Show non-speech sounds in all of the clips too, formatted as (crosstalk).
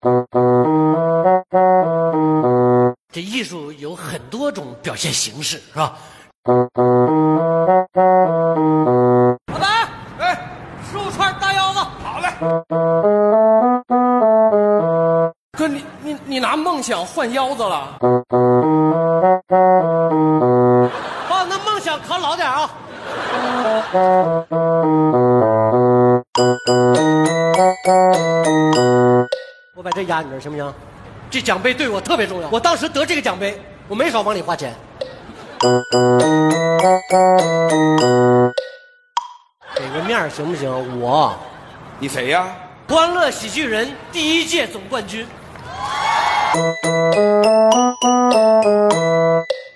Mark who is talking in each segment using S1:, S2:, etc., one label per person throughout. S1: 啊这艺术有很多种表现形式，是吧？
S2: 嗯
S1: 老板，哎，十五串大腰子。好嘞。哥，你你你拿梦想换腰子了？爸，啊那梦想可老点啊。我把这压你这儿行不行？这奖杯对我特别重要。我当时得这个奖杯，我没少往里花钱。给个面儿行不行？我
S3: 你谁呀、
S1: 欢乐喜剧人第一届总冠军，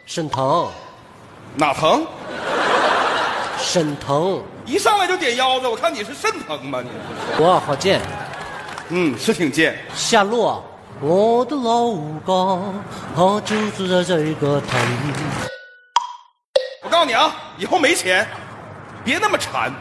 S1: 沈腾，
S3: 哪疼？
S1: 沈腾，
S3: 一上来就点腰子，我看你是肾疼吧你？
S1: 我郝建，
S3: 嗯，是挺贱。
S1: 夏洛，我的老家，他就住在这个城。
S3: 我告诉你啊，以后没钱，别那么馋。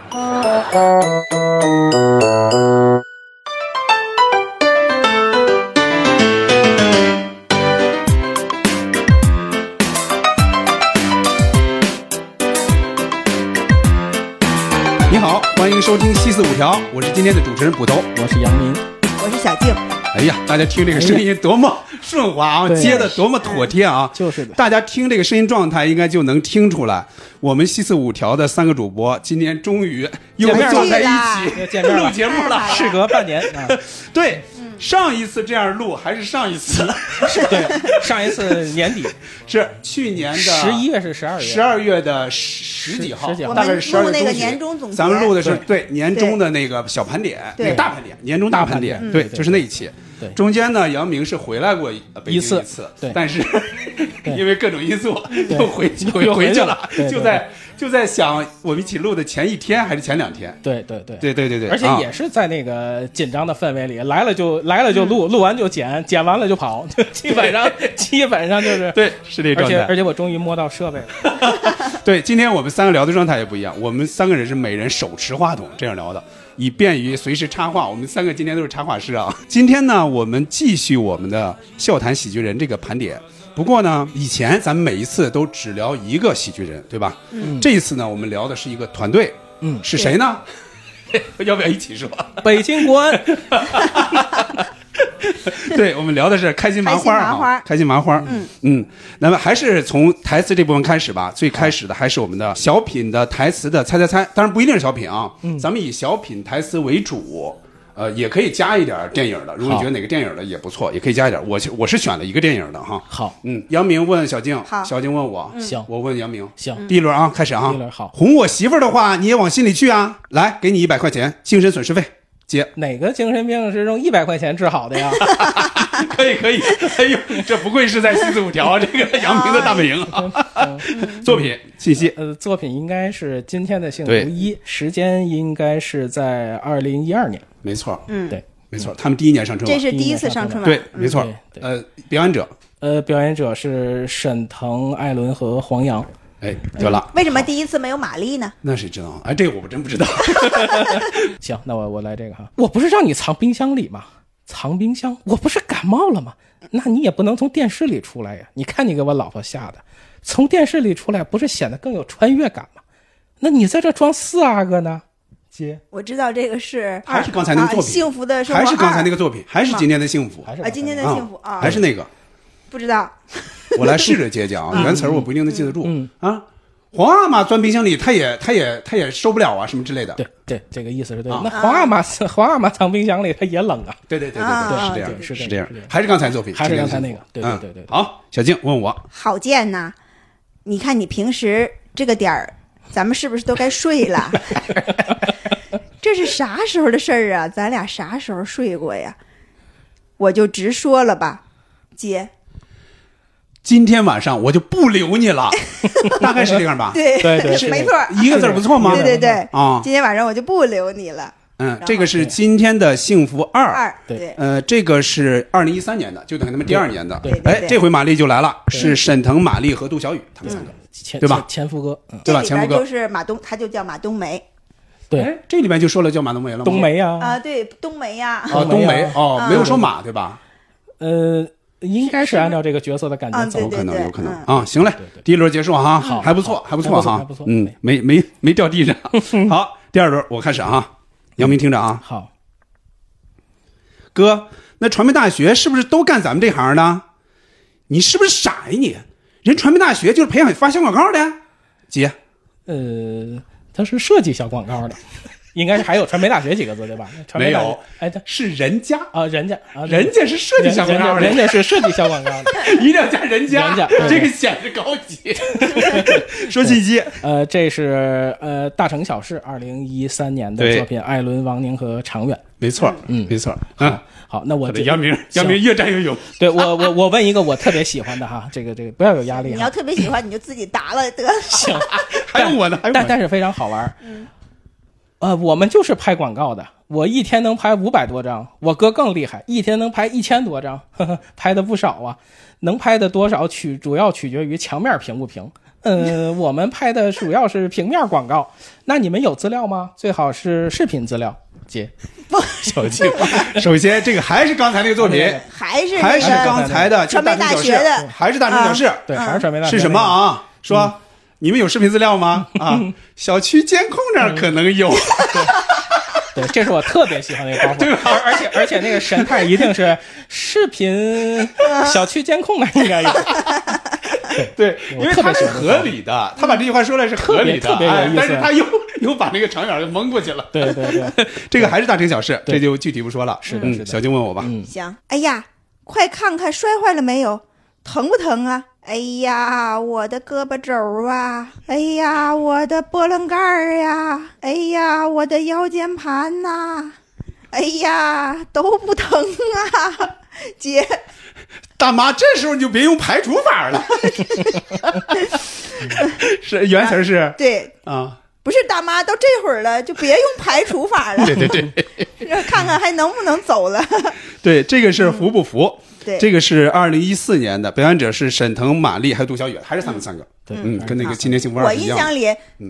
S2: 你好，欢迎收听《七四五条》，我是今天的主持人捕头。
S4: 我是杨明，
S5: 我是小静，
S2: 哎呀，大家听这个声音多么顺滑啊，
S4: 对
S2: 接的多么妥帖啊！
S4: 就是的
S2: 大家听这个声音状态，应该就能听出来，我们《七四五条》的三个主播今天终于又
S4: 见面了
S2: 坐在一
S4: 又
S2: 起
S4: 见面
S2: (laughs)
S4: 了
S2: 录节目了。
S4: (laughs) 事隔
S2: (laughs)
S4: 半年啊，
S2: 对，上一次这样录还是上一次，
S4: 嗯
S2: (laughs)
S4: 对，上一次年底，
S2: 是去年的
S4: 十一月是十二月，
S2: 十二月的十十几号，
S4: 十几号
S2: 大概是十二
S5: 我
S2: 月
S5: 们录那个
S2: 中旬
S5: 年终总结
S2: 咱们录的是对年终的那个小盘点，
S5: 对
S2: 那个大盘点，年终大盘点，对，
S4: 对对
S2: 就是那一期。
S4: 对
S2: 中间呢，杨明是回来过一呃北京
S4: 一次
S2: 次
S4: 对
S2: 但是 (laughs) 因为各种因素
S4: 对
S2: 又回去又
S4: 又回
S2: 回
S4: 去
S2: 去
S4: 了
S2: 了
S4: 对，对
S2: 就在就在想我们一起录的前一天还是前两天？
S4: 对对对
S2: 对对对对，
S4: 而且
S2: 啊
S4: 也是 (laughs) 在那个紧张的氛围里，来了就来了
S2: 嗯
S4: 就录，录完就剪，剪完了就跑， (laughs) 基本上基本上就是。
S2: 对是 (laughs) 这
S4: 而
S2: 状
S4: 且
S2: 态
S4: 而。且我终于摸到设备了，
S2: 对，今天我们三个聊的状态也不一样，我们三个人是每人手持话筒这样聊的，以便于随时插话。我们三个今天都是插画师啊。今天呢，我们继续我们的笑谈喜剧人这个盘点。不过呢，以前咱们每一次都只聊一个喜剧人，对吧？嗯。这一次呢，我们聊的是一个团队。
S4: 嗯
S2: 是谁呢？ (laughs) 要不要一起说？
S4: 北京国安，
S2: (laughs) 对，我们聊的是开心麻花儿哈，开
S5: 开
S2: 心麻花儿。嗯嗯，那么还是从台词这部分开始吧。最开始的还是我们的小品的台词的猜猜猜，当然不一定是小品啊，
S4: 嗯
S2: 咱们以小品台词为主。呃，也可以加一点儿电影的，如果你
S4: 好
S2: 觉得哪个电影的也不错，也可以加一点儿。我是我是选了一个电影的哈。
S4: 好
S2: 嗯，杨明问小静
S5: 好，
S2: 小静问我，
S4: 行
S2: 我问杨明，
S4: 行
S2: 第一轮啊，开始啊，
S4: 第一轮好
S2: 哄我媳妇儿的话，你也往心里去啊。来，给你一百块钱精神损失费，接。
S4: 哪个精神病是用一百块钱治好
S2: (laughs)
S4: 的呀？
S2: 可以可以， (laughs) 哎呦，这不愧是在西四五条啊这个杨明的大本营
S4: (laughs)
S2: 啊！
S4: 嗯
S2: (laughs) 作品信息
S4: 呃，作品应该是今天的幸福
S2: 对
S4: 一，时间应该是在二零一二年，
S2: 没错，
S5: 嗯，
S4: 对，
S2: 没错，他们第一年上春
S5: 这
S2: 晚，
S5: 是第一次上春晚，
S2: 对，没错
S4: 嗯。对对
S2: 呃，表演者，
S4: 呃，表演者是沈腾、艾伦和黄洋。
S2: 哎，对了，
S5: 为什么第一次没有马丽呢？
S2: 那谁知道啊？哎，这个我真不知
S4: (laughs)
S2: 道。
S4: 行，那我我来这个哈，我不是让你藏冰箱里吗？藏冰箱，我不是感冒了吗？那你也不能从电视里出来呀！你看你给我老婆吓的，从电视里出来不是显得更有穿越感吗？那你在这装四阿哥呢？姐，
S5: 我知道这个是
S2: 还是刚才那个作
S5: 啊
S2: 品，
S5: 幸福的
S4: (laughs)
S5: 生活
S2: 还
S5: 二，
S2: 是刚才那个作品，还是今天的幸福，
S4: 还是
S5: 啊，今天的幸福啊，
S2: 还是那个，
S5: 不知道，
S2: 我来试着接讲
S4: 嗯
S2: 啊，原词儿我不一定能记得住啊。皇阿玛钻冰箱里，他也他也他也受不了啊，什么之类的。
S4: 对对，这个意思是对。
S2: 啊
S4: 那皇阿玛是黄阿玛藏冰箱里，他也冷啊。
S2: 对对对对
S5: 啊
S2: 对，是这样，
S4: 对是这样
S2: 是这样
S4: 是这样，
S2: 还是刚才作品，
S4: 还是刚才
S2: 今天的
S4: 那
S2: 幸
S4: 个
S2: 福
S4: 对
S2: 嗯
S4: 对对对对
S2: 好，小静问我，
S5: 郝建呐，你看你平时这个点儿，咱们是不是都该睡
S2: (laughs)
S5: 了？这是啥时候的事儿啊？咱俩啥时候睡过呀？我就直说了吧，姐，
S2: 今天晚上我就不留你
S4: (laughs)
S2: 了， (laughs) 大概是这样吧。
S5: 对
S4: 对对
S5: 是
S4: 是
S5: 没
S4: 的
S5: 错儿，
S2: 一个字儿不错吗？
S5: 对对对，
S2: 啊
S5: 今天晚上我就不留你了，
S2: 嗯，这个是今天的幸福二。
S5: 二
S4: 对
S5: 对，
S2: 呃，这个是二零一三年的，就等于他们第二年的
S4: 对
S5: 对。对
S2: 哎，
S5: 对
S2: 这回马丽就来了，是沈腾、马丽和杜小雨他们三个，
S4: 前
S2: 对吧
S4: 前前夫哥，嗯，
S2: 对吧？
S5: 这里
S2: 前
S5: 边
S2: 夫哥
S5: 就，是马冬，他就叫马冬梅，
S4: 对，
S2: 哎，这里面就说了叫马冬梅了吗？
S4: 嗯冬梅呀、
S5: 啊，对，冬梅呀，
S2: 啊，冬
S4: 冬
S2: 梅
S4: 梅嗯
S2: 哦，没有说马对吧？
S4: 呃，应该是按照这个角色的感觉
S5: 啊
S4: 走。
S5: 对
S2: 有可能，有可能
S5: 嗯
S2: 啊。行嘞，第一轮结束啊哈，
S4: 好
S2: 还不错，
S4: 好
S2: 还不错哈，
S4: 还不错还不错
S2: 嗯，没没没掉地
S4: (laughs)
S2: 上。好，第二轮我开始啊，杨明听着啊，
S4: 好，
S2: 哥，那传媒大学是不是都干咱们这行的？你是不是傻呀你？人传媒大学就是培养发小广告的。姐，
S4: 呃，他是设计小广告的，应该是还有传媒大学几个字对吧？传媒
S2: 没
S4: 大
S2: 有
S4: 学，哎，他
S2: 是人家，
S4: 啊，人家啊，
S2: 人家是设计小广告的，
S4: 人人家人家是设计小广告
S2: (laughs)
S4: 的。
S2: 一定要加人家，
S4: 人家
S2: 这个显示高级。说信息，
S4: 呃，这是呃《大城小事》二零一三年的
S2: 对
S4: 作品，艾伦、王宁和常远。
S2: 没错，嗯，没错，嗯。
S4: 好，那我
S2: 好的
S4: 就
S2: 杨明，杨明，越战越勇。
S4: 对我我我问一个我特别喜欢的哈，这个这个不要有压力啊
S5: 你
S4: 哈
S5: 要，特别喜欢，你就自己答了得
S2: (laughs)
S5: 嗯了。 (laughs)
S4: 行，
S2: 还有我呢，还有我
S4: 但
S2: 呢。
S4: 但是非常好玩儿。呃，我们就是拍广告的，我一天能拍五百多张，我哥更厉害，一天能拍一千多张，呵呵拍的不少啊。能拍的多少取主要取决于墙面平不平。
S2: (laughs)
S4: 呃，我们拍的主要是平面广告，那你们有资料吗？最好是视频资料，
S2: (laughs)
S4: 姐。
S2: 首先，首先这个还是刚才那个作品，
S5: 还是
S2: 还
S5: 那
S2: 是
S5: 个
S2: 刚才的
S5: 传媒大学
S2: 就
S5: 的啊
S2: 大城小事还是大城小事，嗯
S4: 对，还是传媒大学
S2: 是什么啊？
S4: 嗯
S2: 说你们有视频资料吗？啊，小区监控这儿可能有，
S4: 那个？对，这是我特别喜欢那
S2: (laughs)
S4: 个包袱，对
S2: 啊
S4: 而而且而且那个神态一定是
S2: (laughs)
S4: 视频小区监控的应该有。
S2: 对，因
S4: 我
S2: 为
S4: 特
S2: 它是
S4: 别喜欢这个
S2: 合理的，他把这句话说来是合理的，
S4: 特别特别有
S2: 哎
S4: 意思
S2: 但是他又又把那个长远给蒙过去了。
S4: 对对对。
S2: (laughs) 这个还是大城小事，
S4: 对
S2: 这就具体不说了。是
S4: 的是嗯的
S2: 小静问我吧，
S5: 行，哎呀，快看看摔坏了没有，疼不疼啊？哎呀，我的胳膊肘啊！哎呀，我的波棱盖儿呀！哎呀，我的腰间盘呐、哎呀，都不疼啊，姐。
S2: 大妈，这时候你就别用排除法
S5: (laughs)
S2: 了。是原词儿是
S5: 对，
S2: 啊，
S5: 不是大妈，到这会儿了，就别用排除法了，
S2: 对对对
S5: 让 (laughs) 看看还能不能走
S2: (laughs)
S5: 了。
S2: 对，这个是服不服？
S5: 嗯对
S2: 这个是二零一四年的，表演者是沈腾、马丽还有杜小雨，还是他们三个。
S4: 对
S2: 嗯，跟那个《今年幸福二》
S5: 我
S2: 是
S5: 印
S2: 一样的。嗯
S5: 象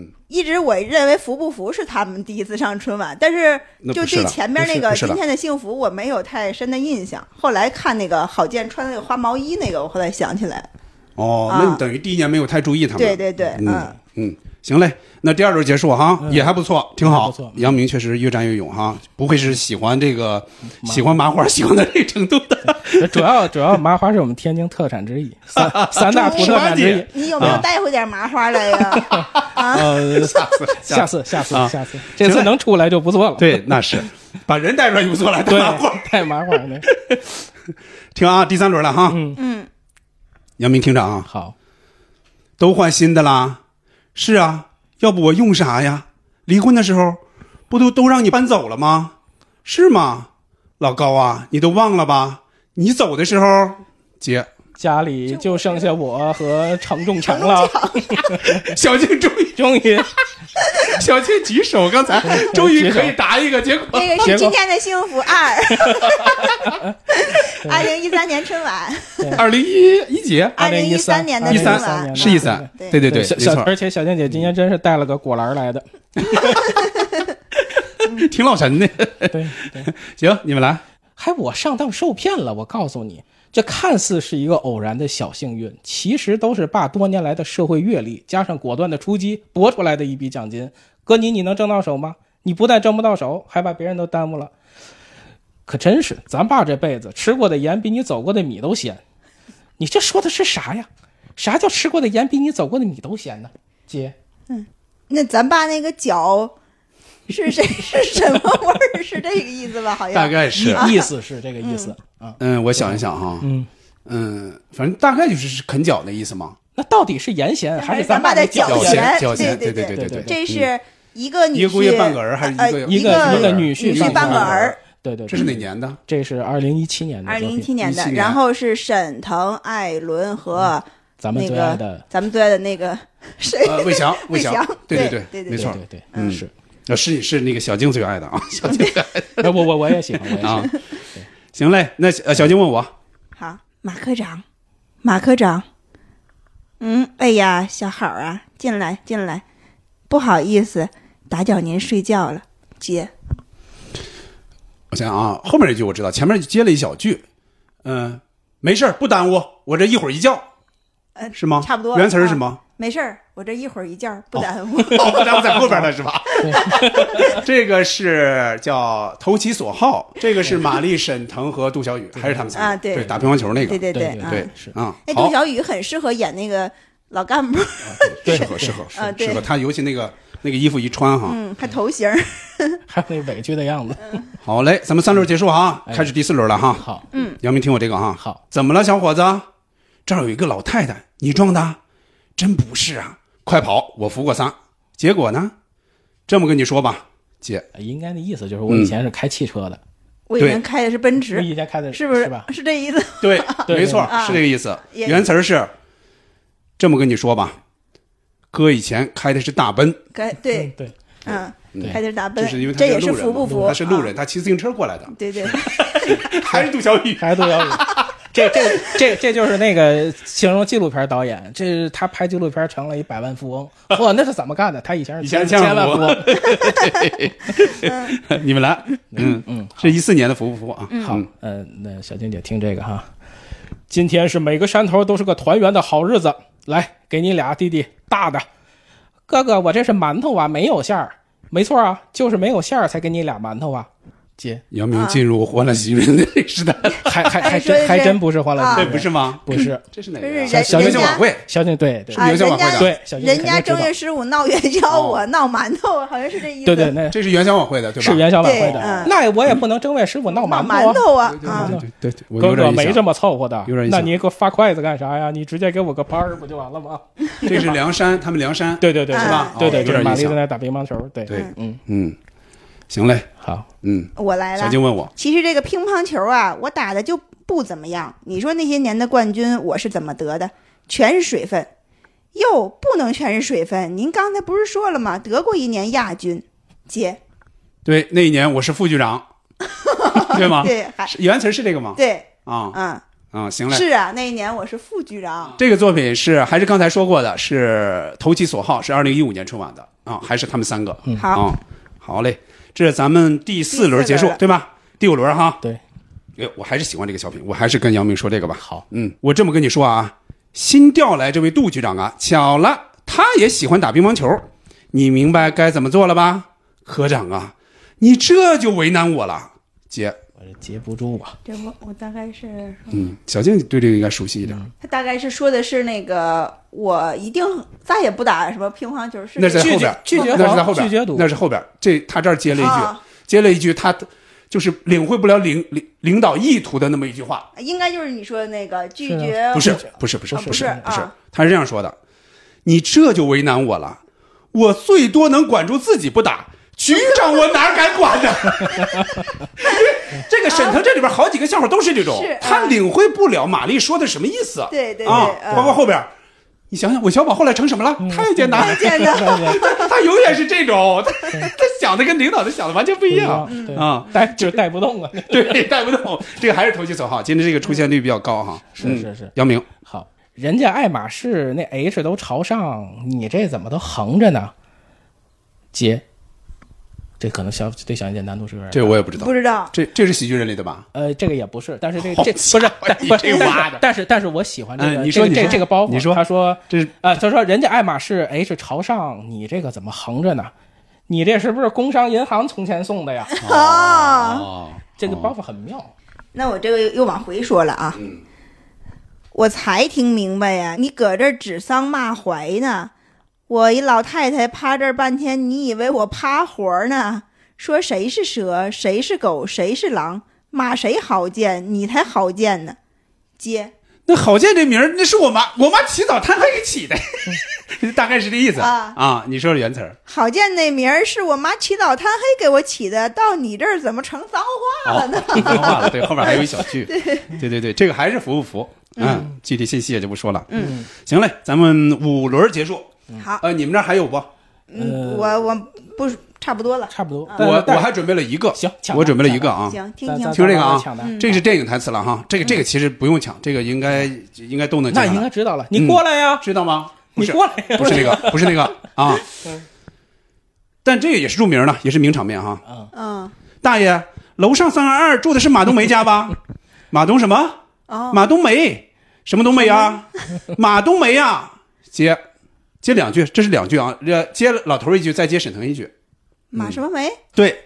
S5: 里，一直我认为服不服是他们第一次上春晚，但是
S2: 那不
S5: 就是对
S2: 了
S5: 前面
S2: 不是
S5: 那个
S2: 不是了
S5: 今天的幸福我没有太深的印象。后来看那个郝建穿那个花毛衣那个，我后来想起来，
S2: 哦，
S5: 啊
S2: 那你等于第一年没有太注意他们。
S5: 对对对，
S2: 嗯
S5: 嗯，
S2: 嗯，行嘞，那第二轮结束哈，也还不错，挺好。
S4: 嗯还不错嗯
S2: 杨明确实越战越勇哈，不愧是喜欢这个
S4: 嗯
S2: 喜欢麻花喜欢到这个程度的。
S4: (laughs) 主要主要麻花是我们天津特产之一，
S2: (laughs)
S4: 三三大土特啊产之一。
S5: 啊你有没有带回点麻花来
S4: (laughs)
S5: 呀？啊，
S4: 呃，
S2: (laughs) 下次，
S4: 下次下次
S2: 啊
S4: 下次，这次能出来就不错了。
S2: 对，那是把人带出来就不错了，
S4: 对
S2: 麻花。，
S4: (laughs) 太麻烦了。
S2: (laughs) 听啊，第三轮了哈。
S4: 嗯
S5: (laughs) 嗯，
S2: 杨明听着啊，
S4: 好，
S2: 都换新的啦。是啊，要不我用啥呀？离婚的时候不都都让你搬走了吗？是吗？老高啊，你都忘了吧？你走的时候，姐，
S4: 家里就剩下我和程仲强了，
S2: (laughs) 小静终于，
S4: (laughs) 终于
S2: (laughs) 小静举手，刚才终于可以答一个，结果
S5: 那个
S4: 结
S5: 是今
S4: 果
S5: 天的幸福
S4: (laughs)
S5: 二，二零一三年春晚，
S2: 二零一一姐，
S5: 2013年的
S2: 一
S5: 春晚13
S2: 三是一三，
S5: 对
S2: 对对对，
S4: 小
S2: 没
S4: 小，
S2: 错，
S4: 而且小静姐今天真是带了个果篮来的。
S2: (laughs) 挺老神的。
S4: 对对，
S2: (laughs) 行，你们来，
S4: 还我上当受骗了，我告诉你，这看似是一个偶然的小幸运，其实都是爸多年来的社会阅历加上果断的出击搏出来的一笔奖金。哥你你能挣到手吗？你不但挣不到手，还把别人都耽误了。可真是，咱爸这辈子吃过的盐比你走过的米都咸。你这说的是啥呀？啥叫吃过的盐比你走过的米都咸呢？姐，
S5: 那咱爸那个脚是谁是什么味儿？是这个意思吧？好像
S2: 大概哎是
S4: 意意思是这个意思啊。
S2: 嗯，我想一想哈，嗯反正大概就是啃脚的意思嘛，
S4: 那到底是盐咸还是
S5: 咱
S4: 爸
S5: 爸的
S4: 脚
S5: 脚
S4: 咸？
S5: 咸
S2: 脚
S5: 对
S2: 咸，
S5: 对
S2: 对
S5: 对
S2: 对
S4: 对
S5: 这是一个
S2: 一
S5: 女
S2: 个姑爷
S5: 婿
S2: 半个儿还是一个
S5: 呃
S4: 一
S5: 一
S4: 个
S5: 个
S4: 一个女婿
S5: 女
S4: 上
S5: 婿半个
S4: 半
S5: 儿，
S4: 嗯对对，
S2: 这是哪年的？
S4: 这是二零一七年的
S5: 二零一七年
S2: 17
S5: 的，
S2: 年
S5: 然后是沈腾、艾伦和
S4: 咱们
S5: 那
S4: 最爱
S5: 个
S4: 的，
S5: 咱们最爱的那个谁？
S2: 呃，魏翔，
S5: 魏
S2: 翔
S5: 翔，
S2: 对
S5: 对
S2: 对，
S5: 对对
S2: 没错，
S4: 对对，
S2: 嗯
S4: 是，
S2: 呃是是那个小静最爱的啊，小静最爱
S4: 呃我我我也喜欢，我也喜
S2: 的
S4: 欢
S2: 啊，行嘞，那小呃小静问我，
S5: 好，马科长，马科长，嗯，哎呀，小好啊，进来进来，不好意思，打搅您睡觉了，姐。
S2: 我想想啊，后面一句我知道，前面接了一小句，嗯、没事儿，不耽误，我这一会儿一觉，
S5: 呃
S2: 是吗？
S5: 差不多。
S2: 原词儿是什
S5: 啊
S2: 么？
S5: 没事儿，我这一会儿一觉儿不耽
S2: (laughs)
S5: 误。
S2: 哦，不耽误在后边了是吧？ (laughs) 这个是叫投其所好，这个是玛丽、沈腾和杜小雨，还是他们三个？
S5: 啊对
S2: 打乒乓球那个。
S5: 对对
S4: 对
S5: 啊。
S2: 对
S4: 是
S2: 啊，
S5: 哎，
S2: 好啊
S5: 杜，小雨很适合演那个老干部，
S2: 适合适合适
S5: 啊
S2: 合
S5: 对
S2: 适合他，尤其那个那个衣服一穿哈。
S5: 嗯，还头型儿。 (laughs)
S4: 还有那委屈的样子。
S2: 好嘞，咱们三轮结束啊，
S4: 哎
S2: 开始第四轮了哈。
S4: 好，
S5: 嗯
S2: 杨明听我这个哈。
S4: 好，
S2: 怎么了，小伙子？这儿有一个老太太，你撞的？真不是啊！快跑，我扶过仨。结果呢？这么跟你说吧，姐，
S4: 哎应该的意思就是
S2: 嗯
S4: 我以前是开汽车的，
S5: 我以前开的是奔驰
S4: 你，以前开的
S5: 是不
S4: 是？
S5: 是
S4: 吧？？
S5: 是这意思？
S2: 对，
S4: 对
S2: 没错，
S5: 对
S2: 是这个意思。
S5: 啊也
S2: 原词儿是这么跟你说吧，哥以前开的是大奔，
S5: 该对，
S4: 对，
S5: 嗯
S4: 对，
S5: 开的是大奔
S2: 这，是因为他
S5: 这也
S2: 路
S5: 是
S2: 人
S5: 服不
S2: 嘛
S5: 服？
S2: 他是路人，
S5: 啊。
S2: 他骑自行车过来的，
S5: 对对，
S2: (laughs) 还是杜小雨。
S4: (laughs) 还是杜小雨。这这这这就是那个形容纪录片导演，这是他拍纪录片成了一百万
S2: (laughs)
S4: 富翁。哇，那是怎么干的？他以前是
S2: 以前是
S4: 千
S2: 千
S4: 万
S2: 万
S4: 富
S2: 富
S4: 翁。
S2: (laughs) 你们来，嗯嗯，是一四年的服不服啊？
S4: 好，呃，那小静姐听这个哈，今天是每个山头都是个团圆的好日子，来给你俩弟弟大的，哥哥，我这是馒头啊，没有馅儿，没错啊，就是没有馅儿才给你俩馒头啊，姐，
S2: 杨明进入欢乐喜剧人的时代，
S4: 还还还
S5: 啊还说的嗯
S4: 真
S5: 是
S4: 还真不是欢乐
S5: 啊
S4: 喜
S2: 这
S4: 剧
S2: 不是吗？
S4: 不是，
S2: 嗯这是哪
S5: 这
S2: 个
S5: 是
S2: 呀？
S5: 人
S4: 小
S5: 人
S4: 小
S5: 家
S2: 晚会
S4: 小静对对
S2: 是元宵晚会
S5: 啊
S2: 的，
S4: 对，小静
S5: 人
S4: 肯
S5: 家
S4: 定
S5: 正
S4: 知道
S5: 月十五闹元宵，我
S2: 哦
S5: 闹馒头，好像是这意思。
S4: 对对，那
S2: 这是元宵晚会的，对吧？
S4: 是元宵晚会
S5: 对
S4: 的
S5: 嗯，
S4: 那我也不能正月十五闹
S5: 闹
S4: 馒
S5: 馒头
S4: 头啊。
S5: 啊
S2: 对
S5: 啊！
S2: 对对对对，我
S4: 哥
S2: 有
S4: 哥
S2: 点啊
S4: 没
S2: 印
S4: 这
S2: 象。
S4: 么凑合的
S2: 有点，意思
S4: 那你给我发筷子干啥呀？你直接给我个拍儿不就完了吗？
S2: 这是梁山，他们梁山，
S4: 对对对，
S5: 是吧
S4: 对
S2: 哦
S4: 对，
S2: 有
S4: 就是
S2: 点
S4: 玛
S2: 印
S4: 丽在
S2: 象。
S4: 那打乒乓球，对
S2: 对，
S4: 嗯，
S2: 嗯，行嘞，
S4: 好，
S2: 嗯，
S5: 我来
S2: 小
S5: 了。
S2: 金问我，
S5: 其实这个乒乓球啊，我打的就不怎么样。你说那些年的冠军我是怎么得的？全是水分。哟，不能全是水分。您刚才不是说了吗？得过一年亚军，姐，
S2: 对，那一年我是副
S5: (laughs)
S2: 局长，对吗？
S5: 对，还
S2: 是原词是这个吗？
S5: 对，
S2: 啊
S5: 嗯，
S2: 啊，行嘞。
S5: 是啊，那一年我是副局长。
S2: 这个作品是还是刚才说过的，是投其所好，是二零一五年春晚的啊，还是他们三个
S4: 嗯
S5: 好，
S2: 啊？好嘞，这是咱们第四轮结
S5: 第四
S2: 束
S5: 轮了，
S2: 对吧？第五轮哈，
S4: 对，
S2: 哎，我还是喜欢这个小品，我还是跟杨明说这个吧。
S4: 好，
S2: 嗯，我这么跟你说啊，新调来这位杜局长啊，巧了，他也喜欢打乒乓球，你明白该怎么做了吧？科长啊，你这就为难我了，姐。
S4: 我这接不住啊，
S5: 这我我大概是，
S2: 嗯，小静对这个应该熟悉一点，
S4: 嗯
S5: 他大概是说的是那个我一定再也不打什么乒乓球，是
S2: 那是在
S4: 拒
S2: 后
S4: 绝
S2: 边儿，
S4: 拒绝
S2: 那是在
S4: 黄
S2: 后边儿，
S4: 拒绝赌
S2: 那是后边儿。这他这儿接了一句，
S5: 啊
S2: 接了一句，他就是领会不了领领领导意图的那么一句话。
S5: 应该就是你说的那个拒
S4: 是啊
S5: 绝，
S2: 不是不是不是
S5: 啊
S2: 不
S5: 不
S2: 是
S5: 是
S2: 不是
S5: 啊，
S2: 他是这样说的：“你这就为难我了，我最多能管住自己不打，局长我哪敢管呢？” (laughs) 这个沈腾这里边好几个笑话都是这种
S5: 是啊，
S2: 他领会不了玛丽说的什么意思。
S5: 对对对
S2: 啊，
S5: 嗯
S2: 包括后边，你想想我小宝后来成什么了？太监
S5: 太
S2: 男， (laughs)
S5: 简单。
S2: 他他永远是这种，他他想的跟领导的想的完全不一样
S4: 对
S2: 啊。
S4: (laughs) 带就是带不动啊。
S2: (laughs) 对，带不动，这个还是投其所好。今天这个出现率比较高哈。
S4: 是
S2: 嗯
S4: 是是
S2: 杨明。
S4: 好，人家爱马仕那 H 都朝上，你这怎么都横着呢？姐，这可能小对小一姐难度是有点
S2: 这
S4: 大。
S2: 我也不知道
S5: 不，知道，
S2: 这这是喜剧人里的吧？
S4: 呃，这个也不是，但是这
S2: 好
S4: 这不是，但
S2: 你
S4: 不是
S2: 这
S4: 但
S2: 挖
S4: 是
S2: 的
S4: 但是但是我喜啊欢这个，
S2: 嗯你
S4: 这个
S2: 说你
S4: 这个
S2: 说
S4: 这个包袱，
S2: 你说
S4: 他说
S2: 这是
S4: 啊，他说人家爱马仕 H 朝上，你这个怎么横着呢？你这是不是工商银行从前送的呀？
S2: 哦，
S4: 这个包袱很妙。
S5: 那我这个又又往回说了啊。
S2: 嗯
S5: 我才听明白呀、你搁这儿指桑骂槐呢。我一老太太趴这儿半天，你以为我趴活儿呢？说谁是蛇，谁是狗，谁是狼，骂谁好贱，你才好贱呢，姐
S2: 那郝建这名儿，那是我妈，我妈起早贪黑给起的， (laughs) 大概是这意思
S5: 啊
S2: 你说的原词
S5: (laughs)
S2: 儿，
S5: 好贱那名儿是我妈起早贪黑给我起的，到你这儿怎么成脏话了呢？
S2: 哦，
S5: (laughs)
S2: 脏话了，对，后边还有一小句，对对对，这个还是服不服？嗯，具体信息也就不说了。嗯，行嘞，咱们五轮结束。
S4: 嗯
S5: 好，
S2: 呃，你们这儿还有不？
S5: 嗯，我我不差不多了，嗯
S4: 差不多。但
S2: 我我
S4: 但
S2: 还准备了一个，
S4: 行抢吧
S2: 我准备了一个啊。
S5: 啊行，听
S4: 咱
S5: 听嗯
S4: 咱
S2: 听这个啊
S4: 咱抢的，嗯
S2: 这是电影台词了哈，这个这个其实不用抢，这个应该应该都能记下
S4: 那
S2: 来。
S4: 应该知道了。你过来呀，嗯
S2: 知道吗？不
S4: 你
S2: 是
S4: (laughs) 过来呀。
S2: 不是那个，不是那个啊。但这个也是著名的，也是名场面哈。
S5: 嗯，
S2: 大爷，楼上三二二住的是马冬梅家吧？马冬什么？
S5: 哦
S2: 马冬梅，什么冬梅啊？马冬梅啊！接接两句，这是两句啊，呃，接老头一句，再接沈腾一句，
S5: 马什么梅？
S2: 对。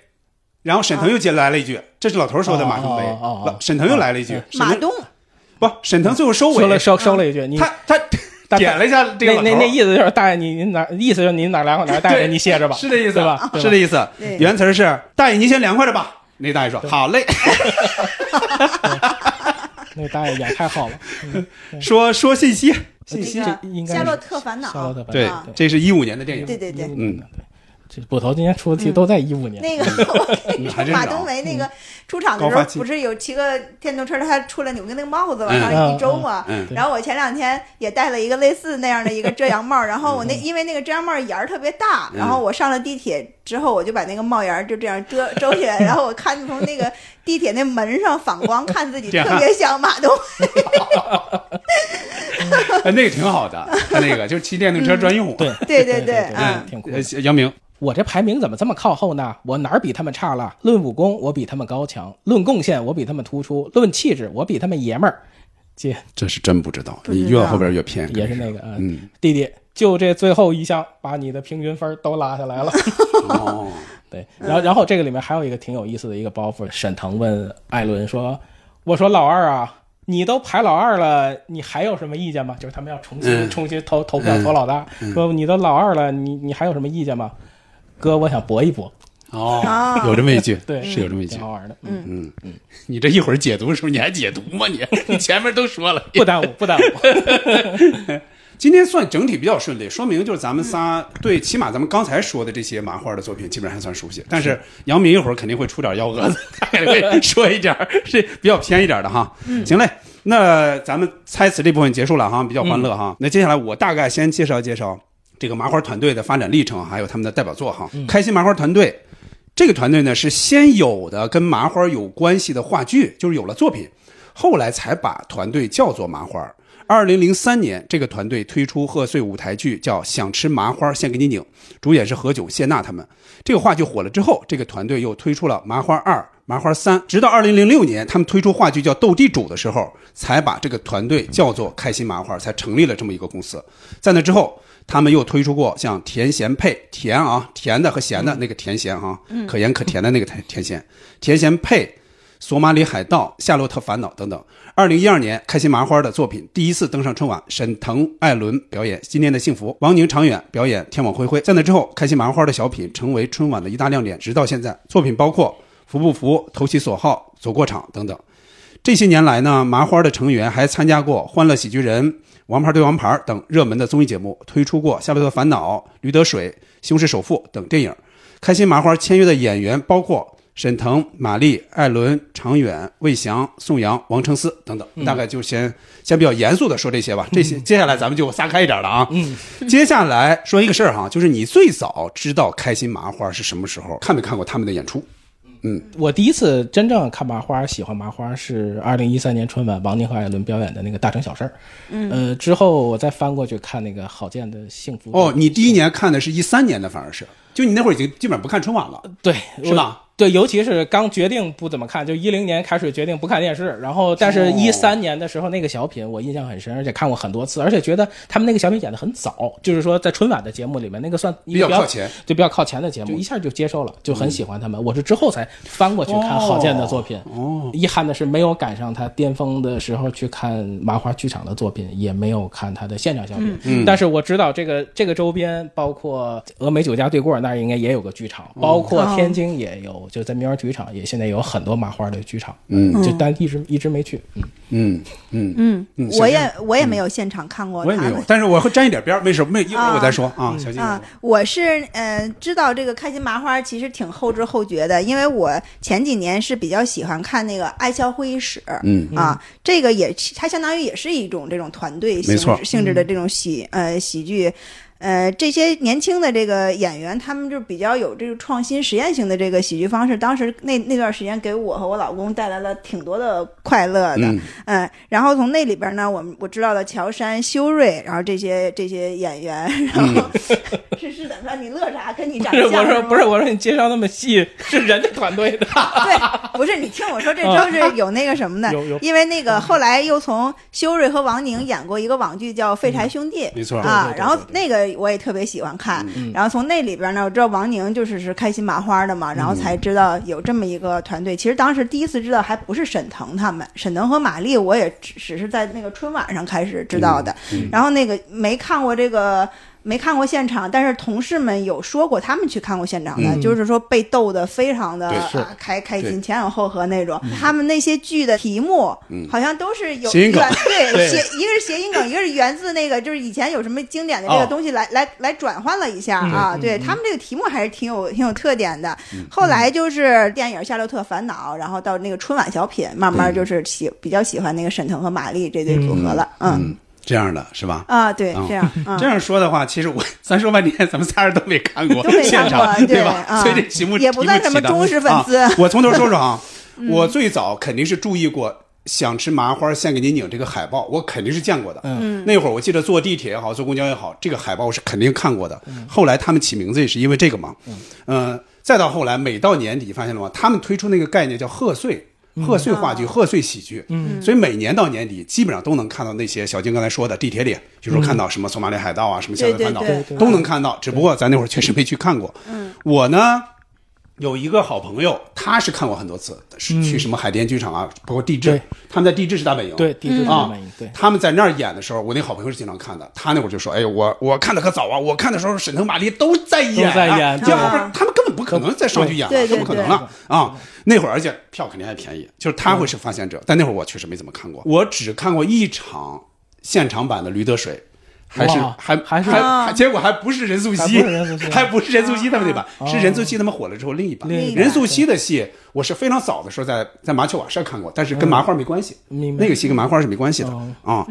S2: 然后沈腾又接来了一句，这是老头说的
S4: 哦
S2: 马冬梅。
S4: 哦哦哦
S2: 老沈腾又来了一句，沈腾
S5: 马东，
S2: 不，沈腾最后收
S4: 说了
S2: 尾，
S4: 收收了一句，你
S2: 他他
S4: 大
S2: 点了一下这个
S4: 那
S2: 老
S4: 那
S2: 头
S4: 那意思就是大爷，你您拿意思就是您哪凉快哪儿，大爷
S2: 对
S4: 你歇着吧，
S2: 是这意思啊
S4: 对吧？
S2: 是这意思
S5: 对。
S2: 原词儿是“大爷，您先凉快着吧。”那大爷说：“好嘞。
S4: 那大爷眼太
S2: (laughs)
S4: 好了，
S2: 说”说信息，
S5: 这
S2: 信息。
S5: 个
S4: 应该是
S5: 夏洛特烦恼
S4: 夏洛特烦恼
S2: 对
S5: 啊，
S2: 这是一五年的电影。
S5: 对对对，
S2: 嗯，
S4: 这捕头今天出的题都在一五年，嗯
S5: 那个我 (laughs)
S2: (laughs)
S5: 跟你说，
S2: 还真是啊
S5: 马冬梅那个出场的时
S2: 高
S5: 候
S2: 发，期
S5: 不是有骑个电动车，他出来扭个那个帽子往
S2: 嗯
S5: 上一周嘛
S2: 嗯嗯
S4: 嗯
S5: 然后我前两天也戴了一个类似那样的一个遮阳帽，然后我那因为那个遮阳帽檐儿特别大，
S2: 嗯
S5: 然后我上了地铁之后，我就把那个帽檐儿就这样遮遮起来，然后我看从那个地铁那门上反光，看自己
S2: 这样
S5: 特别像马冬梅。
S2: 哎那个挺好的，他那个就是骑电动车专用。啊
S5: 对
S4: 对对
S5: 对对
S4: 嗯
S5: 嗯，
S4: 挺酷的
S2: 呃。杨明，
S4: 我这排名怎么这么靠后呢？我哪儿比他们差了？论武功，我比他们高强；论贡献，我比他们突出；论气质，我比他们爷们儿。姐
S2: 这是真不知道，
S5: 知
S2: 你
S5: 道
S2: 越往后边越偏。
S4: 也是那个，嗯，
S2: 嗯，
S4: 弟弟，就这最后一项，把你的平均分儿都拉下来了。
S2: (laughs) 哦，
S4: (laughs) 对，然后然后这个里面还有一个挺有意思的一个包袱，沈腾问艾伦说：“我说老二啊，你都排老二了，你还有什么意见吗？”就是他们要重新、
S2: 嗯
S4: 重新投投票
S2: 嗯
S4: 投老大，说你都老二了，你你还有什么意见吗？哥，我想搏一搏，
S2: 哦
S5: 啊，
S2: 有这么一句，
S4: 对，
S2: 是有这么一句
S4: 挺。好玩的，
S5: 嗯
S2: 你这一会儿解读的时候，你还解读吗？
S4: (laughs)
S2: 你你前面都说了。
S4: 不耽误不耽误。
S2: (laughs) 今天算整体比较顺利，说明就是咱们仨对，起码咱们刚才说的这些麻花的作品，基本上还算熟悉。但是杨明一会儿肯定会出点幺蛾子，他肯定
S4: (laughs)
S2: 会说一点儿是比较偏一点的哈。
S4: 嗯
S2: 行嘞，那咱们猜词这部分结束了哈，比较欢乐哈。那接下来我大概先介绍介绍这个麻花团队的发展历程，还有他们的代表作哈。开心麻花团队。这个团队呢是先有的跟麻花有关系的话剧，就是有了作品，后来才把团队叫做麻花。二零零三年，这个团队推出贺岁舞台剧叫《想吃麻花先给你拧》，主演是何炅、谢娜他们。这个话剧火了之后，这个团队又推出了《麻花二》《麻花三》，直到二零零六年他们推出话剧叫《斗地主》的时候，才把这个团队叫做开心麻花，才成立了这么一个公司。在那之后，他们又推出过像甜咸配甜啊，甜的和咸的那个甜咸啊，可盐可甜的那个甜甜咸，甜咸配。索马里海盗、夏洛特烦恼等等。二零一二年，开心麻花的作品第一次登上春晚，沈腾、艾伦表演《今天的幸福》，王宁、常远表演《天网恢恢》。在那之后，开心麻花的小品成为春晚的一大亮点，直到现在，作品包括《服不服》《投其所好》《走过场》等等。这些年来呢，麻花的成员还参加过《欢乐喜剧人》《王牌对王牌》等热门的综艺节目，推出过《夏洛特烦恼》《驴得水》《西红柿首富》等电影。开心麻花签约的演员包括沈腾、马丽、艾伦、常远、魏翔、宋阳、王成思等等，
S4: 嗯
S2: 大概就先先比较严肃的说这些吧。这些接下来咱们就撒开一点了啊。嗯，接下来说一个事儿哈，就是你最早知道开心麻花是什么时候？看没看过他们的演出？
S4: 我第一次真正看麻花、喜欢麻花是二零一三年春晚王宁和艾伦表演的那个《大城小事儿》。嗯，呃，之后我再翻过去看那个郝建的《幸福》。
S2: 哦，，你第一年看的是一三年的，反而是就你那会儿已经基本上不看春晚了。
S4: 对，
S2: 是吧
S4: 我？对，尤其是刚决定不怎么看，就一零年开始决定不看电视，然后但是
S2: 哦
S4: 一三年的时候那个小品我印象很深，而且看过很多次，而且觉得他们那个小品演的很早，就是说在春晚的节目里面那个算一个
S2: 比较
S4: 比较
S2: 靠前，
S4: 就比较靠前的节目，一下就接受了，就很喜欢他们。我是之后才翻过去看郝建的作品，哦，遗憾的是没有赶上他巅峰的时候去看麻花剧场的作品，也没有看他的现场小品。嗯，但是我知道这个这个周边，包括峨眉酒家对过那儿应该也有个剧场，
S2: 嗯
S4: 包括天津也有，就在民园体育场也现在有很多麻花的剧场，嗯，就但一直一直没去，嗯，
S2: 嗯嗯
S5: 嗯
S2: 嗯，小
S5: 我
S2: 鲜
S5: 也我也没有现场看过
S2: 我也
S5: 他
S2: 没
S5: 们
S2: 有，但是我会沾一点边儿，没事，没一会儿我再说
S4: 嗯
S2: 啊。小金，
S5: 啊，我是呃知道这个开心麻花其实挺后知后觉的，因为我前几年是比较喜欢看那个《爱笑会议室》，
S2: 嗯
S5: 啊，这个也它相当于也是一种这种团队性
S2: 没错
S5: 质性质的这种喜呃喜剧。呃，这些年轻的这个演员，他们就比较有这个创新实验性的这个喜剧方式。当时那那段时间给我和我老公带来了挺多的快乐 (laughs) 的，
S2: 嗯
S5: 嗯，然后从那里边呢，我们我知道了乔杉、修睿，然后这些这些演员，然后、是是怎么着？你乐啥？跟你长
S4: 不是，
S5: 相
S4: (laughs) 我
S2: 嗯
S4: 说
S5: 吗
S4: 不是，我说你介绍那么细，是人家团队的。，
S5: 对， (laughs) 不是你听我说，这都是有那个什么的
S4: 嗯 (laughs) 有有嗯
S5: 因为那个后来又从修睿和王宁演过一个网剧叫《废柴兄弟》，
S2: 嗯没错
S5: 啊
S2: 对对对，嗯
S5: 然后那个我也特别喜欢看，然后从那里边呢，我知道王宁就是是开心麻花的
S2: 嗯
S5: 嘛，然后才知道有这么一个团队。其实当时第一次知道还不是沈腾他们，沈腾和马丽我也只只是在那个春晚上开始知道的，
S2: 嗯
S5: 然后那个没看过这个。没看过现场，但是同事们有说过，他们去看过现场的，就是说被逗得非常的、
S2: 嗯对
S5: 啊
S2: 是
S5: 开开
S2: 对嗯
S5: 心，前仰后合那种。他们那些剧的题目好像都是有
S2: 谐音梗
S5: 源对
S4: 对
S5: 谐，一个是谐音梗，一个是源自那个就是以前有什么经典的这
S2: 哦嗯
S5: 个东西来来来转换了一下啊。对他们这个题目还是挺有挺有特点的。后
S2: 嗯
S5: 来就是电影《夏洛特烦恼》，然后到那个春晚小品，慢慢就是喜比较喜欢那个沈腾和马丽这对组合了。嗯
S2: 嗯，这样的是吧？
S5: 啊，对，这
S2: (laughs)
S5: 样嗯
S2: 这样说的话，其实我咱说半天，咱们仨人都没看过
S5: 都没
S2: 现
S5: 看
S2: 场
S5: 过，对
S2: 吧？
S5: 啊
S2: 所以这题目
S5: 也不算
S2: 题
S5: 什
S2: 目
S5: 么
S2: 起的
S5: 忠实粉丝嗯
S2: 啊我从头说
S5: (laughs)
S2: 说啊，我最早肯定是注意过。想吃麻花，献给你拧这个海报，我肯定是见过的。嗯，那会儿我记得坐地铁也好，坐公交也好，这个海报我是肯定看过的。
S5: 嗯
S2: 后来他们起名字也是因为这个嘛。嗯，呃，再到后来，每到年底，发现了吗？他们推出那个概念叫贺岁，
S4: 嗯
S2: 贺岁
S5: 啊
S2: 话剧、贺岁喜剧。嗯，所以每年到年底，基本上都能看到那些小金刚才说的地铁里，比如说看到什么《索马里海盗》啊，什么《夏洛特烦恼
S5: 对对》，
S2: 都能看到。只不过咱那会儿确实没去看过。嗯，我呢有一个好朋友，他是看过很多次，是去什么海淀剧场啊，包括地质
S4: 嗯对，
S2: 他们在地质是大本营，
S4: (laughs) 对地质是大本营
S2: 啊
S4: 对
S2: 他们在那儿演的时候，我那好朋友是经常看的，他那会儿就说：“哎呦，我我看的可早啊，我看的时候沈腾、马丽都在演、啊，
S4: 都在演
S2: 要不
S5: 对
S2: 然他们根本不可能再上去演了，
S5: 对
S2: 是
S5: 对
S2: 不可能了啊。”那会儿，而且票肯定还便宜，就是他会是发现者，但那会儿我确实没怎么看
S4: 嗯
S2: 过，我只看过一场现场版的《驴得水》。还是
S4: 哇
S2: 还
S5: 嗯
S4: 还是
S5: 啊
S2: 还还结果还不是任素
S4: 还
S2: 汐
S4: 不是任素，汐哦
S2: 还不是任素汐他们那版，是任素汐他们火了之后另一版。
S4: 另
S5: 一版
S2: 任素汐的戏，我是非常早的时候在在麻雀瓦舍看过，但是跟麻花没关系，
S4: 嗯明白
S2: 那个戏跟麻花是没关系的
S4: 哦
S2: 啊。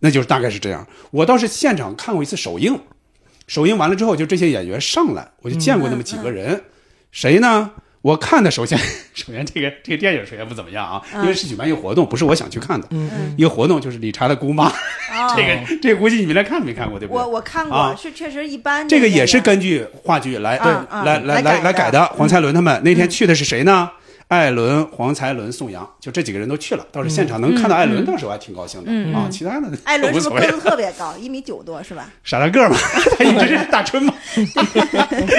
S2: 那就是大概是这样。我倒是现场看过一次首映，首映完了之后，就这些演员上来，我就见过那么几个
S5: 嗯
S2: 人，谁呢？我看的首先， (laughs) 首先这个这个电影首先不怎么样啊，
S5: 嗯
S2: 因为是举办一个活动，不是我想去看的。一个活动就是理查的姑妈， (laughs) 这个这个估计你们连看都没看过，对不对？
S5: 哦我我看
S2: 啊
S5: 过，是确实一般。
S2: 这个也是根据话剧来哎
S5: 对嗯嗯
S2: 来来
S5: 来改
S2: 来
S5: 嗯的
S2: 来改的。黄才伦他们那天去的是谁呢？艾伦、黄才伦、宋阳，就这几个人都去了。倒是
S5: 嗯
S2: 现场能看到艾伦，倒是我还挺高兴的啊。其他的
S5: 艾
S2: (laughs)
S5: 伦
S2: 无
S5: 是
S2: 所
S5: 不是
S2: 谓
S5: 个子，特别高，一米九多是吧？
S2: 傻大个儿嘛， (laughs) 他一直是大春嘛。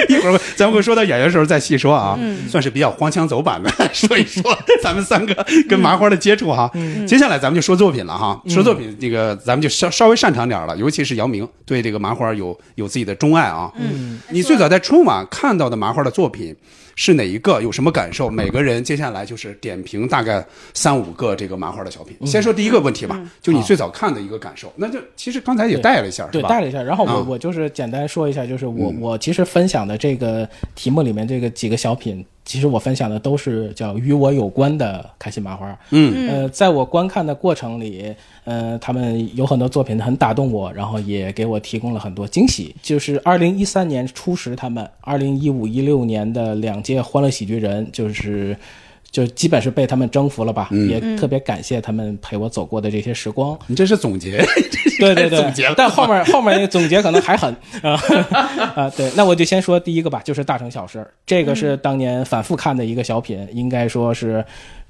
S2: 一会儿咱们会说到演员的时候再细说啊，
S4: 嗯
S2: 算是比较荒腔走板的 (laughs) 说一
S4: (laughs)
S2: 说咱们三个跟麻花的接触哈。
S4: 嗯
S2: 接下来咱们就说作品了哈，说作品这个咱们就稍稍微擅长点儿了，尤其是姚明对这个麻花有有自己的钟爱啊。嗯，你最早在春晚看到的麻花的作品。是哪一个？有什么感受？每个人接下来就是点评大概三五个这个麻花的小品。
S4: 嗯
S2: 先说第一个问题吧，就你最早看的一个感受。那就其实刚才也带了一下，
S4: 对，
S2: 是吧？嗯
S4: 带了一下。然后我、
S2: 啊
S4: 我就是简单说一下，就是我、我其实分享的这个题目里面这个几个小品，其实我分享的都是叫与我有关的开心麻花。嗯，呃，在我观看的过程里，呃，他们有很多作品很打动我，然后也给我提供了很多惊喜。就是二零一三年初时，他们二零一五一六年的两届欢乐喜剧人，就是。就基本是被他们征服了吧，也特别感谢他们陪我走过的这些时光。
S2: 嗯你这是总结， (laughs) 这是
S4: 对对对，
S2: 总结了。
S4: 但
S2: (laughs)
S4: 后面后面那个总结可能还狠啊啊！对，那我就先说第一个吧，就是《大城小事》，这个
S2: 嗯
S4: 是当年反复看的一个小品，应该说是。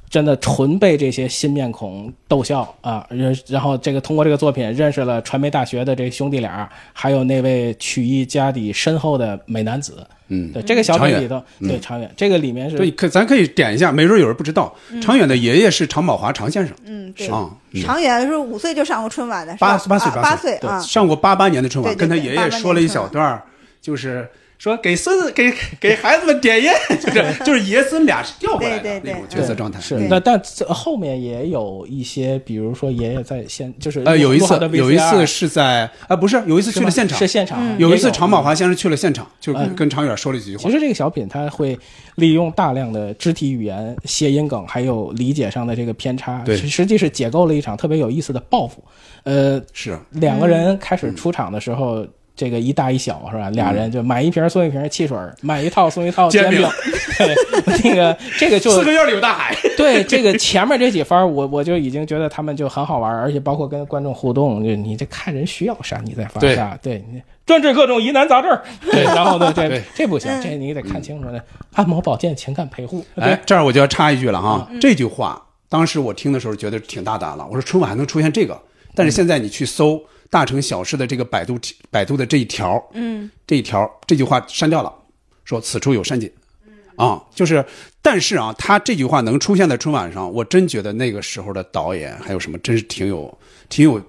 S4: 真的纯被这些新面孔逗笑啊！然然后这个通过这个作品认识了传媒大学的这兄弟俩，还有那位曲艺家底深厚的美男子。嗯，对这个小
S2: 长
S4: 品
S2: 远嗯
S4: 里头，对长远这个里面是
S2: 对，可咱可以点一下，没准有人不知道，常远的爷爷是常宝华常先生，
S5: 嗯，对。
S2: 啊，嗯
S5: 常远是五岁就上过春晚的，是
S2: 八
S5: 吧
S2: 八岁
S5: 啊
S2: 八
S5: 八岁啊，
S2: 上过八八年的春晚，
S5: 对对
S2: 跟他
S5: 对
S2: 爷
S5: 88
S2: 爷说了一小段儿，就是说给孙子给给孩子们点烟，
S5: (laughs)
S2: 就是就是爷孙俩是调过来
S5: 对对
S2: 的
S5: 对
S2: 那种角色状态。嗯
S4: 是
S5: 对，
S4: 但但这后面也有一些，比如说爷爷在现，就是
S2: 呃，有一
S4: 录好
S2: 次
S4: 的 VCR
S2: 有一次是在啊，不是有一次去了现场
S4: 是，现场。
S2: 有一次
S4: 也嗯
S2: 常宝华先生去了现场，就跟跟常远说了几句话
S4: 其。实这个小品它会利用大量的肢体语言、谐音梗，还有理解上的这个偏差，
S2: 对
S4: 实实际是解构了一场特别有意思的报复。呃，
S2: 是嗯
S4: 两个人开始出场的时候，这个一大一小是吧？俩人就买一瓶送一瓶汽水，买一套送一套
S2: 煎饼
S4: 煎饼。对，那
S2: (laughs)
S4: 个这个就
S2: 四个院里有大海。
S4: 对这个前面这几番儿我我就已经觉得他们就很好玩儿，而且包括跟观众互动，就你这看人需要啥你再发啥， (laughs) 对你专治各种疑难杂症儿，对，然后
S2: (laughs)
S4: 呢，这
S2: 对
S4: 这不行，这你得看清楚呢，按摩保健情感陪护，对
S2: 哎，这儿我就要插一句了哈，
S5: 嗯
S2: 这句话当时我听的时候觉得挺大胆了，我说春晚还能出现这个，
S5: 嗯
S2: 但是现在你去搜大城小事的这个百度百度的这一条，嗯，这一条这句话删掉了，说此处有删减。啊，就是，但是啊，他这句话能出现在春晚上，我真觉得那个时候的导演还有什么，真是挺有挺有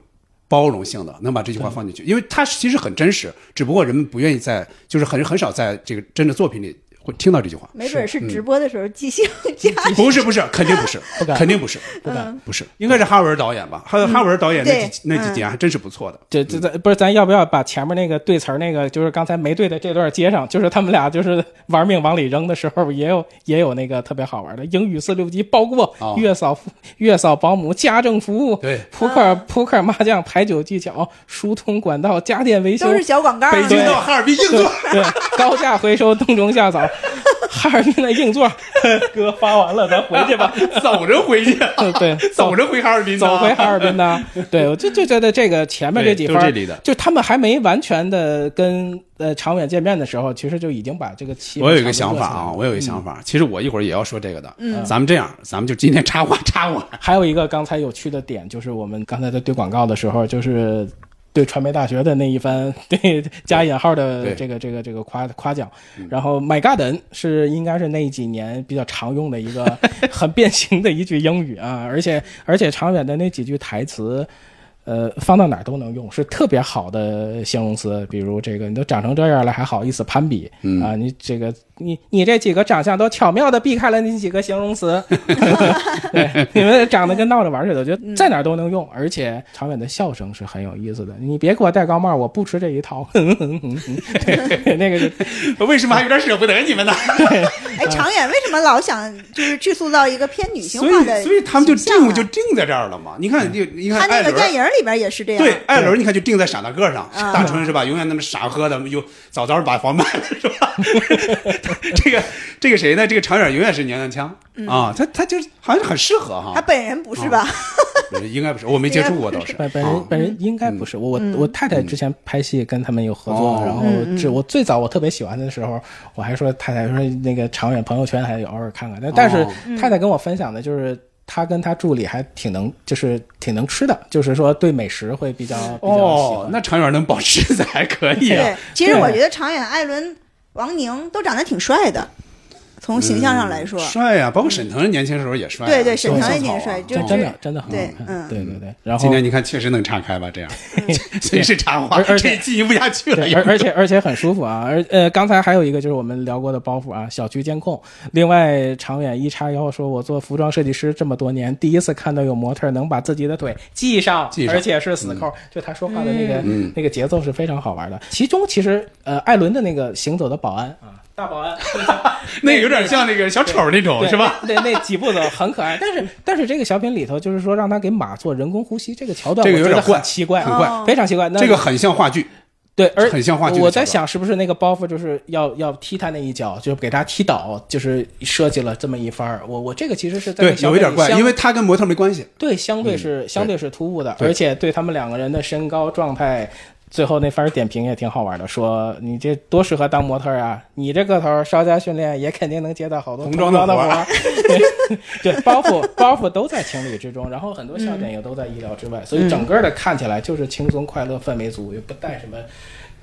S2: 包容性的，能把这句话放进去，因为它其实很真实，只不过人们不愿意在，就是很很少在这个真的作品里会听到这句话。
S5: 没准是直播的时候即兴加嗯
S2: 不嗯是不是，肯定不是，
S4: 不敢
S2: 肯定不是，
S4: 不敢。
S2: 不是，应该是哈文导演吧？哈哈文导演那几
S5: 对
S2: 那几啊
S4: 嗯
S2: 年还真是不错的。
S4: 这这咱不是咱要不要把前面那个对词儿那个，就是刚才没对的这段接上，就是他们俩就是玩命往里扔的时候，也有也有那个特别好玩的英语四六级，包括
S2: 哦
S4: 月嫂服、月嫂保姆、家政服务、
S2: 对
S4: 扑
S5: 啊
S4: 克、扑克麻将、牌九技巧、疏通管道、家电维修
S5: 都，是小广告啊。
S2: 北京到哈尔滨硬
S4: 对
S2: 座，
S4: 对，高价回收冬虫夏
S5: (laughs)
S4: 草，哈尔滨的硬座，哥发完了，咱回去 (laughs) 吧。
S2: 走着回去，
S4: (laughs) 对，
S2: (laughs) 走着回哈尔滨，
S4: 走回哈。尔滨
S2: (laughs)
S4: 呢？对，我就就觉得这个前面这几番
S2: 对
S4: 儿，
S2: 都这里的
S4: 就他们还没完全的跟呃长远见面的时候，其实就已经把这个气氛
S2: 我有一个
S4: 差不
S2: 想
S4: 多
S2: 法
S4: 做起来
S2: 啊，
S4: 了嗯
S2: 我
S5: 嗯
S2: 有一个想法，其实我一会儿也要说这个的。嗯，咱们这样，咱们就今天插话插
S5: (laughs)
S2: 我。
S4: (laughs) 还有一个刚才有趣的点，就是我们刚才在对广告的时候，就是对传媒大学的那一番对加引号的
S2: 对嗯
S4: 这个这个这个夸夸奖。然后 My Garden 是应该是那几年比较常用的一
S2: (laughs)
S4: 个很变形的一句英语啊，而且而且长远的那几句台词。呃，放到哪儿都能用，是特别好的形容词。比如这个，你都长成这样了，还好意思攀比、
S2: 嗯
S4: 啊？你这个，你你这几个长相都巧妙的避开了那几个形容词， (laughs)
S2: (laughs)
S4: 对，你们长得跟闹着玩似的，我觉
S5: 嗯
S4: 得在哪儿都能用，而且长远的笑声是很有意思的。你别给我戴高帽，我不吃这一套。
S5: (laughs)
S4: (laughs) 对那个就
S2: 为什么还有点舍不得你们呢？
S5: 哎，
S2: 嗯
S5: 长远为什么老想就是去塑造一个偏女性
S2: 所
S5: 化的
S2: 以所以他们就
S5: 形象
S2: 定
S5: 啊嗯
S2: 就定在这儿了嘛。你看，就你
S5: 他
S2: 看艾
S5: 那个
S2: 伦，
S5: 电影里边也啊嗯是这样。
S2: 对，艾伦，你看就定在傻大个上，大春是吧？永远那么傻呵的，又早早把房卖了是吧？ (laughs) 这个这个谁呢？这个长远永远是娘娘腔
S5: 嗯
S2: 啊，他他就是好像很适合
S5: 他
S2: 哈，
S5: 本人不是吧？
S2: 应该不是，我没接触过
S5: (laughs)
S2: 倒是。
S4: 本本人本人应该不是我，我
S5: 嗯
S4: 我太太之前拍戏跟他们有合作
S2: 嗯哦，
S4: 然后这我最早我特别喜欢的时候，我还说太太说那个长远朋友圈还偶尔看看，但但是
S2: 哦
S5: 嗯
S4: 太太跟我分享的就是。她跟她助理还挺能，就是挺能吃的，就是说对美食会比较比较喜
S2: 哦
S4: 欢，。
S2: 那长远能保持在还可以啊
S5: 对，，其实我
S4: 对
S5: 觉得长远、艾伦、王宁都长得挺帅的，从形象上来说，
S2: 嗯帅呀，包括沈腾年轻时候也帅
S5: 嗯
S2: 啊，
S5: 对对沈腾
S2: 宋
S5: 也挺
S2: 草啊
S5: 帅就
S4: 真
S5: 是
S4: 真的真的很
S5: 对
S4: 好看，
S5: 嗯
S4: 对
S2: (laughs)
S4: 对对。然后
S2: 今天你看确实能岔开吧？这
S4: (laughs)
S2: 样，随时插话，
S4: 而而
S2: 这
S4: 且
S2: 进行不下去了
S4: 对，
S2: 又。
S4: 而而且而且很舒服啊。而呃，刚才还有一个就是我们聊过的包袱啊，小区监控。另外，长远一叉腰说，我做服装设计师这么多年，第一次看到有模特能把自己的腿系上，嗯
S2: 系上
S4: 而且是死扣。就他说话的那个、那个节奏是非常好玩的。其中其实呃，艾伦的那个行走的保安
S2: 嗯
S4: 啊，大保安，
S2: (laughs) 那有点像那个小丑那种
S4: 对
S2: 是吧？？
S4: 对，那几步走很可爱，但是但是这个小品里头就是说让他给马做人工呼吸，这个桥段
S2: 这个
S4: 我
S2: 有
S4: 觉
S2: 点
S4: 得
S2: 怪
S4: 很奇怪，啊
S2: 很怪
S5: 哦
S4: 非常奇怪。那
S2: 这个很像话剧，
S4: 对，而
S2: 很像话剧的
S4: 我
S2: 桥段
S4: 在想，是不是那个包袱就是要要踢他那一脚，就是给他踢倒，就是设计了这么一番儿。我我这个其实是在
S2: 对，
S4: 小
S2: 有一点
S4: 品
S2: 怪，
S4: 相
S2: 因为他跟模特没关系。嗯
S4: 对相对是、相对是突兀的，
S2: 对
S4: 而且对他们两个人的身高状态。最后那番儿点评也挺好玩的，说你这多适合当模特儿啊！你这个头儿稍加训练，也肯定能接到好多
S2: 童装
S4: 装
S2: 的
S4: 的
S2: 活儿
S4: 儿。对，包袱 (laughs) 包袱都在情理之中，然后很多笑点也都在意料之外，所以整个的看起来就是轻松快乐氛围足，也不带什么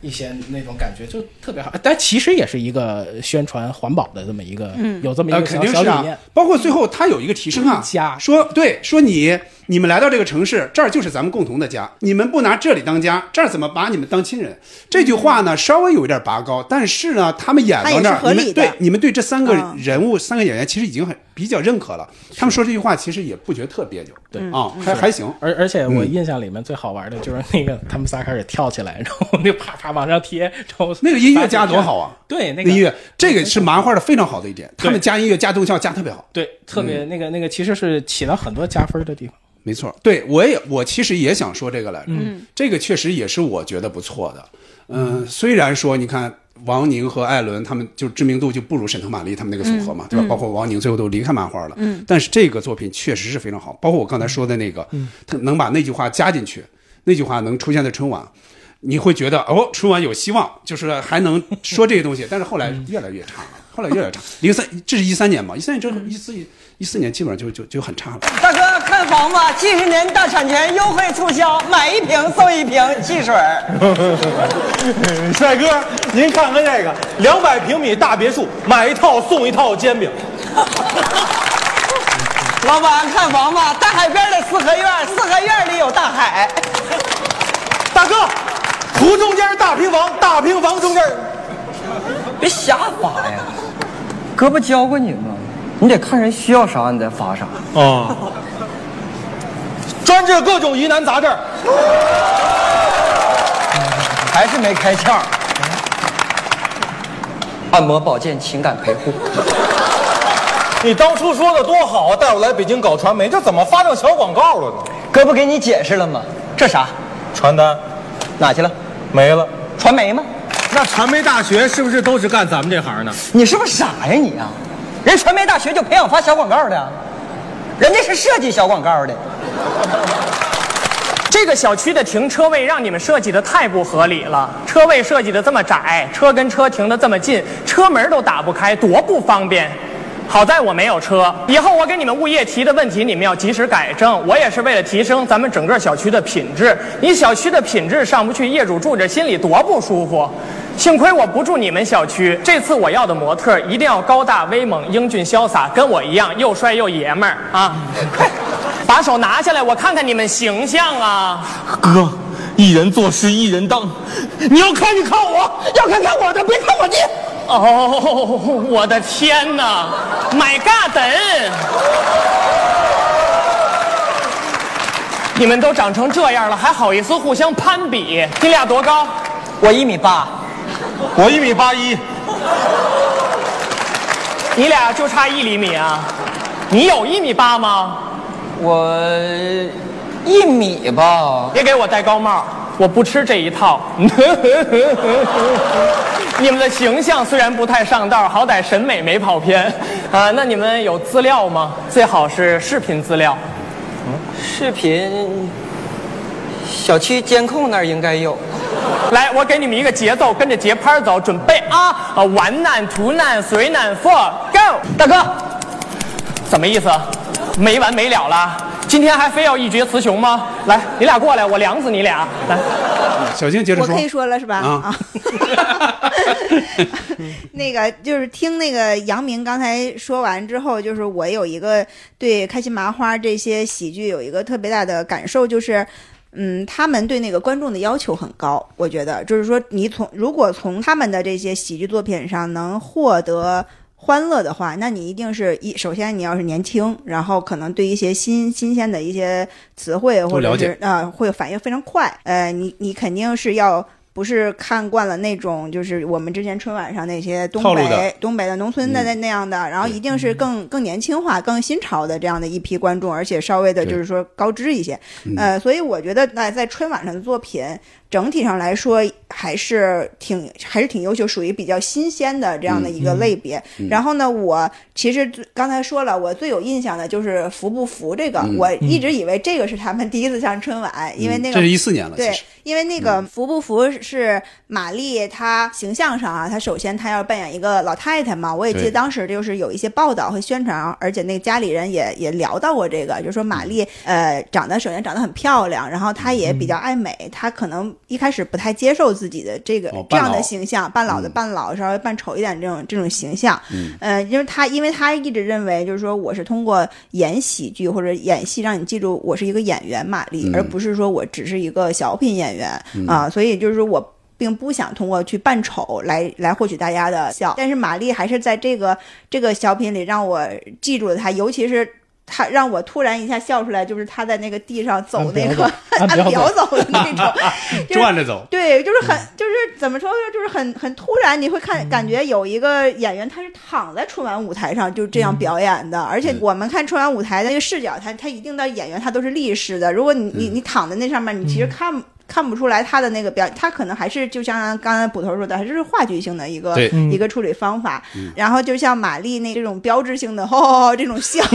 S4: 一些那种感觉，就特别好。但其实也是一个宣传环保的这么一个，
S5: 嗯
S4: 有这么一
S2: 呃，
S4: 个
S2: 肯
S4: 小
S2: 定
S4: 小
S2: 是
S4: 理
S2: 啊
S4: 念。，
S2: 包括最后他有一个提升啊，
S4: 嗯家
S2: 说对，说你你们来到这个城市，这儿就是咱们共同的家，你们不拿这里当家，这儿怎么把你们当亲人？这句话呢，稍微有一点拔高，但是呢，他们演到那儿，
S5: 它也是合
S2: 你
S5: 理
S2: 们
S5: 的
S2: 对你们对这三个
S5: 嗯
S2: 人物、三个演员其实已经很比较认可了，他们说这句话其实也不觉得特别扭，对
S5: 嗯
S2: 啊，还还行。
S4: 而而
S2: 嗯
S4: 且 (laughs) 我印象里面最好玩的就是那个他们仨开始跳起来，然后那啪啪往上贴，然后
S2: 那个音乐加多好啊！
S4: 对，那
S2: 那
S4: 个
S2: 音乐，这个是麻花的非常好的一点，他们加音乐加动效加特别好。嗯
S4: 对，特别那个那个其实是起到很多加分的地方。
S2: 没错，对我也我其实也想说这个来着，嗯，这个确实也是我觉得不错的，嗯、虽然说你看王宁和艾伦他们就知名度就不如沈腾、马丽他们那个组合嘛，对吧？包括王宁最后都离开漫画了，嗯，但是这个作品确实是非常好，包括我刚才说的那个，嗯他能把那句话加进去，那句话能出现在春晚。你会觉得哦，春晚有希望，就是还能说这些东西， (laughs) 但是后来越来越差 (laughs) 了，后来越来越差。零三，这是一三年嘛，一三年之后，一四一四年基本上就就就很差了。
S6: 大哥，看房吧，七十年大产权优惠促销，买一瓶送一瓶汽水儿。
S7: (laughs) 帅哥，您看看这个，两百平米大别墅，买一套送一套煎饼。
S6: 老板，看房吧，大海边的四合院，四合院里有大海。
S7: 大哥，湖中间大平房，大平房中间
S6: 别瞎发呀，哥不教过你吗？你得看人需要啥，你再发啥。
S7: 啊，专治各种疑难杂症。
S6: 还是没开窍。按摩、保健、情感陪护。
S7: 你当初说的多好啊，带我来北京搞传媒，这怎么发上小广告了呢？
S6: 哥不给你解释了吗？这啥？
S7: 传单
S6: 哪去了？
S7: 没了。
S6: 传媒吗？
S7: 那传媒大学是不是都是干咱们这行的？
S6: 你是不是傻呀你啊？人传媒大学就培养发小广告的啊，人家是设计小广告的。
S8: 这个小区的停车位让你们设计的太不合理了，车位设计的这么窄，车跟车停的这么近，车门都打不开，多不方便。好在我没有车，以后我给你们物业提的问题，你们要及时改正。我也是为了提升咱们整个小区的品质，你小区的品质上不去，业主住着心里多不舒服。幸亏我不住你们小区，这次我要的模特一定要高大威猛、英俊潇洒，跟我一样又帅又爷们儿啊！快把手拿下来，我看看你们形象啊！
S7: 哥，一人做事一人当，你要看你看我，要看看我的，别看我的。
S8: 哦，我的天哪！My God！你们都长成这样了，还好意思互相攀比？你俩多高？
S6: 我一米八，
S7: 我一米八一，
S8: 你俩就差一厘米啊！你有一米八吗？
S6: 我一米吧。
S8: 别给我戴高帽，我不吃这一套。 (laughs) 你们的形象虽然不太上道，好歹审美没跑偏啊。那你们有资料吗？最好是视频资料。嗯
S6: 视频，小区监控那儿应该有。
S8: 来，我给你们一个节奏，跟着节拍走，准备啊啊！完难、图难、随难、for go，大哥，怎么意思？没完没了了？今天还非要一决雌雄吗？来，你俩过来，我凉死你俩！来，
S2: 小静接着
S5: 我
S2: 说
S5: 可以，说了是吧？
S2: 啊，
S5: (laughs) 那个就是听那个杨明刚才说完之后，就是我有一个对开心麻花这些喜剧有一个特别大的感受，就是。嗯，他们对那个观众的要求很高，我觉得就是说，你从如果从他们的这些喜剧作品上能获得欢乐的话，那你一定是一首先你要是年轻，然后可能对一些新新鲜的一些词汇或
S2: 了
S5: 者
S2: 解
S5: 是呃会反应非常快，呃，你你肯定是要。不是看惯了那种，就是我们之前春晚上那些东
S2: 套路的嗯
S5: 北东北的农村的那那样的，然后一定是更更年轻化、更新潮的这样的一批观众，而且稍微的就是说高知一些。
S2: 嗯
S5: 呃，所以我觉得那在春晚上的作品整体上来说还是挺还是挺优秀，属于比较新鲜的这样
S2: 嗯
S5: 的一个类别。然后呢，我其实最刚才说了，我最有印象的就是服不服这个，
S2: 嗯
S5: 我一直以为这个是他们第一次上春晚，因为那个
S2: 这是一四年了，其
S5: 对
S2: 实，
S5: 因为那个服不服是玛丽她形象上啊，她首先她要扮演一个老太太嘛，我也记得
S2: 对
S5: 当时就是有一些报道和宣传，而且那个家里人也也聊到过这个，就说玛丽
S2: 嗯
S5: 呃长得首先长得很漂亮，然后她也比较爱美，她可能一开始不太接受自己的这个、
S2: 哦
S5: 这
S2: 扮
S5: 样的
S2: 老
S5: 形象，扮老的扮老，稍微扮丑一点这种这种形象，嗯，呃，因为她因为她一直认为就是说我是通过演喜剧或者演戏让你记住我是一个演员玛丽，
S4: 嗯
S5: 而不是说我只是一个小品演员啊、所以就是说我。并不想通过去扮丑来来获取大家的笑，但是玛丽还是在这个这个小品里让我记住了她，尤其是他让我突然一下笑出来，就是他在那个地上走那个
S4: 按
S5: (laughs)
S4: 表走按表
S5: 走的那
S4: (laughs)
S5: 种， (laughs) 就是
S2: 转着走嗯
S5: 对，就是很就是怎么说，就是很很突然，你会看感觉有一个演员他是躺在春晚舞台上就这
S2: 嗯
S5: 样表演的，而且我们看春晚舞台的那个视角，他他一定的演员他都是立式的，如果
S2: 嗯
S5: 你你你躺在那上面，你其实看。看不出来他的那个表，他可能还是就像刚才捕头说的，还是话剧性的一个
S2: 对嗯
S5: 一个处理方法。然后就像玛丽那这种标志性的吼吼吼这种笑， (laughs)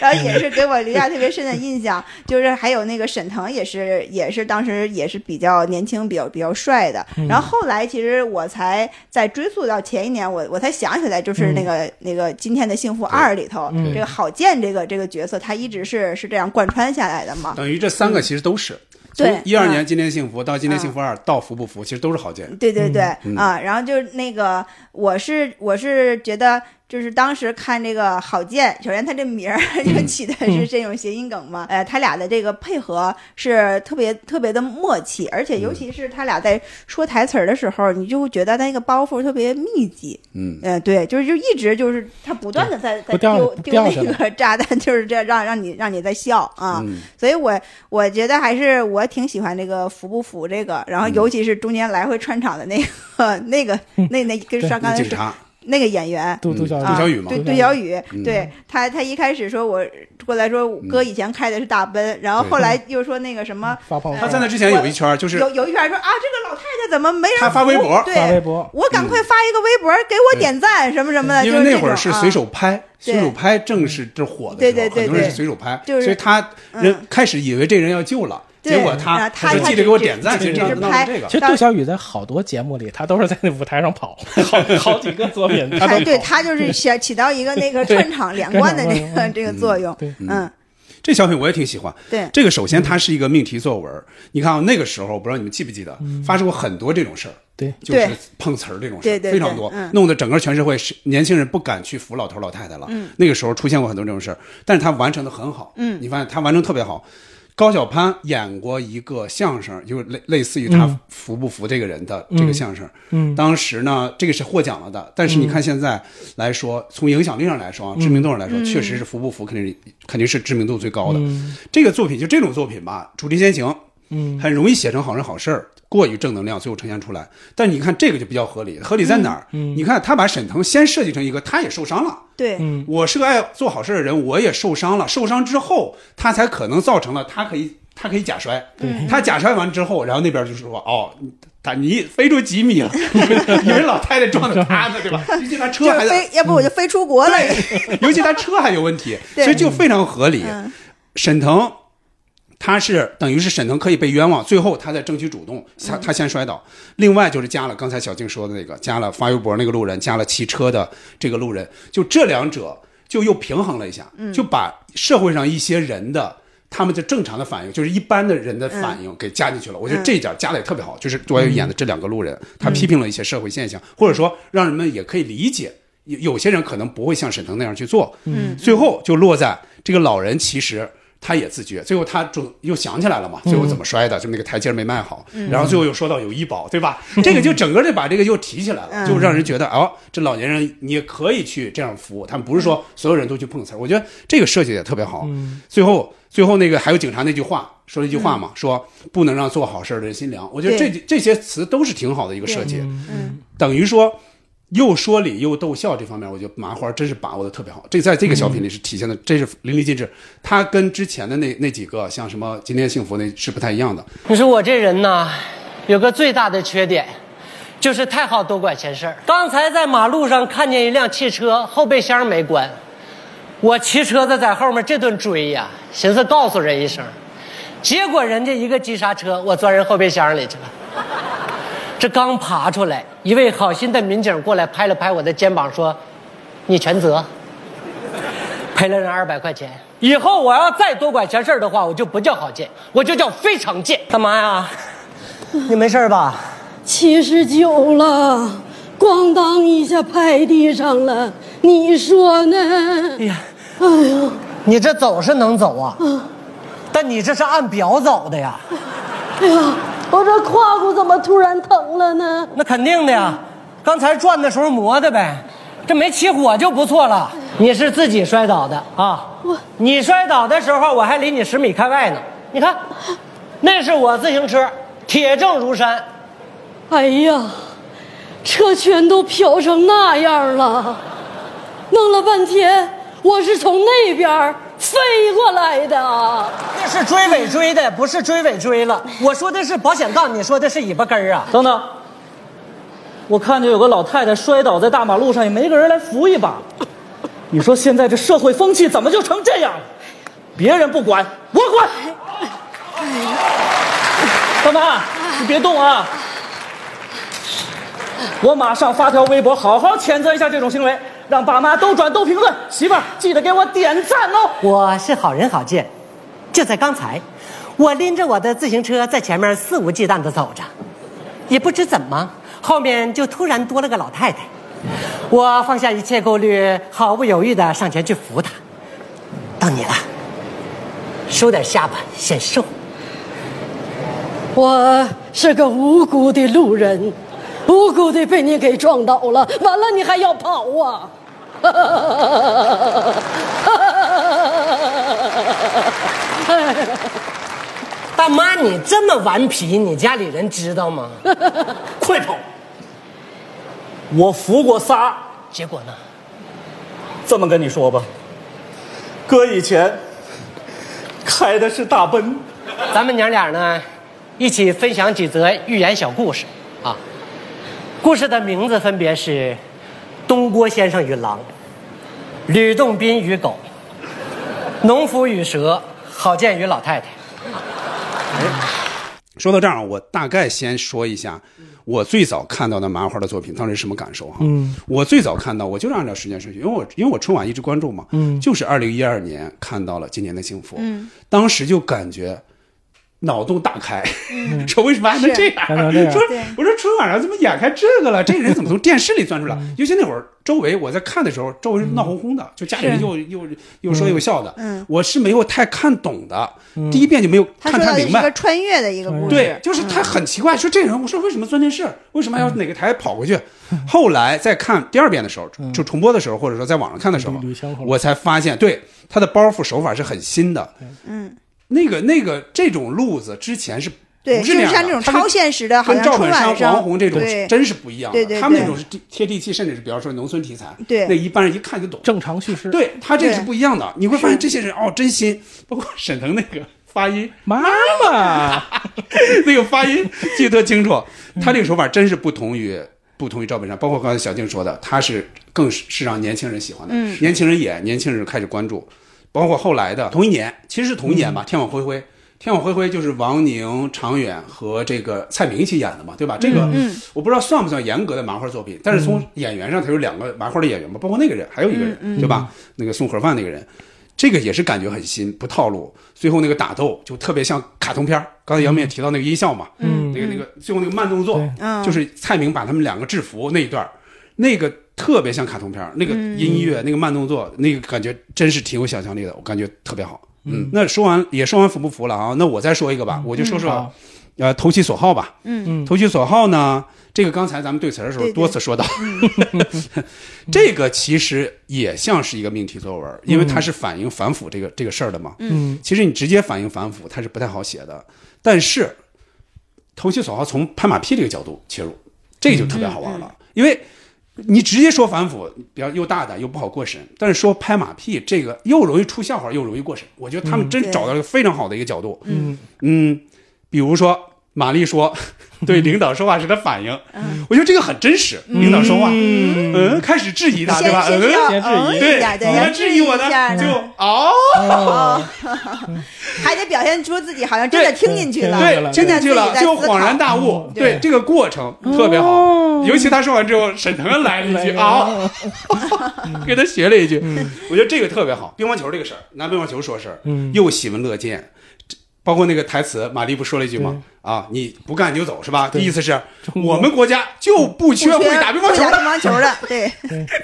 S5: 然后也是给我留下特别深的印象。就是还有那个沈腾也是也是当时也是比较年轻、比较比较帅的。然后后来其实我才在追溯到前一年，我我才想起来，就是那个、那个今天的幸福二里头，这个郝建这个这个角色，他一直是是这样贯穿下来的嘛。
S2: 等于这三个其实都是，
S5: 嗯对
S2: 从一二
S5: 嗯
S2: 年《今天幸福》到《今天幸福二》到《服不服》，其实都是嗯郝建。
S5: 对对对、
S4: 嗯
S5: 啊，然后就是那个，我是我是觉得，就是当时看这个郝建，首先他这名儿
S4: 嗯
S5: (laughs) 就起的是这种谐音梗嘛，呃，他俩的这个配合是特别特别的默契，而且
S4: 嗯
S5: 尤其是他俩在说台词儿的时候，你就会觉得他那个包袱特别密集，
S2: 嗯，
S5: 呃，对，就是就一直就是他不断的在在
S4: 不掉
S5: 丢
S4: 不
S5: 丢
S4: 掉
S5: 那
S4: 下来
S5: 个炸弹， (laughs) 就是这样让让你让你在笑啊，
S2: 嗯
S5: 所以我我觉得还是我挺喜欢这个服不服这个，然后
S2: 嗯
S5: 尤其是中间来回穿场的那个 (laughs) 那个那
S4: (laughs)
S5: 那跟上刚才
S2: 警
S5: 说
S2: 察，
S5: 那个演员，
S4: 嗯杜杜小
S2: 啊杜小雨嘛嗯
S5: 对
S4: 杜
S5: 杜
S4: 小
S5: 小雨，对他他一开始说我过来说哥以前开的是大奔，然后
S2: 对
S5: 后来又说那个什么。
S4: 嗯
S5: 呃
S4: 发泡
S2: 他在那之前有一圈儿， (laughs) 就是
S5: 有有一圈说啊，这个老太太怎么没人
S2: 她发微
S5: 扶
S2: 博嗯
S5: 对，
S4: 发微博
S5: 我赶快发一个微博给我点赞什么什么的，
S2: 因
S5: 就
S2: 为
S5: 是
S2: 那
S5: 这
S2: 会儿
S5: 种
S2: 是
S5: 啊
S2: 随手拍，
S5: 对
S2: 随手拍正是这火的时
S5: 对
S2: 候，
S5: 对对
S2: 很多人
S5: 对
S2: 是随手拍，
S5: 就是嗯
S2: 所以他人开始以为这人要救了，
S5: 对
S2: 结果
S5: 然
S2: 他
S5: 后他
S2: 说
S5: 他
S2: 记
S5: 只
S2: 得给我
S5: 只
S2: 点赞，
S5: 只
S2: 其实
S5: 只
S2: 这样
S5: 是
S2: 闹
S5: 拍
S2: 这个
S4: 其。实杜小雨在好多节目里，他都是在那舞台上跑，好 (laughs) 好几个
S2: (laughs)
S4: 作品，他
S5: 他
S4: 都
S5: 哎对
S4: 跑
S5: 他就是起起到一个那个
S4: 对
S5: 串场连贯的
S4: 串
S5: 这
S4: 场
S5: 个
S4: 贯
S5: 这个作用，
S4: 对
S5: 嗯，
S2: 这小品我也挺喜欢。
S5: 对
S2: 这个首先它是一个命题作文儿，你看啊，那个时候不知道你们记不记得，发生过很多这种事儿。
S4: 对
S2: 就是
S5: 对
S2: 碰瓷儿这种事
S5: 对
S2: 儿
S5: 对
S2: 非常多
S5: 对嗯，
S2: 弄得整个全社会是年轻人不敢去扶老头老太太了。
S5: 嗯
S2: 那个时候出现过很多这种事儿，但是他完成的很好。嗯，你发现他完成特别好。高晓攀演过一个相声，就是类类似于他服不服这个人的这个相声。嗯，当时呢，这个是获奖了的，但是你看现在来说，从影响力上来说啊，知名度上来说，确实是服不服肯定是肯定是知名度最高的。
S5: 嗯
S2: 这个作品就这种作品吧，主题先行，嗯，很容易写成好人好事儿，过于正能量，最后呈现出来。但你看这个就比较合理，合理在哪儿？你看他把沈腾先设计成一个，他也受伤了。
S5: 嗯对，嗯
S2: 我是个爱做好事的人，我也受伤了。受伤之后，他才可能造成了他可以他可以假摔。他假摔完之后，然后那边就说哦，他你飞出几
S5: (laughs)
S2: 米了，以为以为老太太撞的他呢，对吧？毕竟他车
S5: 就
S2: 还
S5: 是
S2: 在
S5: 飞，要不我就飞出国了，
S2: 尤其他车还有问题，
S5: 对
S2: 所以就非常合理。
S5: 嗯
S2: 沈腾，他是等于是沈腾可以被冤枉，最后他在争取主动，他他先摔倒。另外就是加了刚才小静说的那个，加了发微博那个路人，加了骑车的这个路人，就这两者就又平衡了一下，就把社会上一些人的。他们的正常的反应，就是一般的人的反应给加进去了。我觉得这一点加的也特别好，就是左小雨演的这两个路人，他批评了一些社会现象，或者说让人们也可以理解，有有些人可能不会像沈腾那样去做。嗯，最后就落在这个老人其实。他也自觉，最后他就又想起来了嘛，最后怎么摔的，就那个台阶没迈好，然后最后又说到有医保，对吧？这个就整个就把这个又提起来了，就让人觉得哦，这老年人你也可以去这样服务，他们不是说所有人都去碰瓷儿，我觉得这个设计得也特别好。最后最后那个还有警察那句话说了一句话嘛，说不能让做好事儿的人心凉，我觉得这这些词都是挺好的一个设计，等于说又说理又逗笑这方面，我觉得麻花真是把握的特别好。这在这个小品里是体现的，真是淋漓尽致。他跟之前的那那几个，像什么《今天幸福》那是不太一样的。
S9: 你说我这人呐，有个最大的缺点，就是太好多管闲事儿。刚才在马路上看见一辆汽车，后备箱没关，我骑车子在后面这顿追呀，寻思告诉人一声，结果人家一个急刹车，我钻人后备箱里去了。 (laughs) 这刚爬出来，一位好心的民警过来拍了拍我的肩膀，说：“你全责，赔了人二百块钱。以后我要再多管闲事儿的话，我就不叫郝建，我就叫非常建。干嘛呀？ (laughs) 你没事儿吧？
S10: 七十九了，咣当一下拍地上了，你说呢？
S9: 哎呀，
S10: 哎呀，
S9: 你这走是能走啊，但你这是按表走的呀，
S10: 哎呀，我这胯骨怎么突然疼了呢？
S9: 那肯定的呀。刚才转的时候磨的呗，这没起火就不错了。你是自己摔倒的啊！你摔倒的时候，我还离你十米开外呢。你看，那是我自行车，铁证如山。
S10: 哎呀，车全都飘成那样了，弄了半天我是从那边儿飞过来的。
S9: 那是追尾追的，不是追尾追了。我说的是保险杠，你说的是尾巴根儿啊。
S11: 等等，我看见有个老太太摔倒在大马路上，也没个人来扶一把。你说现在这社会风气怎么就成这样了？别人不管，我管。大妈，你别动啊！我马上发条微博，好好谴责一下这种行为，让爸妈都转都评论。媳妇儿，记得给我点赞哦！
S9: 我是好人好见，就在刚才，我拎着我的自行车在前面肆无忌惮地走着，也不知怎么，后面就突然多了个老太太。我放下一切顾虑，毫不犹豫地上前去扶她。到你了，收点下巴，显瘦。
S10: 我是个无辜的路人，无辜的被你给撞倒了，完了你还要跑啊！ (laughs)
S9: 大妈，你这么顽皮，你家里人知道吗？快跑！
S11: 我扶过仨，
S9: 结果呢？
S11: 这么跟你说吧，哥以前开的是大奔，
S9: 咱们娘俩呢，一起分享几则寓言小故事啊。故事的名字分别是《东郭先生与狼》《吕洞宾与狗》《农夫与蛇》《郝建与老太太》。
S2: 说到这儿，我大概先说一下我最早看到的麻花的作品当时是什么感受哈。
S11: 嗯
S2: 我最早看到，我就是按照时间顺序，因为我因为我春晚一直关注嘛，
S11: 嗯
S2: 就是二零一二年看到了今年的幸福，
S11: 嗯，
S2: 当时就感觉脑洞大开， (laughs) 说为什么还能
S11: 是
S2: 这样？
S11: 嗯还能这样
S2: 说
S11: 对
S2: 我说春晚上怎么演开这个了？这人怎么从电视里钻出来？
S11: 嗯
S2: 尤其那会儿周围我在看的时候，周围是闹哄哄的，就家里人
S11: 是
S2: 又又又说又笑的，
S5: 嗯
S2: 我是没有太看懂的，
S11: 嗯
S2: 第一遍就没有
S5: 他
S2: 看
S5: 说到
S2: 太
S5: 的是
S2: 明
S5: 一
S2: 白
S5: 个。穿越的一个故事，嗯
S2: 对，就是他很奇怪，说这人，我说为什么钻电视？为什么还要哪个台跑过去？
S11: 嗯
S2: 后来再看第二遍的时候，就重播的时候，或者说在网上看的时候，我才发现，对他的包袱手法是很新的。
S5: 嗯，
S2: 那个那个这种路子之前是。
S5: 对
S2: 不是那样的
S5: 就是像这种超现实的
S2: 他
S5: 好
S2: 跟
S5: 像
S2: 赵本
S5: 春
S2: 山、
S5: 晚上
S2: 王红这种
S5: 对
S2: 真是不一样的。
S5: 对对对
S2: 他们那种是地接地气，甚至是比方说农村题材，
S5: 对
S2: 那一般人一看就懂。
S4: 正常叙事，
S2: 对他这
S4: 对
S2: 是不一样的。你会发现这些人哦，真心，包括沈腾那个发音，妈妈那个发音记得清楚。
S4: 嗯
S2: 他这个手法真是不同于不同于赵本山，包括刚才小静说的，他是更是是让年轻人喜欢的，
S11: 嗯
S2: 年轻人也年轻人开始关注，包括后来的同一年，其实是同一
S11: 嗯
S2: 年吧，天网恢恢》。天网恢恢就是王宁、常远和这个蔡明一起演的嘛，对吧？这个、
S11: 嗯
S2: 我不知道算不算严格的麻花作品，但是从演员上，他有两个麻花的演员嘛，包括那个人，还有一个人，
S11: 嗯嗯
S2: 对吧？那个送盒饭那个人，这个也是感觉很新，不套路。最后那个打斗就特别像卡通片儿刚才杨明也提到那个音效嘛，
S11: 嗯
S2: 那个那个最后那个慢动作，
S11: 嗯
S2: 就是蔡明把他们两个制服那一段儿，那个特别像卡通片儿那个
S11: 嗯
S2: 音乐、那个慢动作，那个感觉真是挺有想象力的，我感觉特别好。
S11: 嗯
S2: 嗯，那说完也说完服不服了啊？那我再说一个吧，我就说说，呃，投其所好吧。
S11: 嗯
S2: 投其所好呢，这个刚才咱们对词儿的时候
S11: 对对嗯
S2: 多次说到， (laughs) 这个其实也像是一个命题作文，因为它是反映反腐这个这个事儿的嘛。
S11: 嗯
S2: 其实你直接反映反腐，它是不太好写的。但是投其所好从拍马屁这个角度切入，这个就特别好玩了，
S11: 嗯
S2: 因为。你直接说反腐，比较又大胆又不好过审，但是说拍马屁这个又容易出笑话，又容易过审。我觉得他们
S11: 嗯
S2: 真
S11: 对
S2: 找到了一个非常好的一个角度。
S11: 嗯
S2: 嗯，比如说玛丽 (laughs) 说对领导说话时的反应，我觉得这个很真实。领导说话，
S11: 嗯
S2: 嗯，开始质疑他，
S11: 先
S2: 对吧？
S11: 先
S2: 嗯
S11: 要，嗯
S2: 对，
S11: 一下对
S2: 你
S11: 要
S2: 要质疑我
S5: 一下呢
S2: 就哦，
S5: (laughs) 还得表现出自己好像真的听进去了，
S2: 对，听进去
S5: 自
S2: 了，
S5: 己在
S2: 就
S5: 思考嗯
S2: 恍然大悟。对，这个过程特别好，尤其他说完之后，沈腾哦来了嗯一句啊，给他学了一句，我觉得这个特别好。乒乓球这嗯个事儿，拿乒乓球说事儿，又喜闻乐见。这包括那个台词，马丽不说了一句吗？啊，你不干你就走是吧？意思是我们国家就不缺会打乒乓球
S5: 会
S2: 的。
S5: 打乒乓球的，对，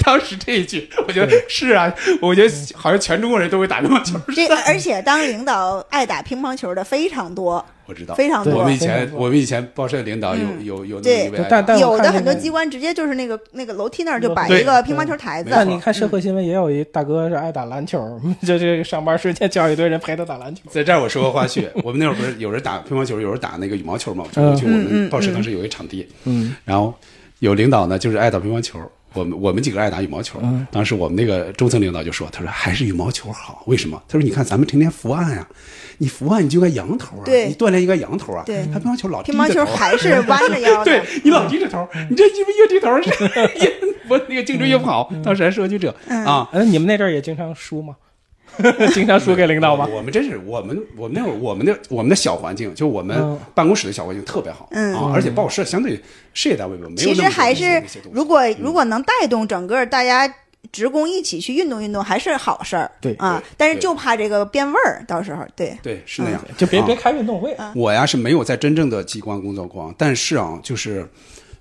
S2: (laughs) 当时这一句，我觉得是啊，我觉得好像全中国人都会打乒乓球。
S5: (laughs) 这而且当领导爱打乒乓球的非常多，
S2: (laughs) 我知道，
S5: 非常多。嗯
S2: 我们以前我们以前报社领导有有有那么
S5: 对
S2: 一位，，
S5: 有的很多机关直接就是那个那个楼梯那儿就摆
S2: 对
S5: 一
S4: 嗯
S5: 个呃乒乓
S2: 嗯
S5: 球台子。
S4: 但你看社会新闻也有一大哥是爱打篮球， (laughs) 就这个上班时间叫一堆人陪他打篮球。
S2: 嗯在这儿我说个花絮，
S4: (laughs)
S2: 我们那会儿不是有人打乒乓球，有人打那个羽毛球嘛？
S5: 嗯
S2: 我去我们报社当时有一场地，
S4: 嗯，
S2: 然后有领导呢，就是爱打乒乓球，我们我们几个爱打羽毛球。
S4: 嗯
S2: 当时我们那个中层领导就说：“他说还是羽毛球好，为什么？他说你看咱们天天伏案呀、你伏案你就该扬头啊，
S5: 对
S2: 你锻炼应该扬头啊。
S5: 对
S2: 他乒乓球老低
S5: 乒乓
S2: 着
S5: 球
S2: 头
S5: 还是弯着腰的
S2: (laughs) 对你老低着头，你这鸡巴越低头是越我那个颈椎越不好。当时还说句这
S5: 嗯
S2: 啊，
S4: 呃，你们那阵儿也经常输吗？ (laughs) 经常输给领导吗？
S2: 我们真是我们我们那会儿我们的我们的小环境，就我们
S4: 嗯
S2: 办公室的小环境特别好、
S5: 嗯
S2: 啊，而且报社相对事业单位吧，没有
S5: 其实
S2: 那么多
S5: 还是
S2: 那些东西嗯
S5: 如果如果能带动整个大家职工一起去运动运动，还是好事儿。
S2: 对
S5: 啊
S2: 对，
S5: 但是就怕这个变味儿，到时候对
S2: 对是那样，
S4: 嗯就别
S2: 啊
S4: 别开运动会。
S2: 我呀是没有在真正的机关工作过，但是啊，就是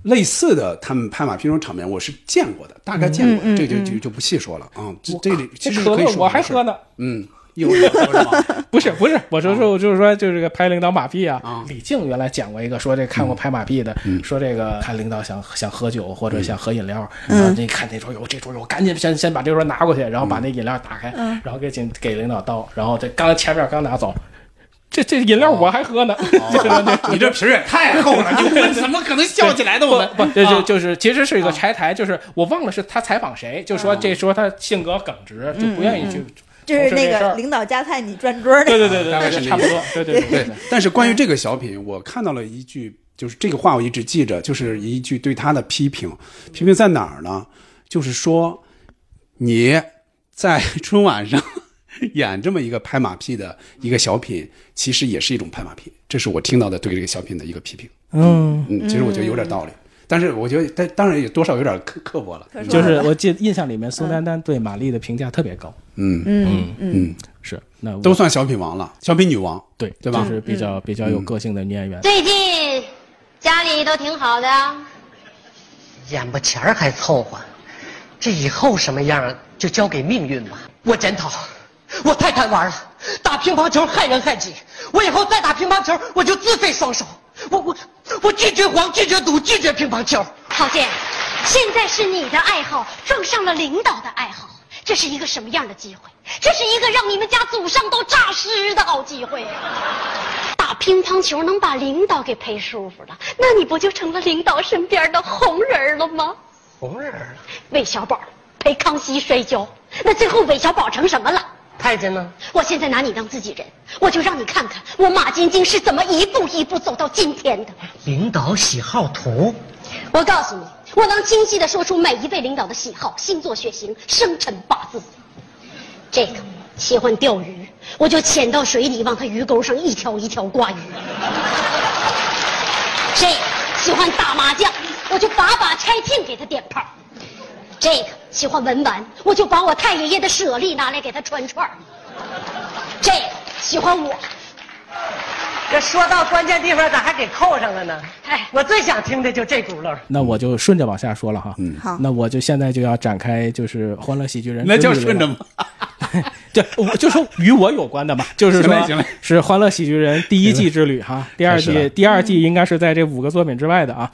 S2: 类似的他们拍马屁这种场面，我是见过的，大概见过的，
S4: 嗯嗯
S2: 这个就
S4: 嗯
S2: 就就不细说了啊。这这里其
S4: 这
S2: 实
S4: 可
S2: 可以
S4: 乐
S2: 说
S4: 哎我还喝呢，
S2: 嗯，有人喝是吗？
S4: (laughs)
S2: 啊
S4: 不是不是，我说说就是说就是这个拍领导马屁啊。李静原来讲过一个，说这看过拍马屁的，
S2: 嗯
S4: 说这个看领导想想喝酒或者想喝饮料，
S11: 嗯
S4: 然后那看那桌有这桌有，赶紧先先把这桌拿过去，然后把那饮料打开，
S11: 嗯
S4: 然后给给给领导倒，然后这刚前面刚拿走。这这饮料我还喝呢，
S2: 哦
S4: (laughs)
S2: 你这皮儿也太厚了你们怎么可能笑起来呢我们
S4: 不，不这就
S2: 啊
S4: 就是其实是一个拆台，就是我忘了是他采访谁，就说这说他性格耿直，就不愿意去
S5: 嗯嗯嗯就是
S4: 从事
S5: 那
S4: 这事
S5: 个
S4: 儿
S5: 领导夹菜你转桌儿那个。
S2: 大概是那意思
S4: 对对对对 (laughs)
S2: 对。但是关于这个小品，我看到了一句，就是这个话我一直记着，就是一句对他的批评。批评在哪儿呢？就是说你在春晚上演这么一个拍马屁的一个小品，其实也是一种拍马屁。这是我听到的对这个小品的一个批评。
S4: 嗯
S2: 嗯，其实我觉得有点道理。但是我觉得，但当然也多少有点刻刻薄了，
S4: 就是我记得印象里面，宋丹丹对马丽的评价特别高。
S2: 嗯
S4: 嗯
S2: 嗯嗯，
S4: 是那我
S2: 都算小品王了，小品女王，
S4: 对
S2: 对吧？嗯
S4: 就是比较比较有个性的女演员。
S12: 最近家里都挺好的，
S9: 眼巴前儿还凑合，这以后什么样就交给命运吧。我检讨，我太贪玩了，打乒乓球害人害己。我以后再打乒乓球，我就自废双手。我我我拒绝黄，拒绝赌，拒绝乒乓球。
S12: 郝建，现在是你的爱好撞上了领导的爱好，这是一个什么样的机会？这是一个让你们家祖上都诈尸的好机会呀、啊打乒乓球能把领导给陪舒服了，那你不就成了领导身边的红人儿了吗？
S9: 红人儿了，啊
S12: 韦小宝陪康熙摔跤，那最后韦小宝成什么了？
S9: 太监呢？
S12: 我现在拿你当自己人，我就让你看看我马晶晶是怎么一步一步走到今天的。
S9: 领导喜好图，
S12: 我告诉你，我能清晰的说出每一位领导的喜好、星座、血型、生辰八字。这个喜欢钓鱼，我就潜到水里往他鱼钩上一条一条挂鱼。这个喜欢打麻将，我就把把拆聘给他点炮。这个喜欢文玩，我就把我太爷爷的舍利拿来给他穿串儿。这个喜欢我，
S9: 这说到关键地方咋还给扣上了呢？
S12: 哎，
S9: 我最想听的就这轱辘。
S4: 那我就顺着往下说了哈。嗯，
S5: 好
S4: 那我就现在就要展开，就是《欢乐喜剧人》
S2: 那叫
S4: 之旅了
S2: 顺着吗？
S4: 对，我就说与我有关的吧，就是
S2: 行
S4: 说
S2: 嘞行嘞
S4: 是《欢乐喜剧人》第一季之旅哈，第二
S2: 开始了
S4: 季第二季应该是在这五个作品之外的啊。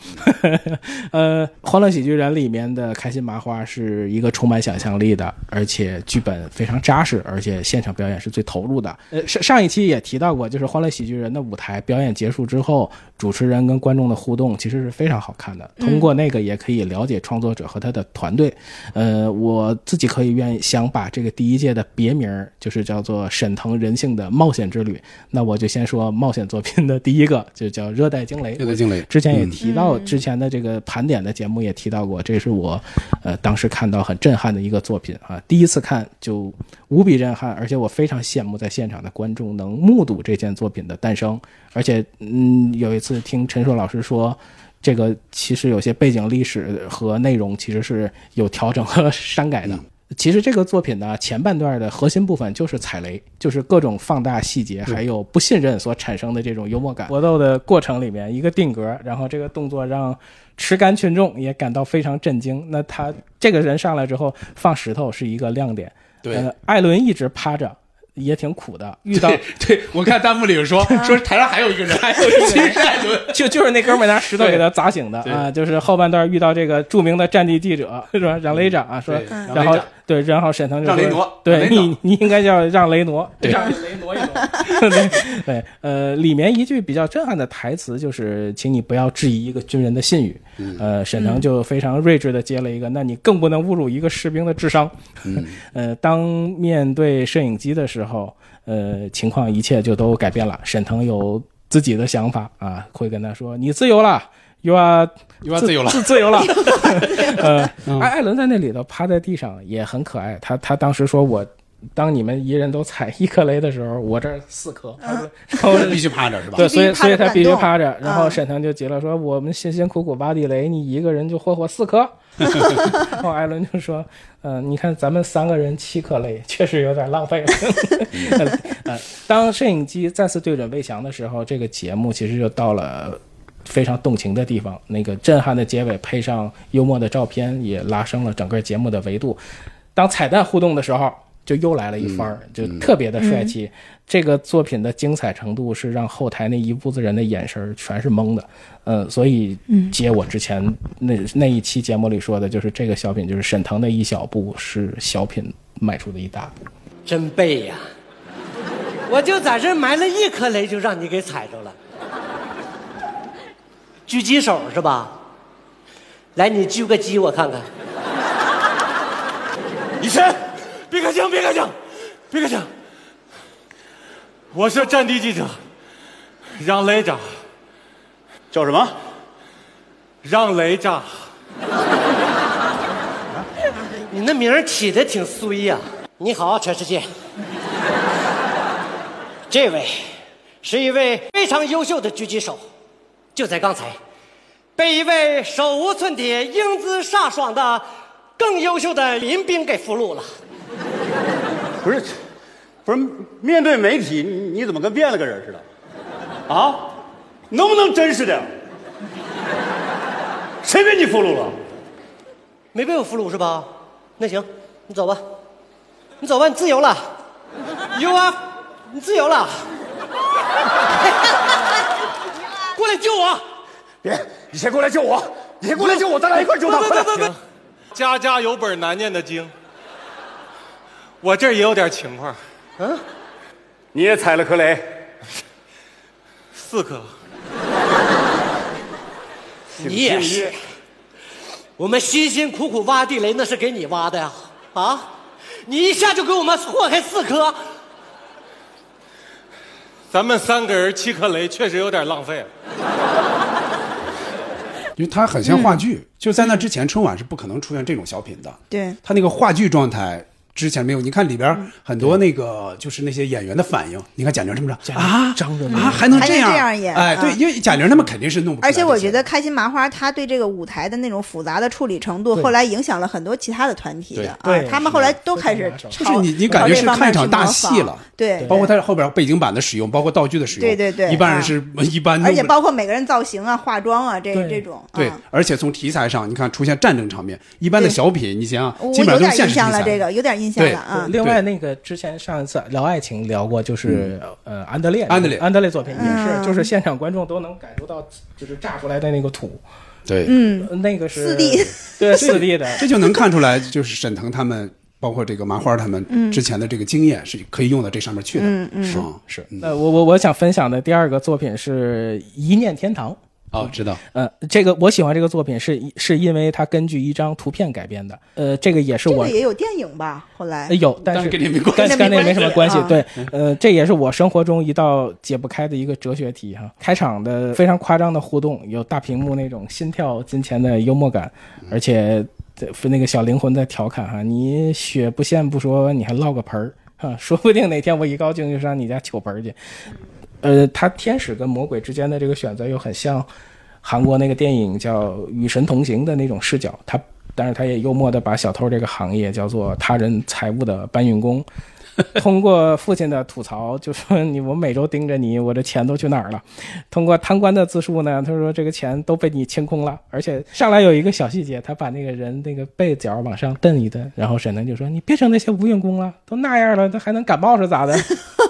S4: 呃，《欢乐喜剧人》里面的开心麻花是一个充满想象力的，而且剧本非常扎实，而且现场表演是最投入的。呃，上上一期也提到过，就是《欢乐喜剧人》的舞台表演结束之后，主持人跟观众的互动其实是非常好看的。
S11: 嗯
S4: 通过那个也可以了解创作者和他的团队。呃，我自己可以愿意想把这个第一届的别名儿就是叫做沈腾人性的冒险之旅。那我就先说冒险作品的第一个，就叫《热带惊雷》。
S2: 热带惊雷
S4: 之前也
S2: 嗯
S4: 提到，之前的这个盘点的节目也提到过，这是我，呃，当时看到很震撼的一个作品啊，第一次看就无比震撼，而且我非常羡慕在现场的观众能目睹这件作品的诞生，而且，嗯，有一次听陈硕老师说。这
S2: 嗯
S4: 个其实有些背景历史和内容其实是有调整和 (laughs) 删改的，其实这个作品呢，前半段的核心部分就是踩雷，就是各种放大细节，还有不信任所产生的这种幽默感。搏斗的过程里面，一个定格，然后这个动作让持杆群众也感到非常震惊。那他这个人上来之后放石头是一个亮点，
S2: 对
S4: 呃艾伦一直趴着。也挺苦的，遇到
S2: 对对，我看弹幕里有
S4: (laughs)
S2: 说，说台上还有一个人，还有一个人，
S4: 就就是那哥们儿拿石头给他砸醒的
S2: 对
S4: 啊，就是后半段遇到这个著名的战地记者是吧？让雷长啊说
S2: 对，嗯让
S4: 然后
S2: 雷长
S4: 对，然后沈腾就
S2: 让雷
S4: 说
S2: 挪，
S4: 对
S2: 让雷挪
S4: 你你应该叫让雷挪，
S2: (laughs) 对
S4: 让雷挪一挪， (laughs) 对对，呃，里面一句比较震撼的台词就是，请你不要质疑一个军人的信誉，
S2: 嗯
S4: 呃，沈腾就非常睿智的接了一个，那你更不能侮辱一个士兵的智商，
S2: 嗯，
S4: 呃，当面对摄影机的时候，呃，情况一切就都改变了。沈腾有自己的想法啊，会跟他说：“你自由了，you are
S2: You are 自由了嗯
S4: 自
S2: (laughs)
S4: 自由了。”呃，艾艾伦在那里头趴在地上也很可爱。他他当时说我。当你们一人都踩一颗雷的时候，我这儿四颗，他说然后
S2: 必须趴着是吧
S4: 嗯对，所以
S2: 必须趴
S4: 所
S2: 着
S4: 以他必须趴着
S2: 不。敢动嗯
S4: 然后沈腾就急了，说：“我们辛辛苦苦挖地雷，你一个人就霍霍四颗。”然后艾伦就说：“嗯、你看咱们三个人七颗雷，确实有点浪费了。
S2: 嗯
S4: (laughs) 呃”当摄影机再次对准魏翔的时候，这个节目其实就到了非常动情的地方。那个震撼的结尾配上幽默的照片，也拉升了整个节目的维度。当彩蛋互动的时候，就又来了一番儿，
S2: 嗯
S4: 就特别的帅气。这个作品的精彩程度是让后台那一屋子人的眼神儿全是懵的，呃，所以
S13: 嗯
S4: 接我之前那那一期节目里说的，就是这个小品就是沈腾的一小步是小品迈出的一大步。
S9: 真背呀、我就在这埋了一颗雷，就让你给踩着了。狙击手是吧？来，你狙个鸡我看看。
S7: 医生，别开枪，别开枪，别开枪！我是战地记者，让雷炸。叫什么？让
S9: 哎
S7: 雷炸。
S9: (laughs) 你那名儿起的挺衰呀、你好，全世界。这位是一位非常优秀的狙击手，就在刚才，被一位手无寸铁、英姿飒爽的更优秀的民兵给俘虏了。
S14: 不是，不是，面对媒体，你你怎么跟变了个人似的？啊，能不能真实点？谁被你俘虏了？
S9: 没被我俘虏是吧？那行，你走吧，你走吧，你自由了。You are，你自由了。过来救我！
S14: 别，你先过来救我，你先过来救我，咱俩一块儿救他。快点
S7: 行家家有本难念的经，我这儿也有点情况。嗯，
S14: 你也踩了颗雷，
S7: 四颗。
S9: 你也是，我们辛辛苦苦挖地雷，那是给你挖的呀！啊，你一下就给我们祸害四颗，
S7: 咱们三个人七颗雷，确实有点浪费了。
S2: 因为它很
S4: 嗯
S2: 像话剧，就在那之前春晚是不可能出现这种小品的，
S5: 对，
S2: 它那个话剧状态。之前没有，你看里
S4: 嗯
S2: 边很多那个就是那些演员的反应，你看贾玲这么着啊，张着啊还能
S5: 还能
S2: 这样
S5: 这样演
S2: 哎，对
S5: 啊，
S2: 因为贾玲他们肯定是弄不出来
S5: 而
S2: 这些，
S5: 且我觉得开心麻花他对这个舞台的那种复杂的处理程度，
S2: 对
S5: 后来影响了很多其他的团体的
S2: 对
S5: 啊
S2: 对，
S5: 他们后来都开始
S2: 就
S5: 朝
S2: 是你你感觉是看一场大戏
S5: 朝这方面去模
S2: 了
S5: 仿，对，
S2: 包括它后边背景板的使用，包括道具的使用，
S5: 对对对啊
S2: 一般人是一般弄不，
S5: 而且包括每个人造型啊、化妆啊这
S2: 对
S5: 这种，
S2: 对，而且从题材上，你看出现战争场面，一般的
S5: 对
S2: 小品，你想想，
S5: 我
S2: 基本
S5: 有
S2: 上都
S5: 点印
S2: 是现实题
S5: 象了，
S2: 材。
S5: 这个有点印象了啊。
S4: 另外那个之前上一次聊爱情聊过，就是呃安德烈
S2: 安德烈
S4: 安德烈作品也
S5: 嗯
S4: 是，就是现场观众都能感受到就是炸出来的那个土，呃
S2: 对
S5: 嗯，
S4: 那个是
S5: 四 D
S4: 对四 D 的，
S2: 这就能看出来，就是沈腾他们，包括这个麻花他们
S4: 嗯
S2: 之前的这个经验是可以用到这上面去的。
S4: 嗯嗯
S2: 是
S4: 是。那我我我想分享的第二个作品是《一念天堂》。
S2: 哦，知道。
S4: 呃，这个我喜欢这个作品是是因为它根据一张图片改编的。呃，这个也是
S5: 这
S4: 我
S5: 个也有电影吧？后来
S2: 哎
S4: 呃有，但是跟跟那没什么关系。对，呃，这也是我生活中一道解不开的一个哲学题哈。开场的非常夸张的互动，有大屏幕那种心跳金钱的幽默感，而且这那个小灵魂在调侃哈，你血不献不说，你还落个盆儿啊， (laughs) 说不定哪天我一高兴就上你家取盆儿去。呃，他天使跟魔鬼之间的这个选择又很像韩国那个电影叫《与神同行》的那种视角，他但是他也幽默地把小偷这个行业叫做他人财务的搬运工。通过父亲的吐槽，就说你我每周盯着你，我这钱都去哪儿了？通过贪官的自述呢，他说这个钱都被你清空了，而且上来有一个小细节，他把那个人那个被角往上蹬一蹬，然后沈腾就说你别整那些无用功了，都那样了，他还能感冒是咋的？ (laughs)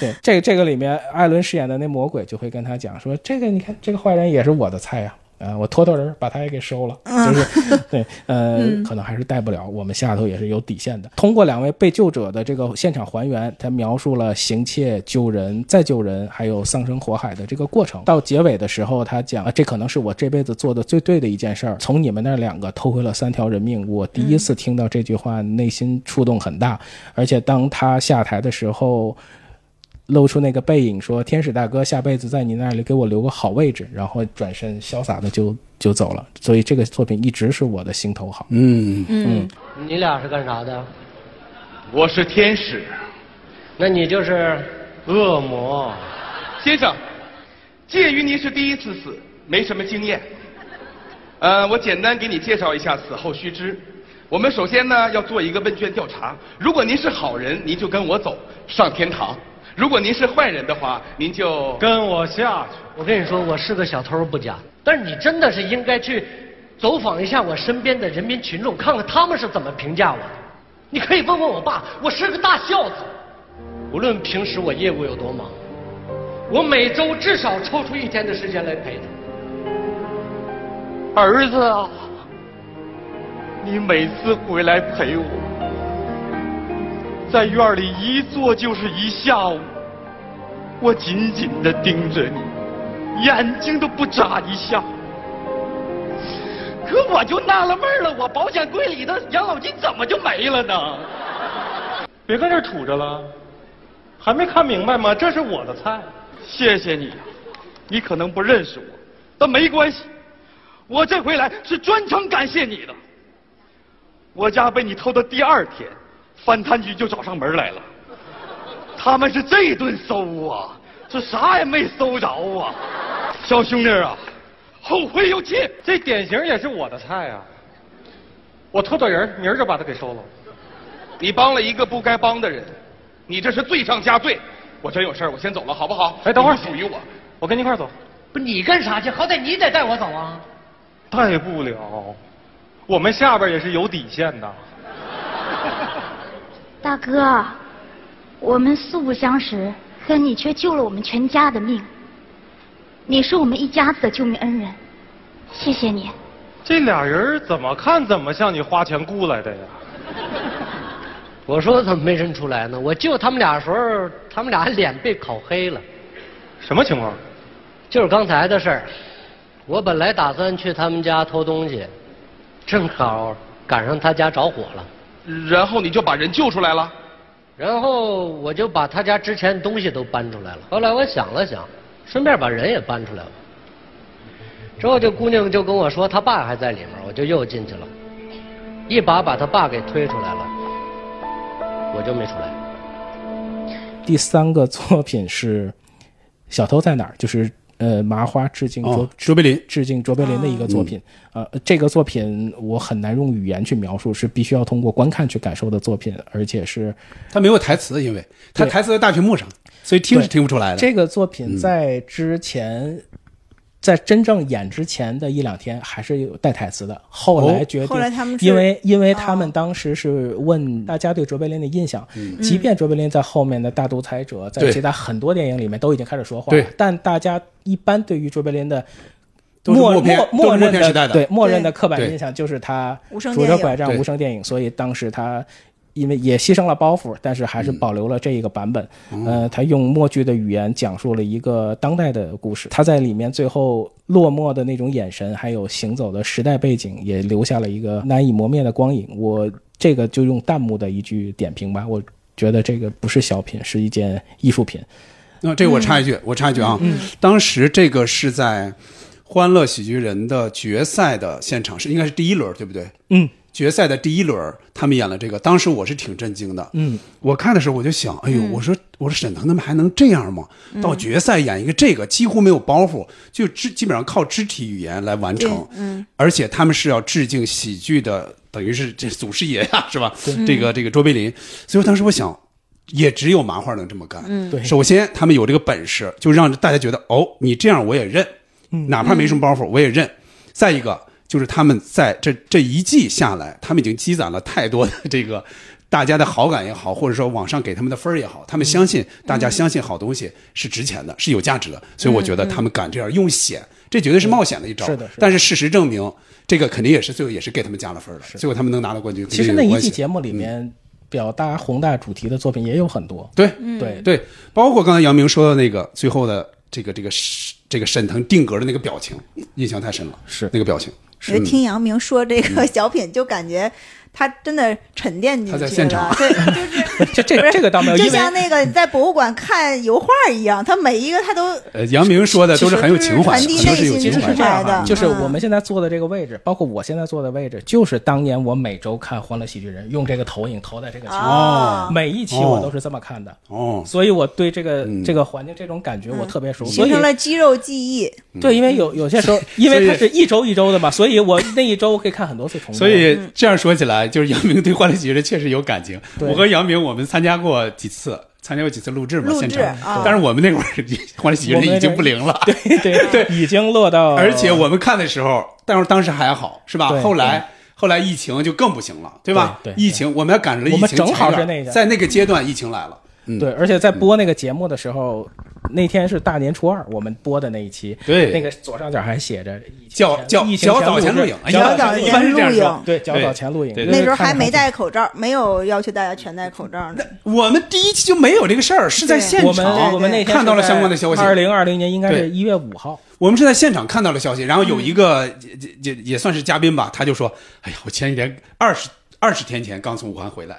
S4: 对，这个这个里面，艾伦饰演的那魔鬼就会跟他讲说，这个你看，这个坏人也是我的菜呀、啊，我托托人把他也给收了，就是对，呃，
S11: 嗯
S4: 可能还是带不了，我们下头也是有底线的。通过两位被救者的这个现场还原，他描述了行窃、救人、再救人，还有丧生火海的这个过程。到结尾的时候，他讲啊，这可能是我这辈子做的最对的一件事儿，从你们那儿两个偷回了三条人命，我第一次听到这句话，内心触动很大。而且当他下台的时候，露出那个背影，说：“天使大哥，下辈子在你那里给我留个好位置。”然后转身潇洒的就就走了。所以这个作品一直是我的心头好。嗯嗯，，
S9: 你俩是干啥的？
S3: 我是天使，
S9: 那你就是恶魔。
S3: 先生，鉴于您是第一次死，没什么经验，呃，我简单给你介绍一下死后须知。我们首先呢要做一个问卷调查，如果您是好人，您就跟我走上天堂；如果您是坏人的话，您就
S9: 跟我下去。我跟你说，我是个小偷不假，但是你真的是应该去走访一下我身边的人民群众，看看他们是怎么评价我的。你可以问问我爸，我是个大孝子。无论平时我业务有多忙，我每周至少抽出一天的时间来陪他。
S3: 儿子啊，你每次回来陪我，在院里一坐就是一下午，我紧紧的盯着你，眼睛都不眨一下。
S13: 可我就纳了闷儿了，我保险柜里的养老金怎么就没了呢？
S7: 别跟这儿杵着了，还没看明白吗？这是我的菜。
S13: 谢谢你，啊你可能不认识我，但没关系，我这回来是专程感谢你的。我家被你偷的第二天，翻贪局就找上门来了，他们是这顿搜啊，是啥也没搜着啊。小兄弟啊，后会有期。
S7: 这典型也是我的菜啊！我托托人，明儿就把他给收了。
S3: 你帮了一个不该帮的人，你这是罪上加罪。我真有事儿，我先走了，好不好？
S7: 哎等会儿
S3: 你不属于我，
S7: 我跟你一块儿走。
S9: 不，你干啥去？好歹你得带我走啊！
S7: 带不了，我们下边也是有底线的。
S12: 大哥，我们素不相识，可你却救了我们全家的命，你是我们一家子的救命恩人，谢谢你。
S7: 这俩人怎么看怎么像你花钱雇来的呀？
S9: (laughs) 我说怎么没认出来呢？我救他们俩的时候，他们俩脸被烤黑了。
S7: 什么情况？
S9: 就是刚才的事儿，我本来打算去他们家偷东西，正好赶上他家着火了，
S3: 然后你就把人救出来了。
S9: 然后我就把他家之前的东西都搬出来了。后来我想了想，顺便把人也搬出来了。之后这姑娘就跟我说她爸还在里面，我就又进去了，一把把她爸给推出来了，我就没出来。
S4: 第三个作品是《小偷在哪儿》，就是呃麻花致敬卓、
S2: 哦卓别林嗯
S4: 致敬卓别林的一个作品。呃，这个作品我很难用语言去描述，是必须要通过观看去感受的作品，而且是
S2: 他没有台词，因为他
S4: 对
S2: 台词在大屏幕上，所以听是听不出来的。嗯
S4: 这个作品在之前。在真正演之前的一两天，还是有带台词的。后来
S2: 哦
S4: 决定，
S5: 后来他们是哦
S4: 因为因为他们当时是问大家对卓别林的印象，
S2: 嗯
S4: 即便卓别林在后面的《大独裁者》在
S2: 对
S4: 其他很多电影里面都已经开始说话，
S2: 对
S4: 但大家一般对于卓别林的
S2: 都是
S4: 默
S2: 默片
S4: 默
S2: 都是默
S4: 认
S2: 片时代的
S4: 对默认的
S2: 对
S4: 刻板
S2: 对
S4: 印象就是他
S2: 无声
S4: 拄
S2: 电
S4: 着
S2: 影
S4: 拐杖
S2: 对
S4: 无声电影，所以当时他因为也牺牲了包袱，但是还是
S2: 嗯
S4: 保留了这一个版本。呃，他用默剧的语言讲述了一个当代的故事。他在里面最后落寞的那种眼神，还有行走的时代背景，也留下了一个难以磨灭的光影。我这个就用弹幕的一句点评吧，我觉得这个不是小品，是一件艺术品。
S2: 那、啊这个
S4: 嗯
S2: 我插一句，我插一句啊，当时这个是在《欢乐喜剧人》的决赛的现场，是应该是第一轮，对不对？
S4: 嗯，
S2: 决赛的第一轮，他们演了这个，当时我是挺震惊的。
S4: 嗯，
S2: 我看的时候我就想，哎呦，
S4: 嗯
S2: 我说我说沈腾他们还能这样吗？
S4: 嗯
S2: 到决赛演一个这个几乎没有包袱，就肢基本上靠肢体语言来完成，
S5: 嗯，
S2: 而且他们是要致敬喜剧的，等于是这祖师爷呀、 (laughs) 是吧
S5: 对？
S2: 这个这个卓别林，所以当时我想，也只有麻花能这么干。
S5: 嗯对
S2: 首先他们有这个本事，就让大家觉得哦，你这样我也认，哪怕没什么包袱我也认。再一个就是他们在这这一季下来，他们已经积攒了太多的这个。 (laughs) 大家的好感也好，或者说网上给他们的分儿也好，他们相信、大家相信好东西是值钱的，是有价值的，所以我觉得
S4: 嗯嗯
S2: 他们敢这样用险，这绝对是冒险的一招。
S4: 嗯是的是的
S2: 但是事实证明，这个肯定也是最后也是给他们加了分儿的，最后他们能拿到冠军。
S4: 其实
S2: 跟
S4: 那
S2: 这个有
S4: 一
S2: 关系嗯
S4: 季节目里面表达宏大主题的作品也有很多。
S2: 对
S4: 嗯对
S2: 对，包括刚才杨明说的那个最后的这个这个这个沈腾定格的那个表情，印象太深了，
S4: 是
S2: 那个表情。
S5: 我觉得
S2: 嗯
S5: 听杨明说这个
S2: 嗯
S5: 小品，就感觉他真的沉淀进去
S2: 他
S5: 了。
S2: 在现场 (laughs)
S5: 对，
S4: 这这这个倒没有，
S5: 就
S4: 因为
S5: 像那个你在博物馆看油画一样，他每一个他都
S2: 呃，杨明说的都是很有情怀，
S5: 其实就是
S2: 都是有
S5: 传递内心
S2: 情怀
S5: 出来的
S4: 就是
S5: 嗯
S4: 我们现在坐的这个位置，包括我现在坐的位置，就是当年我每周看《欢乐喜剧人》，用这个投影投在这个墙
S2: 哦
S4: 上，每一期我都是这么看的。
S2: 哦，嗯
S4: 所以我对这个这个环境这种感觉我特别熟，所
S5: 形
S4: 以
S5: 成了肌肉记忆。
S2: 嗯
S4: 对，因为有有些时候，因为它是一周一周的嘛，所以我那一周可以看很多次重播。
S2: 所以嗯这样说起来，就是杨明对《欢乐喜剧人》确实有感情。
S4: 嗯对
S2: 我和杨明，我们参加过几次，参加过几次录制嘛，
S4: 录制
S2: 现场
S4: 啊。
S2: 但是我们那会儿《欢乐喜剧人》已经不灵了，
S4: 对对
S2: (laughs)
S4: 对，已经落到，
S2: 而且我们看的时候，但是当时还好，是吧
S4: 对？
S2: 后来后来疫情就更不行了，对吧？
S4: 对对
S2: 疫情我们还赶上了疫
S4: 我
S2: 情
S4: 们
S2: 前
S4: 正好
S2: 边
S4: 是那个
S2: 在那个阶段疫情来了。
S4: 对，而且在
S2: 嗯
S4: 播那个节目的时候，那天是大年初二，我们播的那一期，
S2: 对
S4: 那个左上角还写着
S2: 较较
S4: 疫情
S2: 较早前录影，哎呀
S4: 较早
S2: 一般是这样
S4: 前
S2: 说
S4: 对，较早前录影，
S2: 对对
S5: 那时候还没戴口罩，没有要求大家全戴口罩呢。
S2: 我们第一期就没有这个事儿，是在现场
S4: 我们我们那天
S2: 看到了相关的消息。
S4: 二零二零年应该
S2: 对
S4: 是一月五号，
S2: 我们是在现场看到了消息，然后有一个、也也也算是嘉宾吧，他就说：“哎呀，我前几天二十二十天前刚从武汉回来。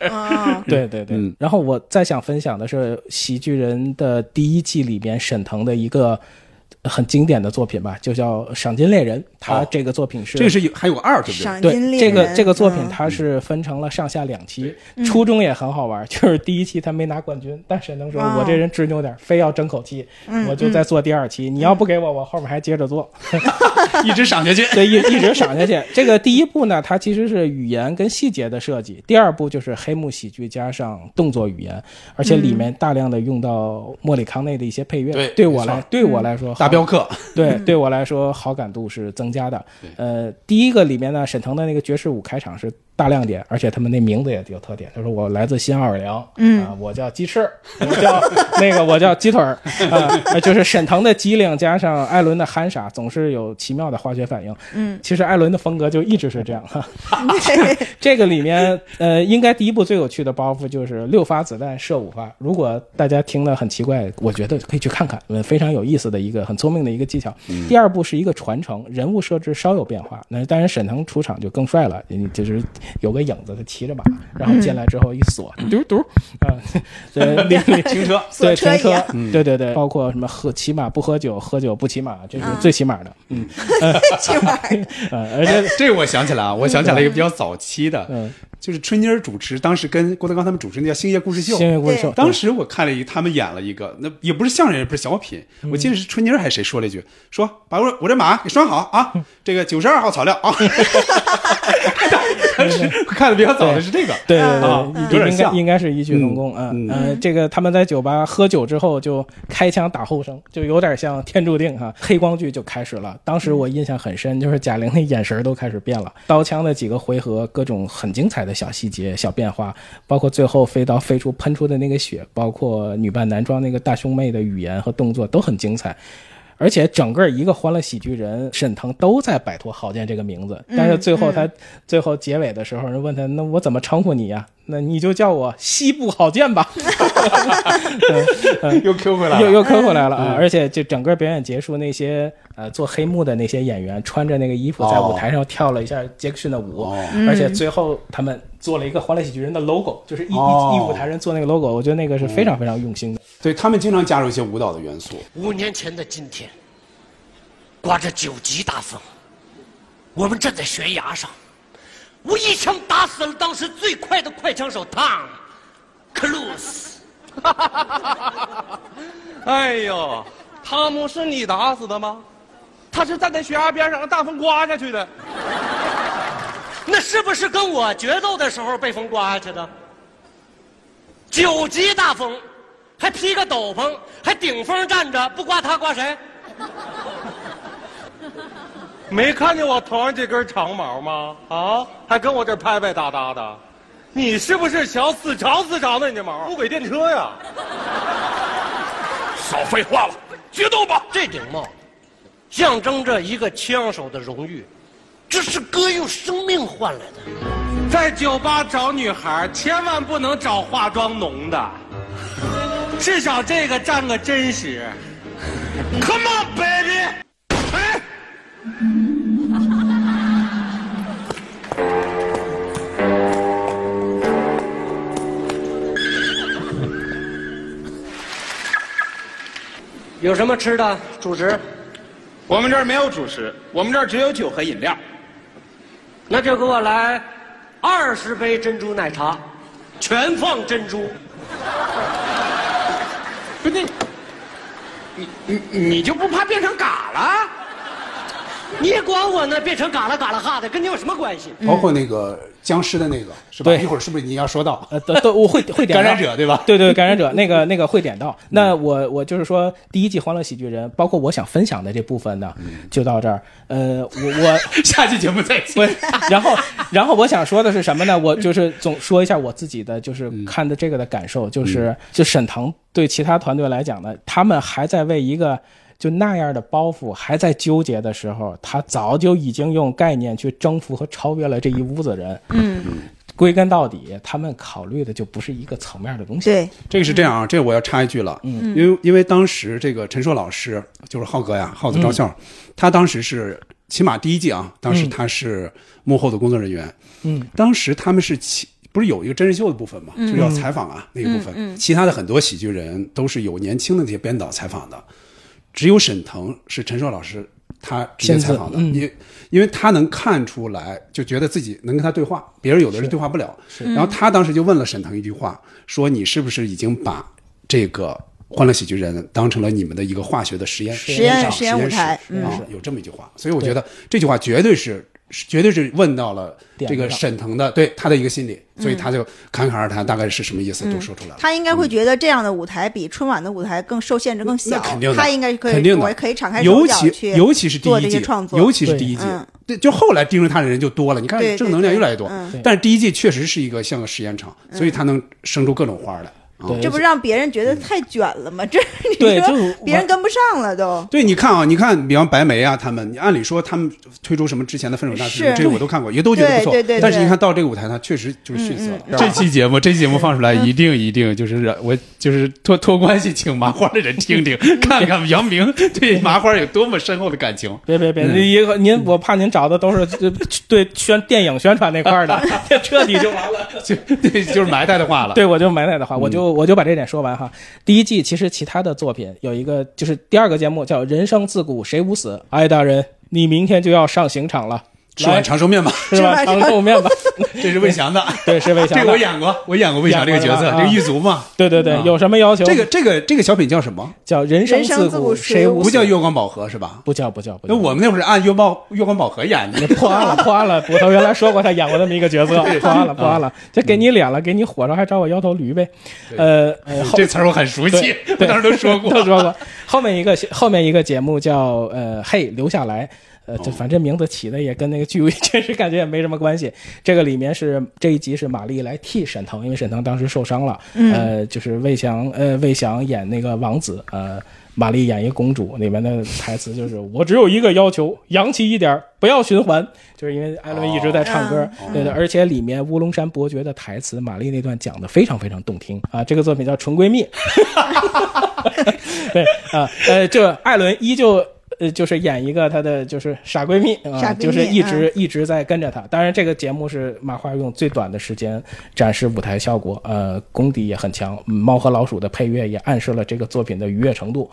S2: 嗯
S4: 对对对。然后我再想分享的是《喜剧人》的第一季里边沈腾的一个很经典的作品吧，就叫《赏金猎人》。他这个作品是、
S2: 哦这个是有还有个二对不对赏金猎
S4: 这个
S2: 人
S4: 这个作品
S2: 嗯
S4: 它是分成了上下两期，
S2: 嗯
S4: 初中也很好玩，就是第一期他没拿冠军，但沈腾说：“
S2: 哦
S4: 我这人执拗点儿，非要争口气，
S2: 嗯
S4: 我就再做第二期。你要不给我，我后面还接着做。”
S2: (laughs) 一直赏下去，
S4: 对，一一直赏下去。这个第一部呢，它其实是语言跟细节的设计；第二部就是黑幕喜剧加上动作语言，而且里面大量的用到莫里康内的一些配乐。
S2: 对
S4: 对我
S2: 没错嗯
S4: 来，对我来说，
S2: 大镖客，
S4: 对
S2: 嗯
S4: 对我来说好感度是增加的。呃，第一个里面呢，沈腾的那个爵士舞开场是大亮点，而且他们那名字也有特点。他说我来自新奥尔良，
S11: 嗯
S4: 啊，我叫鸡翅，我叫那个我叫鸡腿儿，啊，就是沈腾的机灵加上艾伦的憨傻，总是有奇妙的化学反应。
S5: 嗯
S4: 其实艾伦的风格就一直是这样 (laughs) 哈。这个里面，呃，应该第一部最有趣的包袱就是六发子弹射五发。如果大家听了很奇怪，我觉得可以去看看，嗯，非常有意思的一个很聪明的一个技巧。第二部是一个传承，人物设置稍有变化。那当然，沈腾出场就更帅了，嗯就是有个影子，他骑着马，然后进来之后一锁，嘟嘟，啊， (laughs) 对，里里
S2: (laughs) 停车锁
S4: 对，
S2: 车
S4: 停
S2: 一
S4: 车
S2: 样，嗯
S4: 对对对，包括什么喝骑马不喝酒，喝酒不骑马，这是
S2: 啊
S4: 最起码的，嗯，呃，而且嗯
S2: 这我想起来啊，我想起来一个比较早期的，就是春妮儿主持，当时跟郭德纲他们主持那叫《星夜故事秀》。
S4: 星夜故事秀对
S2: 当时我看了一，他们演了一个，那也不是相声，也不是小品，我
S4: 嗯
S2: 记得是春妮儿还是谁说了一句，说把我我这马给拴好啊，
S4: 嗯
S2: 这个九十二号草料
S4: (laughs)
S2: 啊。当时看的比较早的是这个，
S4: 对对
S2: 啊
S4: 对，
S2: 有点
S4: 应该
S2: 像，
S4: 应该是异曲同工啊。
S2: 嗯
S4: 呃，这个他们在酒吧喝酒之后就开枪打后生，就有点像天注定哈，黑光剧就开始了。当时我印象很深，就是贾玲那眼神都开始变了，刀枪的几个回合，各种很精彩的小细节、小变化，包括最后飞刀飞出喷出的那个血，包括女扮男装那个大胸妹的语言和动作都很精彩。而且整个一个《欢乐喜剧人》，沈腾都在摆脱郝建这个名字，
S11: 嗯
S4: 但是最后他、
S11: 嗯
S4: 最后结尾的时候，人问他：“那我怎么称呼你呀、那你就叫我西部郝
S11: (laughs)
S4: 建吧。嗯
S2: 又 Q 回来了，
S4: 又又磕回来了啊！
S2: 嗯
S4: 而且就整个表演结束，那些呃做黑幕的那些演员穿着那个衣服
S2: 哦
S4: 在舞台上跳了一下杰克逊的舞，而
S11: 嗯
S4: 且最后他们做了一个《欢乐喜剧人》的 logo，就是一、
S2: 哦嗯
S4: 一一舞台人做那个 logo，我觉得那个是非常非常用心的。
S2: 对他们经常加入一些舞蹈的元素。
S1: 五年前的今天，刮着九级大风，我们站在悬崖上，
S15: 我一枪打死了当时最快的快枪手汤克鲁斯。 (laughs)
S3: 哎呦，汤姆是你打死的吗？他是站在悬崖边上让大风刮下去的。
S15: 那是不是跟我决斗的时候被风刮下去的？九级大风，还披个斗篷，还顶风站着，不刮他刮谁？
S7: 没看见我头上这根长毛吗？啊，还跟我这拍拍搭搭的，你是不是想死长死长的？你这毛不轨电车呀？
S15: 少废话了，决斗吧！这顶帽象征着一个枪手的荣誉，这是哥用生命换来的。
S7: 在酒吧找女孩，千万不能找化妆浓的，至少这个占个真实。Come on, baby！
S1: 有什么吃的？主食？
S16: 我们这儿没有主食，我们这儿只有酒和饮料。
S1: 那就给我来二十杯珍珠奶茶，全放珍珠。
S16: 不对，你你你就不怕变成嘎啦？
S1: 你管我呢？变成嘎啦嘎啦哈的，跟你有什么关
S9: 嗯
S1: 系？
S2: 包括那个僵尸的那个是吧？
S4: 对
S2: 一会儿是不是你要说到？
S4: 呃，都都我会会点到
S2: 感染者对吧？
S4: 对对，感染者那个那个会点到。那我我就是说，第一季《欢乐喜剧人》，包括我想分享的这部分呢，就到这儿。呃，我我
S2: 嗯 (laughs) 下期节目再
S4: 见。然后然后我想说的是什么呢？我就是总说一下我自己的，就是看的这个的感受，就是
S2: 嗯
S4: 就沈腾对其他团队来讲呢，他们还在为一个。就那样的包袱还在纠结的时候，他早就已经用概念去征服和超越了这一屋子人。
S5: 嗯，
S4: 归根到底，他们考虑的就不是一个层面的东西。
S5: 对，
S2: 这个是这样啊，这个我要插一句了，
S4: 嗯
S2: 因为因为当时这个陈硕老师就是浩哥呀，浩子赵笑，他当时是起码第一季啊，当时
S4: 嗯
S2: 他是幕后的工作人员，
S4: 嗯，
S2: 当时他们是其不是有一个真人秀的部分嘛，
S4: 嗯
S2: 就是要采访啊那个部分，
S4: 嗯嗯
S2: 其他的很多喜剧人都是有年轻的这些编导采访的，只有沈腾是陈硕老师他直接采访的，
S4: 亲自嗯
S2: 因因为他能看出来，就觉得自己能跟他对话，别人有的人对话不了。
S4: 是
S2: 然后他当时就问了沈腾一句话，说你是不是已经把这个《欢乐喜剧人》当成了你们的一个化学的实验
S5: 实验
S2: 场
S5: 实
S2: 实
S5: 验
S2: 验
S5: 舞台
S2: 室啊
S5: 嗯？
S2: 有这么一句话，所以我觉得这句话绝对是。是绝对是问到了这
S4: 点
S2: 个
S4: 子上
S2: 沈腾的对他的一个心理，所以
S5: 嗯
S2: 他就侃侃而谈，大概是什么意思都说出来了。
S5: 他应该会觉得这样的舞台比春晚的舞台更受限制、更小
S2: 那肯定，的，
S5: 他应该可以，
S2: 肯定的，
S5: 我可以敞开手
S2: 尤
S5: 脚
S2: 其
S5: 去
S2: 尤其是第
S5: 做
S2: 一
S5: 这
S2: 季
S5: 些创，作，
S2: 尤其是第一季
S5: 嗯，
S2: 对，就后来盯着他的人就多了。你看
S5: 对
S2: 正能量越来越多
S5: 对对对嗯，
S2: 但是第一季确实是一个像个实验场，
S5: 嗯
S2: 所以他能生出各种花来。啊
S5: 这不让别人觉得太卷了吗？这 (laughs) 你
S2: 对
S5: 说
S2: 就
S5: 别人跟不上了都。
S2: 对，你看啊，你看，比方白梅啊，他们，你按理说他们推出什么之前的分手大师
S5: 是，
S2: 这个我都看过，也都觉得不错。
S5: 对对对对
S2: 但是你看到这个舞台，他确实就是逊色了。
S5: 嗯嗯嗯
S2: 这期节目，这期节目放出来，
S5: 嗯
S2: 一定一定就是让我就是托托关系，请麻花的人
S5: (laughs)
S2: 听听，看看杨明对麻花有多么深厚的感情。
S4: 别别别，
S2: 嗯
S4: 一个您我怕您找的都是呃对宣电影
S2: (laughs)
S4: 宣传那块儿的，这彻底就完了，
S2: 就对，就是埋汰的话了。
S4: 对，我就埋汰的话，
S2: 嗯
S4: 我就我就把这点说完哈。第一季其实其他的作品有一个，就是第二个节目叫《人生自古谁无死》，哎，大人，你明天就要上刑场了，
S2: 吃碗
S4: 来
S2: 长寿面吧，
S4: 吃碗长寿面吧，
S2: 这是魏翔的，
S4: 对，是魏翔的
S2: (laughs) 这个我演过，我演过魏翔这个角色，
S4: 演过
S2: 这
S4: 的吧
S2: 个狱卒嘛。
S4: 对对对
S2: 啊
S4: 有什么要求
S2: 这个这个这个小品叫什么？
S4: 叫人生人生自古谁无
S2: 不
S4: 死
S2: 叫月光宝盒是吧？
S4: 不叫不叫不
S2: 那我们那会儿是按月光月光宝盒演的，
S4: 破案了，破案了！捕头原来说过他演过那么一个角色
S2: 对，嗯
S4: 破案了，破案了！这给你脸了，给你火着，还找我摇头驴呗？呃，呃后
S2: 这词儿我很熟悉
S4: 对
S2: 我当时都说过
S4: 都说过。后面一个后面一个节目叫呃，嘿，留下来。呃，这反正名字起的也跟那个剧 (laughs) 确实感觉也没什么关系。这个里面是这一集是马丽来替沈腾，因为沈腾当时受伤了，
S11: 嗯
S4: 呃，就是魏翔，呃，魏翔演那个王子，呃，马丽演一公主，里面的台词就是 (laughs) 我只有一个要求，洋气一点儿，不要循环，就是因为艾伦一直在唱歌，
S11: 哦
S4: 对的，
S11: 嗯
S4: 而且里面乌龙山伯爵的台词，马丽那段讲的非常非常动听啊。这个作品叫《纯闺蜜》， (laughs) 对啊，呃，这艾伦依旧。呃，就是演一个她的就是傻闺蜜啊、
S11: 傻闺蜜
S4: 就是一直、
S11: 嗯
S4: 一直在跟着她。当然，这个节目是马花用最短的时间展示舞台效果，呃，功底也很强。嗯猫和老鼠的配乐也暗示了这个作品的愉悦程度。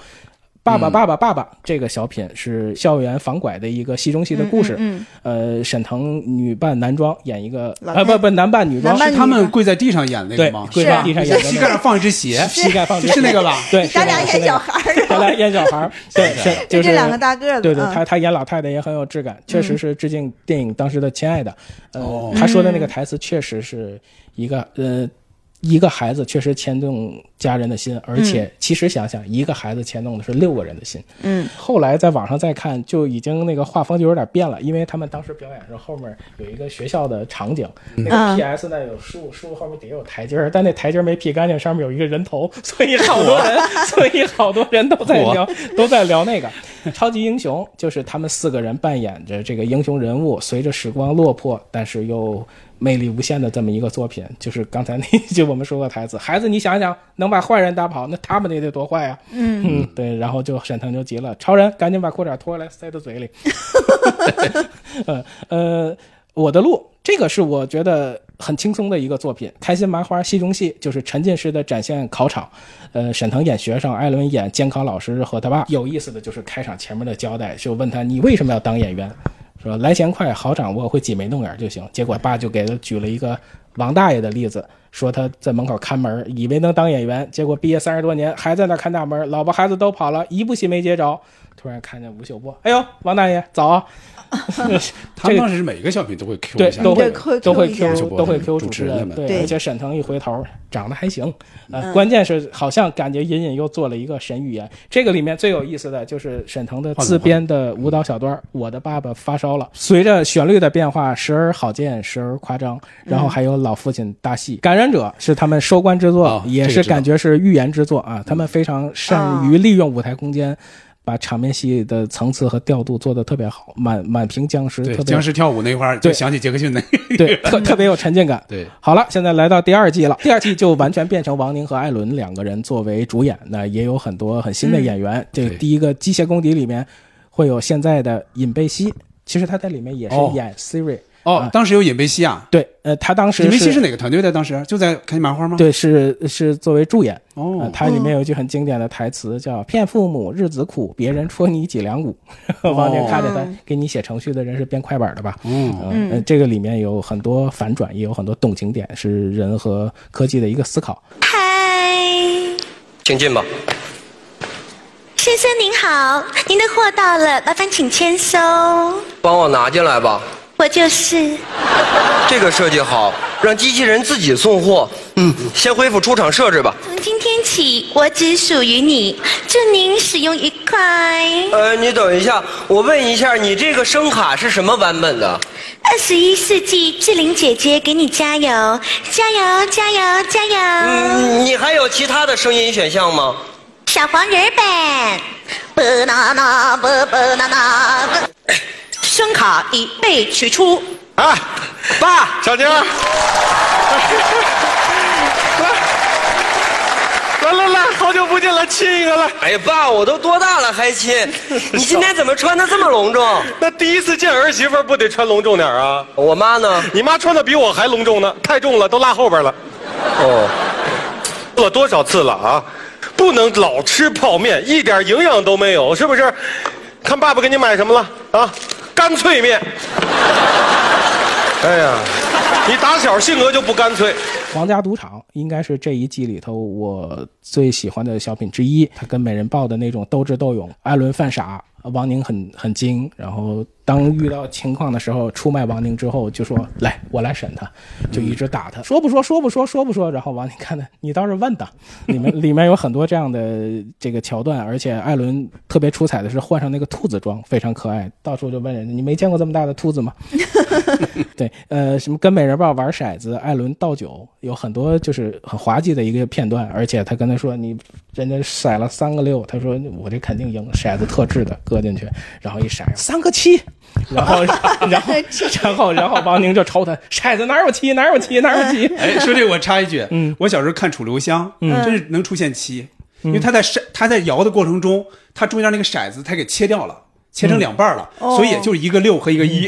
S4: 爸爸爸爸爸爸这个小品是校园防拐的一个戏中戏的故事。
S5: 嗯嗯
S4: 呃，沈腾女扮男装演一个，
S5: 老
S4: 啊
S5: 太
S4: 不不，男扮女
S2: (laughs)
S4: 装，
S2: 是他们跪在地上演那个
S4: 对
S2: 吗？
S4: 跪在地上演的那个
S2: (laughs) 膝盖上放一只鞋，
S4: 膝盖放
S2: 是那个吧？
S4: 对，是那个是那个
S5: 孩
S4: 他俩演小孩儿，对，
S2: (laughs) 是
S4: 是
S2: 的
S4: 就是
S5: 这两个大个儿的
S4: 对对
S5: 嗯，
S4: 他他演老太太也很有质感，确实
S5: 嗯
S4: 是致敬电影当时的《亲爱的》。
S2: 哦
S4: 呃，他说的
S5: 嗯
S4: 那个台词确实是一个呃。一个孩子确实牵动家人的心，而且
S5: 嗯
S4: 其实想想，一个孩子牵动的是六个人的心。
S5: 嗯，
S4: 后来在网上再看，就已经那个画风就有点变了，因为他们当时表演的时候，后面有一个学校的场景，那
S5: 嗯
S4: 个 PS 呢有树，树后面底下有台阶儿，但那台阶儿没劈干净，上面有一个人头，所以好多人，所以好多人都在聊， (laughs) 都在聊那个超级英雄，就是他们四个人扮演着这个英雄人物，随着时光落魄，但是又魅力无限的这么一个作品。就是刚才那一 (laughs) 句我们说过台词，孩子，你想想，能把坏人打跑，那他们也得多坏呀、
S5: 嗯
S4: 嗯，对，然后就沈腾就急了，超人，赶紧把裤衩脱下来塞到嘴里。 (laughs) 呃呃，我的路，这个是我觉得很轻松的一个作品，开心麻花戏中戏就是沉浸式的展现考场，呃，沈腾演学生，艾伦演监考老师和他爸。有意思的就是开场前面的交代，就问他你为什么要当演员，说来钱快好掌握，会挤眉弄眼就行。结果爸就给他举了一个王大爷的例子，说他在门口看门，以为能当演员，结果毕业三十多年还在那看大门，老婆孩子都跑了，一步戏没接着。突然看见吴秀波，哎呦，王大爷早啊！
S2: 他们当时是每个小品都会 Q
S4: 对
S2: 一下，
S4: 都会都会
S2: Q 主
S4: Q
S2: 播
S4: 都会 Q
S2: 主
S4: 主
S2: 持
S4: 持
S2: 人
S4: 人
S2: 们，，
S4: 对，而且沈腾一回头长得还行，
S5: 嗯
S4: 呃，关键是好像感觉隐隐又做了一个神预言。这个里面最有意思的就是沈腾的自编的舞蹈小段儿《我的爸爸发烧了》，随着旋律的变化，时而好见，时而夸张，
S2: 嗯
S4: 然后还有老父亲大戏，《感染者》是他们收官之作，也
S2: 哦这个
S4: 是
S2: 知道嗯
S4: 感觉是预言之作啊，他们非常善于利用舞台空间。把场面戏的层次和调度做得特别好，满满屏僵尸，
S2: 对
S4: 特别
S2: 僵尸跳舞那块儿就
S4: 对
S2: 想起杰克逊那，
S4: (laughs)
S2: (laughs)
S4: 对，特特别有沉浸感。
S2: 对，
S4: 好了，现在来到第二季了。第二季就完全变成王宁和艾伦两个人作为主演，那也有很多很新的演员。这
S2: 嗯对
S4: 第一个《机械公敌》里面会有现在的尹贝希，其实他在里面也是
S2: 哦
S4: 演 Siri。
S2: 哦，当时有尹贝希啊，
S4: 对，呃，他当时
S2: 尹贝希
S4: 是
S2: 是哪个团队的？当时就在开心麻花吗？
S4: 对，是是作为助演。
S2: 哦
S4: 呃它里面有一句很经典的台词，叫“骗父母日子苦，别人戳你脊梁骨”
S2: 哦
S4: (laughs) 王宁看着他
S2: 嗯，
S4: 给你写程序的人是编快板的吧？
S2: 嗯
S4: 呃
S2: 嗯
S4: 呃这个里面有很多反转，也有很多动情点，是人和科技的一个思考。
S17: 请进吧。
S18: 先生您好，您的货到了，麻烦请签收。
S17: 帮我拿进来吧。
S18: 我就是，
S17: 这个设计好，让机器人自己送货。嗯，先恢复出厂设置吧。
S18: 从今天起我只属于你，祝您使用愉快。
S17: 呃，你等一下，我问一下，你这个声卡是什么版本的？
S18: 二十一世纪志玲姐姐给你加油，加油，加油，加油！
S17: 嗯，你还有其他的声音选项吗？
S18: 小黄人儿呗，不啦啦不不啦啦。
S19: 声卡已被取出。啊，
S17: 爸，
S19: 小妞，
S17: 来来来，好久不见了，亲一个来。哎呀，爸，我都多大了还亲？你今天怎么穿的这么隆重？
S19: (laughs) 那第一次见儿媳妇儿不得穿隆重点儿啊？
S17: 我妈呢？
S19: 你妈穿的比我还隆重呢，太重了，都拉后边了。
S17: 哦，
S19: 做了多少次了啊？不能老吃泡面，一点营养都没有，是不是？看爸爸给你买什么了啊？干脆
S17: (laughs)
S19: 面。哎呀，你打小性格就不干脆。
S4: 皇家赌场应该是这一季里头我最喜欢的小品之一。他跟美人豹的那种斗智斗勇，艾伦犯傻，王宁很很精。然后当遇到情况的时候，出卖王宁之后，就说来我来审他，就一直打他，说不说说不说说不说。然后王宁看他，你倒是问他。里面里面有很多这样的这个桥段，而且艾伦特别出彩的是换上那个兔子装，非常可爱，到处就问人家你没见过这么大的兔子吗？对，呃，什么跟美人豹玩骰子，艾伦倒酒，有很多就是很滑稽的一个片段。而且他跟他说，你人家骰了三个六，他说我这肯定赢，骰子特制的，搁进去，然后一骰三个七，
S2: (laughs)
S4: 然后然后然后然后王宁就瞅他，骰子哪有七，哪有七，哪有 (laughs) 七？
S2: 哎，说这个我插一句，我小时候看《楚留香》，
S4: 嗯
S2: 真是能出现七，因为他在筛他在摇的过程中，他中间那个骰子他给切掉了，切成两半了，
S4: 嗯哦
S2: 所以也就是一个六和一个一，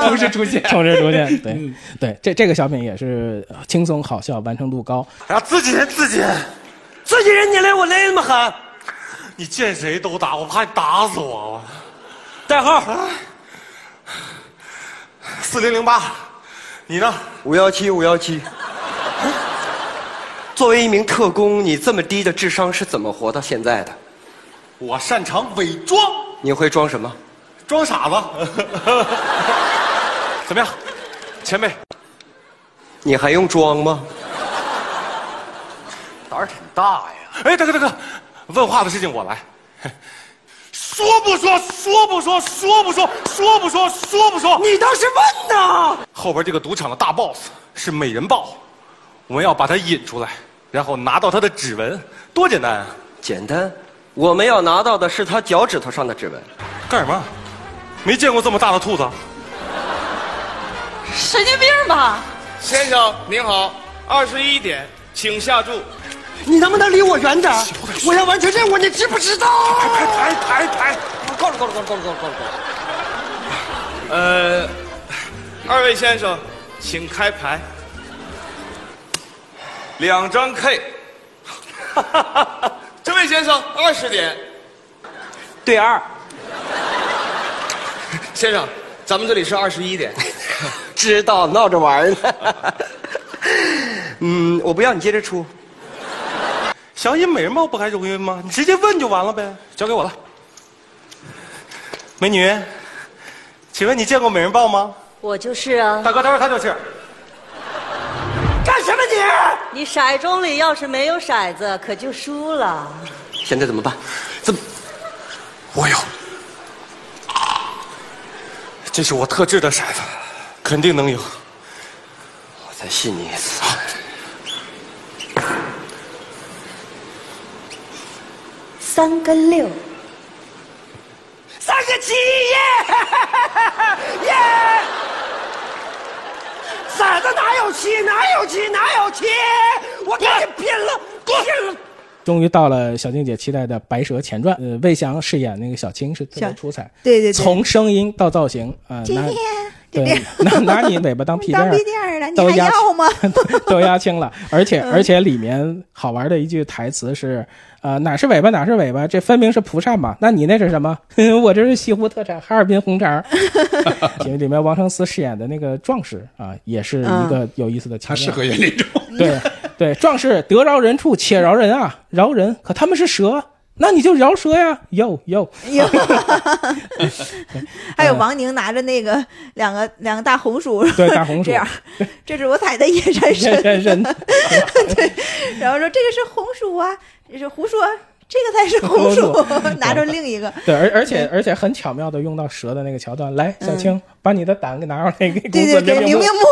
S2: 同时出现，嗯
S4: 啊同时出现，对、对，这这个小品也是呃轻松好笑，完成度高。
S19: 啊，自己人自己人，自己人你来我来那么狠，
S7: 你见谁都打，我怕你打死我。代号四零零八，你呢？
S17: 五幺七五幺七。作为一名特工，你这么低的智商是怎么活到现在的？
S7: 我擅长伪装，
S17: 你会装什么？
S7: 装傻子。 (laughs) 怎么样，前辈？
S17: 你还用装吗？
S7: 胆儿挺大呀！哎，大哥大哥，问话的事情我来。说不说？说不说？说不说？说不说？说不说？
S17: 你倒是问呐！
S7: 后边这个赌场的大 boss 是美人豹，我们要把他引出来，然后拿到他的指纹，多简单啊！
S17: 简单，我们要拿到的是他脚趾头上的指纹。
S7: 干什么？没见过这么大的兔子。
S20: 神经病吧！
S16: 先生您好，二十一点，请下注。
S15: 你能不能离我远点儿？我要完成任务，你知不知道？
S7: 哎
S16: 排排排排，够了够了够了够了够了够了够了。呃，二位先生，请开牌。两张 K。这位先生，二十点。
S11: 对二，
S16: 先生，咱们这里是二
S17: (laughs)
S16: 十一
S7: (laughs)
S16: 点。
S17: 知道闹着玩
S16: (laughs)
S17: 儿呢。嗯，我不要你接着出。
S7: 想引美人豹不还容易吗？你直接问就完了呗，交给我了。美女，请问你见过美人豹吗？
S20: 我就是啊。
S7: 大哥，他说他就是。
S20: 干什么你？你骰盅里要是没有骰子，可就输了。
S17: 现在怎么办？怎么？
S7: 我有，这是我特制的骰子，肯定能赢。
S17: 我再信你一次。
S20: 三跟六，
S15: 三个七 (laughs) 耶耶！骰子哪有七？哪有七？哪有七？我跟你拼了！拼了！
S4: 终于到了小静姐期待的《白蛇前传》。呃，魏翔饰演那个小青是特别
S5: 小
S4: 出彩，
S5: 对对对
S4: 从声音到造型啊，
S5: 今
S4: 拿
S5: 天就这
S4: 对
S5: 样，
S4: 拿拿你尾巴
S5: (laughs)
S4: 当屁
S5: 当
S4: 儿
S5: 屁垫儿了，
S4: (laughs)
S5: 你
S4: 都
S5: 还
S4: 压嗯
S5: 要吗？
S4: 都压青了，而且
S5: 嗯
S4: 而且里面好玩的一句台词是，呃，哪是尾巴哪是尾巴，这分明是蒲扇嘛，那你那是什么？ (laughs) 我这是西湖特产哈尔滨红肠
S5: (laughs)
S4: 儿。 (laughs) 因为里面王成思饰演的那个壮士啊，也是一
S5: 嗯
S4: 个有意思的桥段。
S2: 他适合演那
S4: 种。 (laughs) 对
S5: (laughs)
S4: 对，壮士得饶人处且饶人啊，饶人，可他们是蛇。那你就饶蛇呀，哟哟，
S5: (laughs) 还有王宁拿着那个两个两个大红薯， (laughs)
S4: 对大红薯 (laughs)
S5: 这样，这是我采的野山
S4: 野山
S5: 参
S4: 参，
S5: (laughs) 对，然后说这个是红薯啊，这是胡说，这个才是红
S4: 红
S5: 薯
S4: 薯，
S5: (laughs) 拿着另一个，
S4: 对，而而且而且很巧妙的用到蛇的那个桥段。来，小青，把你的胆给拿出来，给公
S5: 嗯对
S4: 子
S5: 对对，
S4: 明
S5: 明
S4: 目，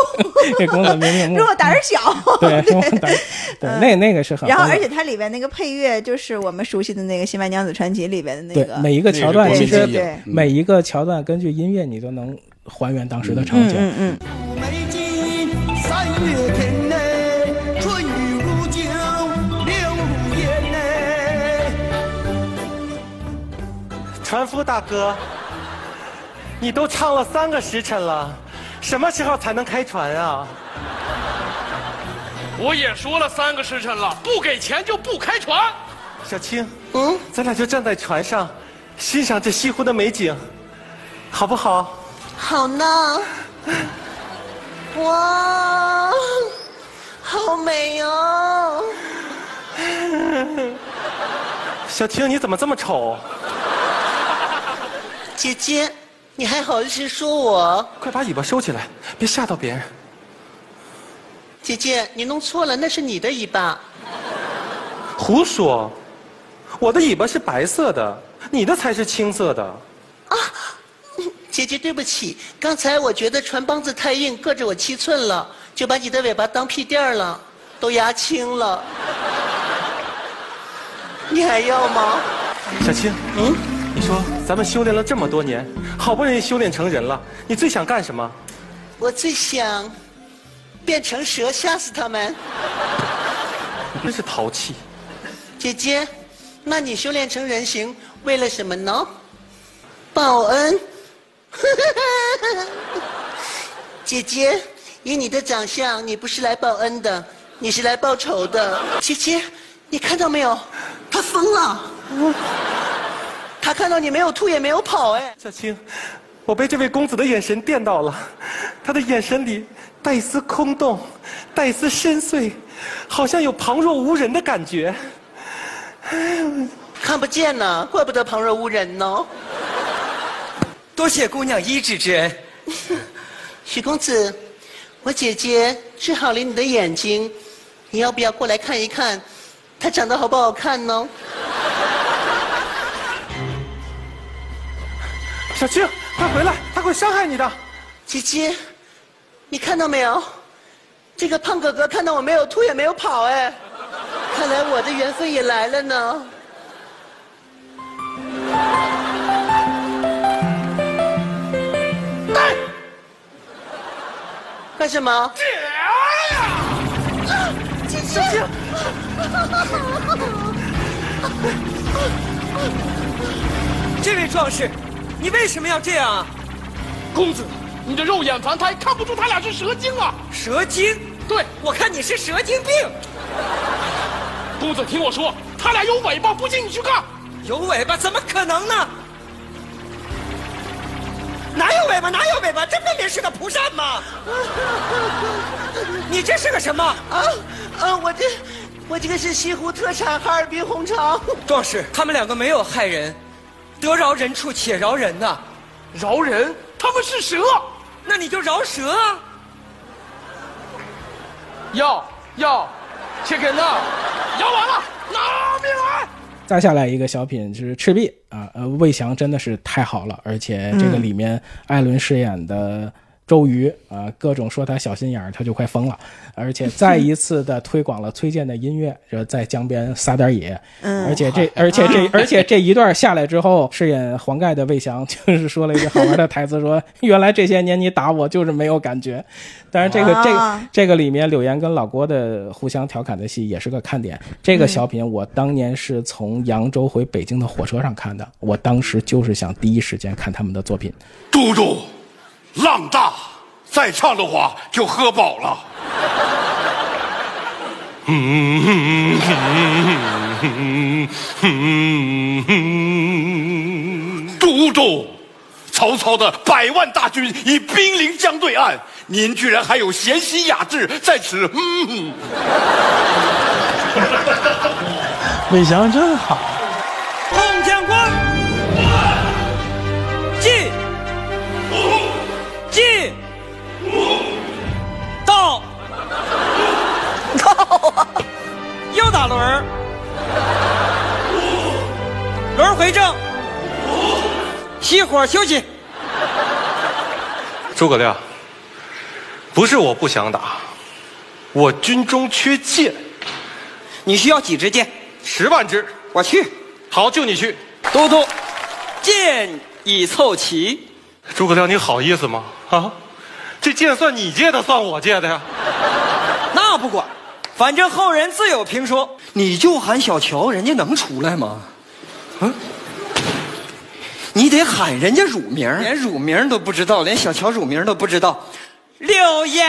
S5: (laughs)
S4: (laughs) 给公子明明目
S5: 如。果胆儿小，
S4: 嗯
S5: (laughs)
S4: (laughs) 对，用胆对，那那个是很好的。
S5: 然后，而且它里边那个配乐就是我们熟悉的那个《新白娘子传奇》里边的那
S4: 对
S5: 个，
S4: 每一个桥段，其
S5: 对
S4: 实
S5: 对对
S4: 每一个桥段根据音乐，你都能还原当时的场景。
S5: 嗯嗯
S15: 三月天呢，春雨如酒，柳如烟呢。
S7: 船夫大哥，你都唱了三个时辰了，什么时候才能开船啊？
S16: 我也说了三个时辰了，不给钱就不开船。
S7: 小青，嗯，咱俩就站在船上，欣赏这西湖的美景，好不好？
S15: 好呢，哇，好美哦！
S7: 小青，你怎么这么丑？
S15: 姐姐，你还好意思说我？
S7: 快把尾巴收起来，别吓到别人。
S15: 姐姐，你弄错了，那是你的尾巴。
S7: 胡说，我的尾巴是白色的，你的才是青色的。
S15: 姐姐，对不起，刚才我觉得船帮子太硬，硌着我七寸了，就把你的尾巴当屁垫儿了，都压青了。你还要吗？
S7: 小青，嗯，你说咱们修炼了这么多年，好不容易修炼成人了，你最想干什么？
S15: 我最想变成蛇，吓死他们。
S7: 你真是淘气。
S15: 姐姐，那你修炼成人形为了什么呢？报恩。 (laughs) 姐姐，以你的长相，你不是来报恩的，你是来报仇的。姐姐，你看到没有？他疯了，他看到你没有吐也没有跑，哎，
S21: 小青，我被这位公子的眼神电到了，他的眼神里带一丝空洞，带一丝深邃，好像有旁若无人的感觉。
S15: 看不见呢，怪不得旁若无人呢。
S17: 多谢姑娘医治之恩。
S15: 许公子，我姐姐治好了你的眼睛，你要不要过来看一看，她长得好不好看呢？
S21: 小青，快回来，她会伤害你的。
S15: 姐姐，你看到没有？这个胖哥哥看到我没有吐也没有跑，哎，看来我的缘分也来了呢。哎干什么？
S21: 哎
S15: 啊姐姐，嗯
S17: (laughs) 这位壮士，你为什么要这样啊？
S22: 公子，你这肉眼凡胎看不出他俩是蛇精啊！
S17: 蛇精？
S22: 对，
S17: 我看你是蛇精病。
S22: 公子，听我说，他俩有尾巴，不信你去看。
S17: 有尾巴？怎么可能呢？哪有尾巴？哪有尾巴？这分明是个蒲扇嘛！ (laughs) 你这是个什么？
S15: 啊啊！我这我这个是西湖特产哈尔滨红肠。
S17: 壮士，他们两个没有害人，得饶人处且饶人呐、
S22: 饶人？他们是蛇，
S17: 那你就饶蛇啊！
S22: 要要，切肯呐，摇完了，拿命来！
S4: 再下来一个小品是《赤壁》啊，呃，魏翔真的是太好了，而且这个里面艾伦饰演的周瑜啊、各种说他小心眼儿，他就快疯了，而且再一次的推广了崔健的音乐，就在江边撒点野，
S8: 嗯
S4: 而且这
S8: 好
S4: 而且这
S8: 啊
S4: 而且这一段下来之后，饰演黄盖的魏翔就是说了一句好玩的台词，说原来这些年你打我就是没有感觉，当然这个这
S8: 啊
S4: 个这个里面柳岩跟老郭的互相调侃的戏也是个看点。这个小品我当年是从扬州回北京的火车上看的，我当时就是想第一时间看他们的作品。
S1: 猪猪，浪大，再唱的话就喝饱了。猪猪，曹操的百万大军已兵临江对岸，您居然还有闲心雅致在此，嗯。
S8: 魏翔真好，
S17: 碰见官，进，进，到，到啊！又打轮儿，轮儿回正，熄火休息。
S7: 诸葛亮，不是我不想打，我军中缺箭。
S17: 你需要几支箭？
S7: 十万支。
S17: 我去。
S7: 好，就你去。
S17: 都督，箭已凑齐。
S7: 诸葛亮，你好意思吗？啊，这箭算你借的，算我借的呀？
S17: 那不管，反正后人自有评说。你就喊小乔，人家能出来吗？嗯，你得喊人家乳名，连乳名都不知道，连小乔乳名都不知道。柳岩，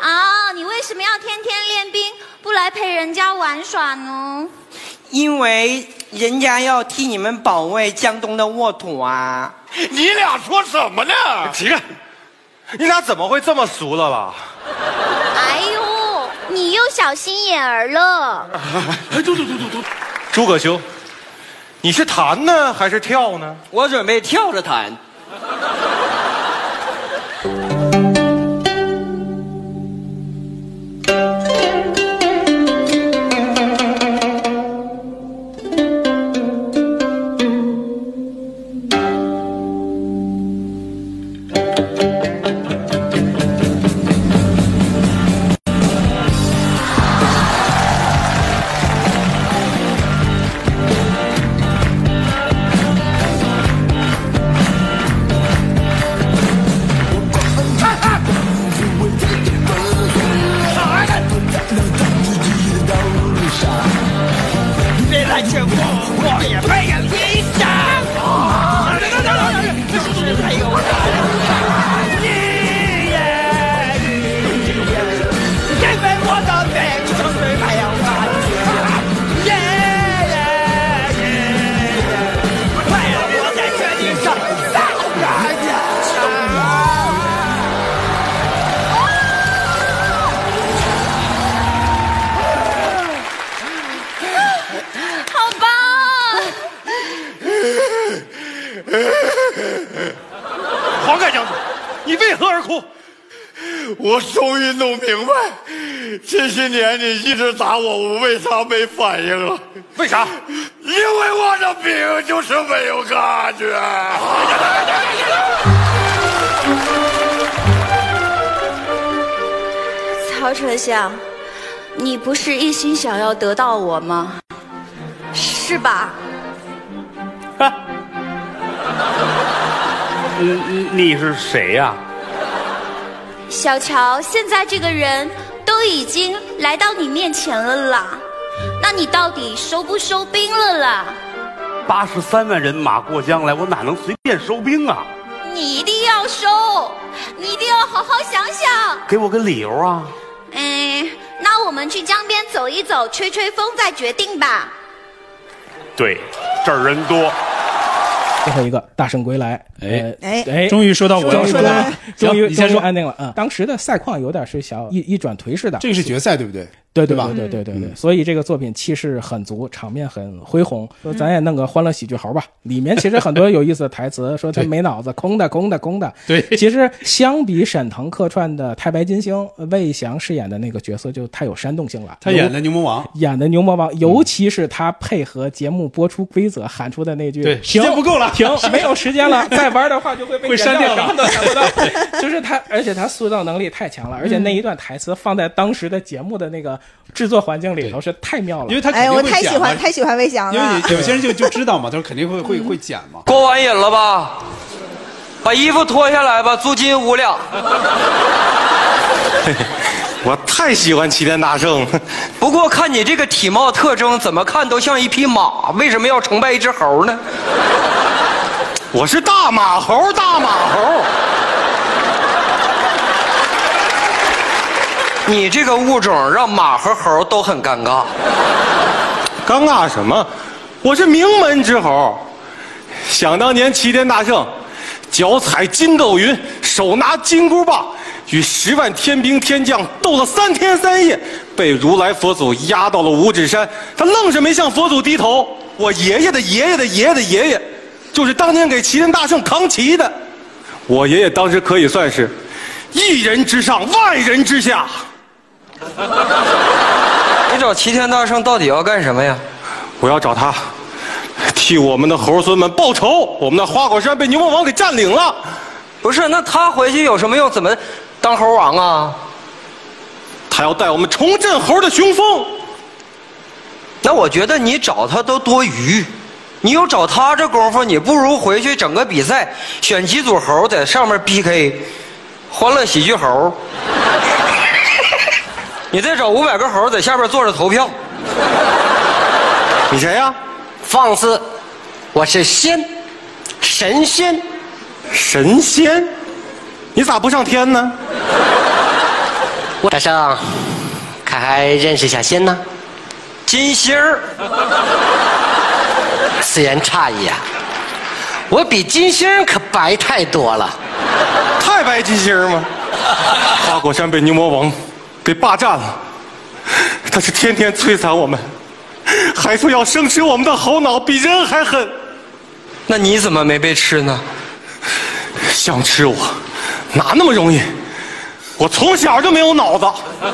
S18: 啊，你为什么要天天练兵，不来陪人家玩耍呢？
S23: 因为人家要替你们保卫江东的沃土啊。
S1: 你俩说什么呢？
S7: 起开！你俩怎么会这么俗了啦？
S18: 哎呦，你又小心眼儿了。
S7: 哎，嘟嘟嘟嘟嘟！诸葛兄，你是弹呢还是跳呢？
S17: 我准备跳着弹。
S24: 黄盖将军，你为何而哭？
S7: 我终于弄明白，这些年你一直打我，我为啥没反应了？
S24: 为啥？
S7: 因为我的病就是没有感觉。
S18: 曹丞相，你不是一心想要得到我吗？是吧？
S24: 你呃你是谁呀、
S18: 小乔，现在这个人都已经来到你面前了啦，那你到底收不收兵了啦？
S24: 八十三万人马过江来，我哪能随便收兵啊？
S18: 你一定要收，你一定要好好想想。
S24: 给我个理由啊！
S18: 嗯，那我们去江边走一走，吹吹风再决定吧。
S24: 对，这儿人多。
S4: 最后一个《大圣归来》
S2: 哎
S4: 哎
S2: 哎
S4: 哎，
S2: 终于说到我
S4: 终于说到
S2: 行，
S4: 终于
S2: 你先
S4: 终于
S2: 说
S4: 安定了啊！当时的赛况有点是小一一转颓势的，
S2: (laughs) 这个是决赛对不对？
S4: 对
S2: 对
S4: 对
S2: 吧
S4: 对对对对，
S2: 嗯
S4: 所以这个作品气势很足，场面很恢宏。说咱也弄个欢乐喜剧
S2: (laughs)
S4: 猴吧，里面其实很多有意思的台词，说他没脑子，空的空的空的。
S2: (laughs) 对，
S4: 其实相比沈腾客串的《太白金星》，魏翔饰演的那个角色就太有煽动性了。
S2: 他演的嗯牛魔王，
S4: 演的牛魔王，尤其是他配合节目播出规则喊出的那句：“
S2: 对时
S4: 停
S2: 间不够了
S4: 停
S2: (laughs) 时，间
S4: 没有时间了，再玩的话就会被
S2: 会删
S4: 剪
S2: 掉
S4: 什
S2: 了
S4: 么都看不到。” (laughs) 就是他，而且他塑造能力太强了，而且那一段台词放在当时的节目的那个制作环境里头是太妙了，
S2: 嗯因为他肯
S5: 哎，
S2: 定
S5: 我
S2: 会
S5: 太喜
S2: 剪嘛
S5: 欢太喜欢魏翔
S2: 因
S5: 了。
S4: (laughs)
S2: 为有些人就就知道嘛，他说 (laughs) 肯定会会会剪嘛。
S17: 过完瘾了吧？把衣服脱下来吧，租金五两。
S7: (laughs) 我太喜欢齐天大圣，
S17: 不过看你这个体貌特征，怎么看都像一匹马，为什么要崇拜一只猴呢？
S7: (laughs) 我是大马猴，大马猴。
S17: 你这个物种让马和猴都很尴尬。
S7: 尴尬什么？我是名门之猴。想当年齐天大圣，脚踩筋斗云，手拿金箍棒，与十万天兵天将斗了三天三夜，被如来佛祖压到了五指山，他愣是没向佛祖低头。我爷爷的爷爷的爷爷的爷爷，就是当年给齐天大圣扛旗的。我爷爷当时可以算是一人之上，万人之下。
S17: 你找齐天大圣到底要干什么呀？
S7: 我要找他，替我们的猴孙们报仇。我们的花果山被牛魔王给占领了。
S17: 不是，那他回去有什么用？怎么当猴王啊？
S7: 他要带我们重振猴的雄风。
S17: 那我觉得你找他都多余。你有找他这功夫，你不如回去整个比赛，选几组猴在上面 PK，欢乐喜剧猴。 (laughs) 你再找五百个猴在下边坐着投票。
S7: 你谁呀、
S9: 放肆！我是仙，神仙。
S7: 神仙？你咋不上天呢？
S9: (laughs) 我大圣，凯还认识一下仙呢？
S17: 金星儿，
S9: 此言差矣啊！我比金星儿可白太多了。
S7: 太白金星吗？ (laughs) 花果山被牛魔王给霸占了，他是天天摧残我们，还说要生吃我们的猴脑，比人还狠。
S17: 那你怎么没被吃呢？
S7: 想吃我，哪那么容易？我从小就没有脑子。 (laughs)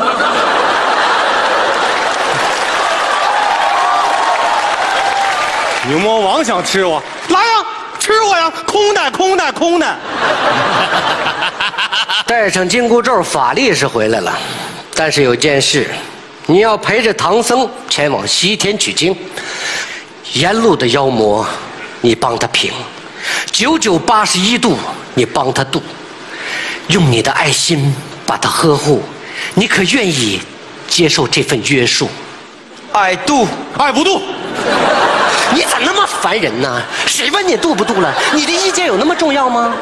S7: 牛魔王想吃我，来呀，吃我呀！空的，空的，
S9: (laughs)
S7: 空的。
S9: 带上紧箍咒，法力是回来了，但是有件事，你要陪着唐僧前往西天取经，沿路的妖魔，你帮他平；九九八十一度，你帮他度，用你的爱心把他呵护，你可愿意接受这份约束？
S17: 爱度，
S7: 爱不度。
S9: 你咋那么烦人呢？谁问你度不度了？ (laughs) 你的意见有那么重要吗？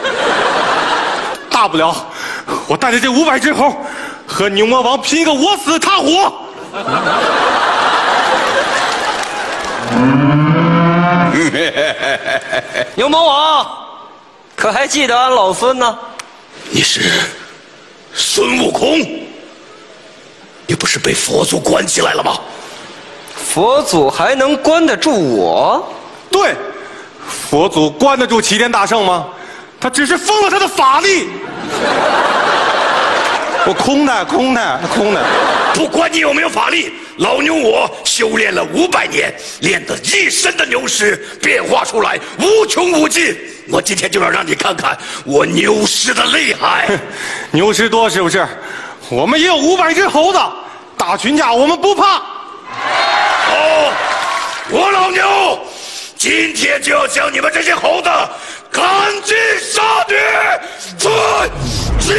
S7: 大不了我带着这五百只猴，和牛魔王拼个我死他活。
S17: (laughs) 牛魔王，可还记得俺老孙呢？
S25: 你是孙悟空，你不是被佛祖关起来了吗？
S17: 佛祖还能关得住我？
S7: 对，
S16: 佛祖关得住齐天大圣吗？他只是封了他的法力。我空的，空的，空的。
S10: 不管你有没有法力，老牛我修炼了五百年，练得一身的牛尸变化出来无穷无尽。我今天就要让你看看我牛尸的厉害。
S16: 牛吃多是不是？我们也有五百只猴子，打群架我们不怕。
S10: 哦，我老牛哦今天就要将你们这些猴子赶尽杀绝，吞灭。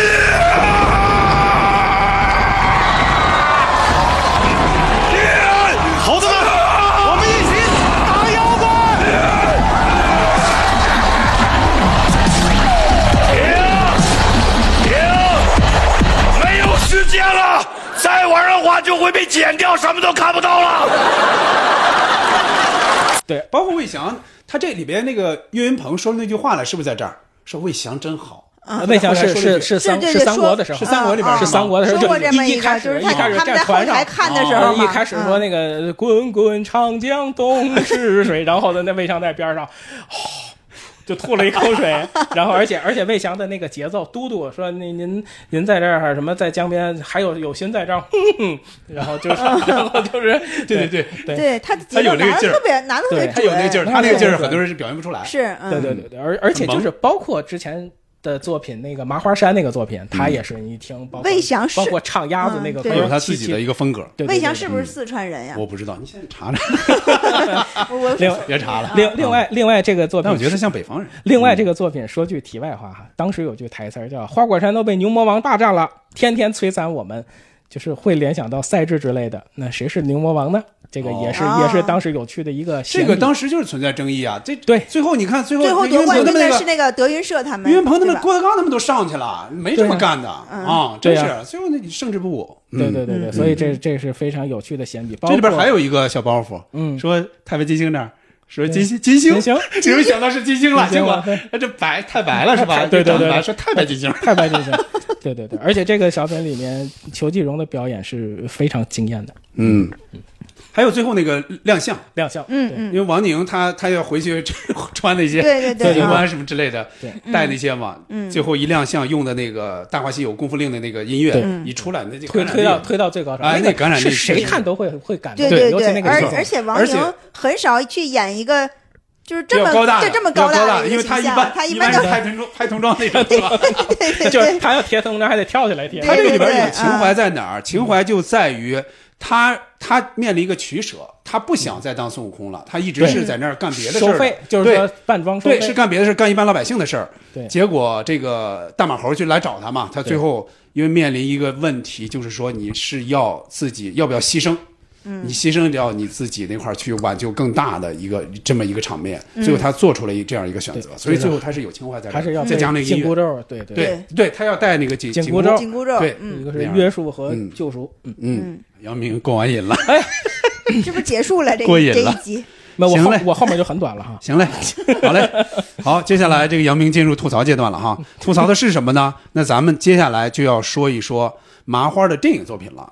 S16: 猴子们，我们一起打妖怪！
S10: 停！没有时间了，再玩的话就会被剪掉，什么都看不到了。
S2: 对，包括魏翔，他这里边那个岳云鹏说的那句话了，是不是在这儿？说魏翔真好。
S4: 啊魏翔是
S2: 后来说了一句
S4: 是是三是三国的时候
S2: 是三国里边
S4: 啊啊
S2: 吗
S4: 是三国的时候
S2: 说过
S4: 就
S2: 这么
S4: 一
S2: 一
S4: 一
S2: 个
S4: 开始
S2: 就是
S4: 一开始
S2: 他们
S4: 站
S2: 在
S4: 船
S2: 后
S4: 上
S2: 台看的时候嘛
S4: 哦一开始说那个滚滚长江东逝水，然后呢，那魏翔在边上，哦就吐了一口水，然后而且而且魏翔的那个节奏，嘟嘟说您您您在这儿什么在江边，还有有心在这儿，哼哼，然后就是然后就是对对对
S5: 对他的节奏拿得特别拿得特别准，
S4: 对他有那个劲儿
S2: 他那个劲儿很多人是表现不出来。
S5: 是嗯
S4: 对对对对，而而且就是包括之前的作品，那个麻花山那个作品，
S2: 嗯
S4: 他也是你一听，包括
S5: 魏翔是
S4: 包括唱鸭子那个
S5: 嗯
S4: 歌，
S5: 对有他
S2: 自己的一个风格
S4: 对对对
S5: 魏翔是不是
S4: 嗯
S5: 四川人呀？
S2: 我不知道，你现在查查。
S4: (laughs)
S5: 我
S4: 另外
S2: 别查了。啊
S4: 另另外另外这个作
S2: 嗯
S4: 品，
S2: 但我觉得像北方
S4: (laughs)
S2: 人。
S4: 另外这个作品说句题外话哈，当时有句台词儿叫“花果山都被牛魔王霸占了，天天摧残我们”，就是会联想到赛制之类的。那谁是牛魔王呢？这个也是、
S2: 哦
S4: 也是当时有趣的一个
S2: 这
S4: 悬
S2: 个
S4: 疑
S2: 当时就是存在争议啊，这
S4: 对
S2: 最后你看最后
S5: 最后
S2: 岳
S5: 夺
S2: 云
S5: 冠
S2: 鹏他
S5: 军
S2: 们那
S5: 的是
S2: 个
S5: 那个德云社他们，
S2: 岳云鹏他
S5: 对
S2: 们
S5: 吧
S2: 郭德纲他们都上去了，没这么干的
S5: 嗯
S2: 啊，真
S4: 对
S2: 是
S4: 呀
S2: 最后那你胜之不武。
S4: 对对对对，所以这
S2: 嗯
S4: 这是非常有趣的闲笔。包
S2: 这里边
S4: 括
S2: 还有一个小包袱，
S4: 嗯，
S2: 说太白金星那儿说金星
S4: 对
S2: 金星
S4: 金星
S2: (laughs) 结果想到是金星了，
S4: 金
S2: 结
S4: 星
S2: 果
S4: 了对
S2: 哎这白太白了是吧？
S4: (laughs) 对对对对，
S2: 说太白金星，
S4: 太白金星， (laughs) 对对对，而且这个小品里面裘继荣的表演是非常惊艳的，
S2: 嗯，还有最后那个亮相，
S4: 亮相，
S5: 嗯
S2: 嗯，因为王宁他他要回去 (laughs) 穿那些
S5: 对对对
S2: 军
S5: 啊
S2: 官什么之类的，
S4: 对
S2: 带那些嘛，
S5: 嗯
S2: 最后一亮相用的那个《大话西游》《功夫令》的那个音乐
S4: 对
S5: 嗯
S2: 一出来，那就
S4: 推
S2: 感染
S4: 推到
S2: 力
S4: 推到最高潮，
S2: 哎，
S4: 那
S2: 那感染力
S4: 是
S2: 确
S4: 谁
S2: 实
S4: 看都会会感动，
S5: 对对
S4: 尤其那个
S5: 而
S4: 时候
S5: 而且王
S2: 而且
S5: 宁很少去演一个就是这
S2: 比
S5: 么
S2: 较高大的，
S5: 对这么
S2: 比较高
S5: 大的一
S2: 因
S5: 个
S2: 为
S5: 形
S2: 他一
S5: 象
S2: 般
S5: 他
S2: 一
S5: 般
S2: 是
S5: 都 (laughs)
S2: 拍童装拍童装那种，对吧？
S4: 就是他要贴铜章还得跳起来贴，
S2: 他这里
S5: 嗯
S2: 边
S4: 对
S2: 有情怀在哪儿？情怀就在于他他面临一个取舍，他不想再当孙悟空了，他一直是在那儿干别的事儿
S4: 收
S2: 的，
S4: 费，就是
S2: 对
S4: 说扮装收费
S2: 对，是干别的事儿，干一般老百姓的事儿。
S4: 对
S2: 结果这个大马猴就来找他嘛，他最后因为面临一个问题，就是说你是要自己要不要牺牲？
S5: 嗯
S2: 你牺牲掉你自己那块儿去挽救更大的一个这么一个场面，
S4: 嗯
S2: 最后他做出了一这样一个选择，所以最后他是有情怀在这儿，
S4: 还是要
S2: 再加那个音
S4: 紧箍
S2: 乐，
S4: 咒，对
S2: 对对，他要带那个紧
S4: 紧
S2: 箍嗯
S4: 箍咒，
S2: 对，
S4: 嗯一个是
S2: 那样
S4: 约束和
S2: 嗯
S4: 救赎，嗯哎
S2: 嗯，杨明过完瘾了，
S5: 这不结束了这
S2: 过
S5: 一
S2: 瘾
S5: 这一
S2: 了
S5: 集，
S4: 那我
S2: 行
S4: 后
S2: 嘞
S4: 我后面就很短了哈。
S2: 啊行嘞，好嘞，好，接下来这个杨明进入吐槽阶段了哈，吐槽的是什么呢？那咱们接下来就要说一说麻花的电影作品了，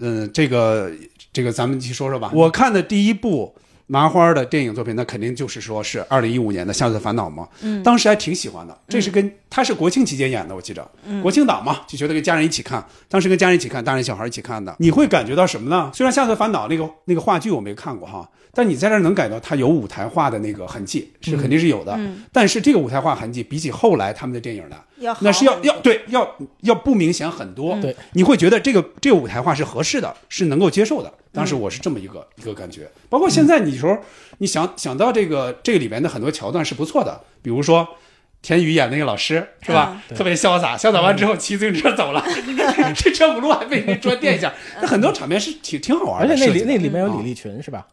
S2: 嗯，这个这个咱们去说说吧。我看的第一部麻花的电影作品，那肯定就是说是二零一五年的《夏日的烦恼》嘛，
S3: 嗯
S2: 当时还挺喜欢的。这是跟他是国庆期间演的，我记着，
S3: 嗯
S2: 国庆档嘛，就觉得跟家人一起看，当时跟家人一起看，大人小孩一起看的。你会感觉到什么呢？虽然《夏日的烦恼》那个那个话剧我没看过哈，但你在这儿能感到它有舞台化的那个痕迹，是
S3: 嗯
S2: 肯定是有的。
S3: 嗯
S2: 但是这个舞台化痕迹比起后来他们的电影呢，
S3: 要好嗯
S2: 那是要要对要要不明显很多。
S3: 对，
S2: 你会觉得这个这个舞台化是合适的，是能够接受的。当时
S3: 嗯
S2: 我是这么一个、一个感觉。包括现在，你时候你想想到这个这个里面的很多桥段是不错的，比如说。田雨演那个老师是吧
S3: 啊？对
S2: 特别潇洒，潇洒完之后骑自行车走了， (laughs) 这车轱辘还被人砖垫一下。那很多场面是挺挺好玩
S4: 而
S2: 的
S4: 且
S2: 设
S4: 那
S2: 计
S4: 里
S2: 的。
S4: 那里面有
S2: 啊
S4: 李立群是吧？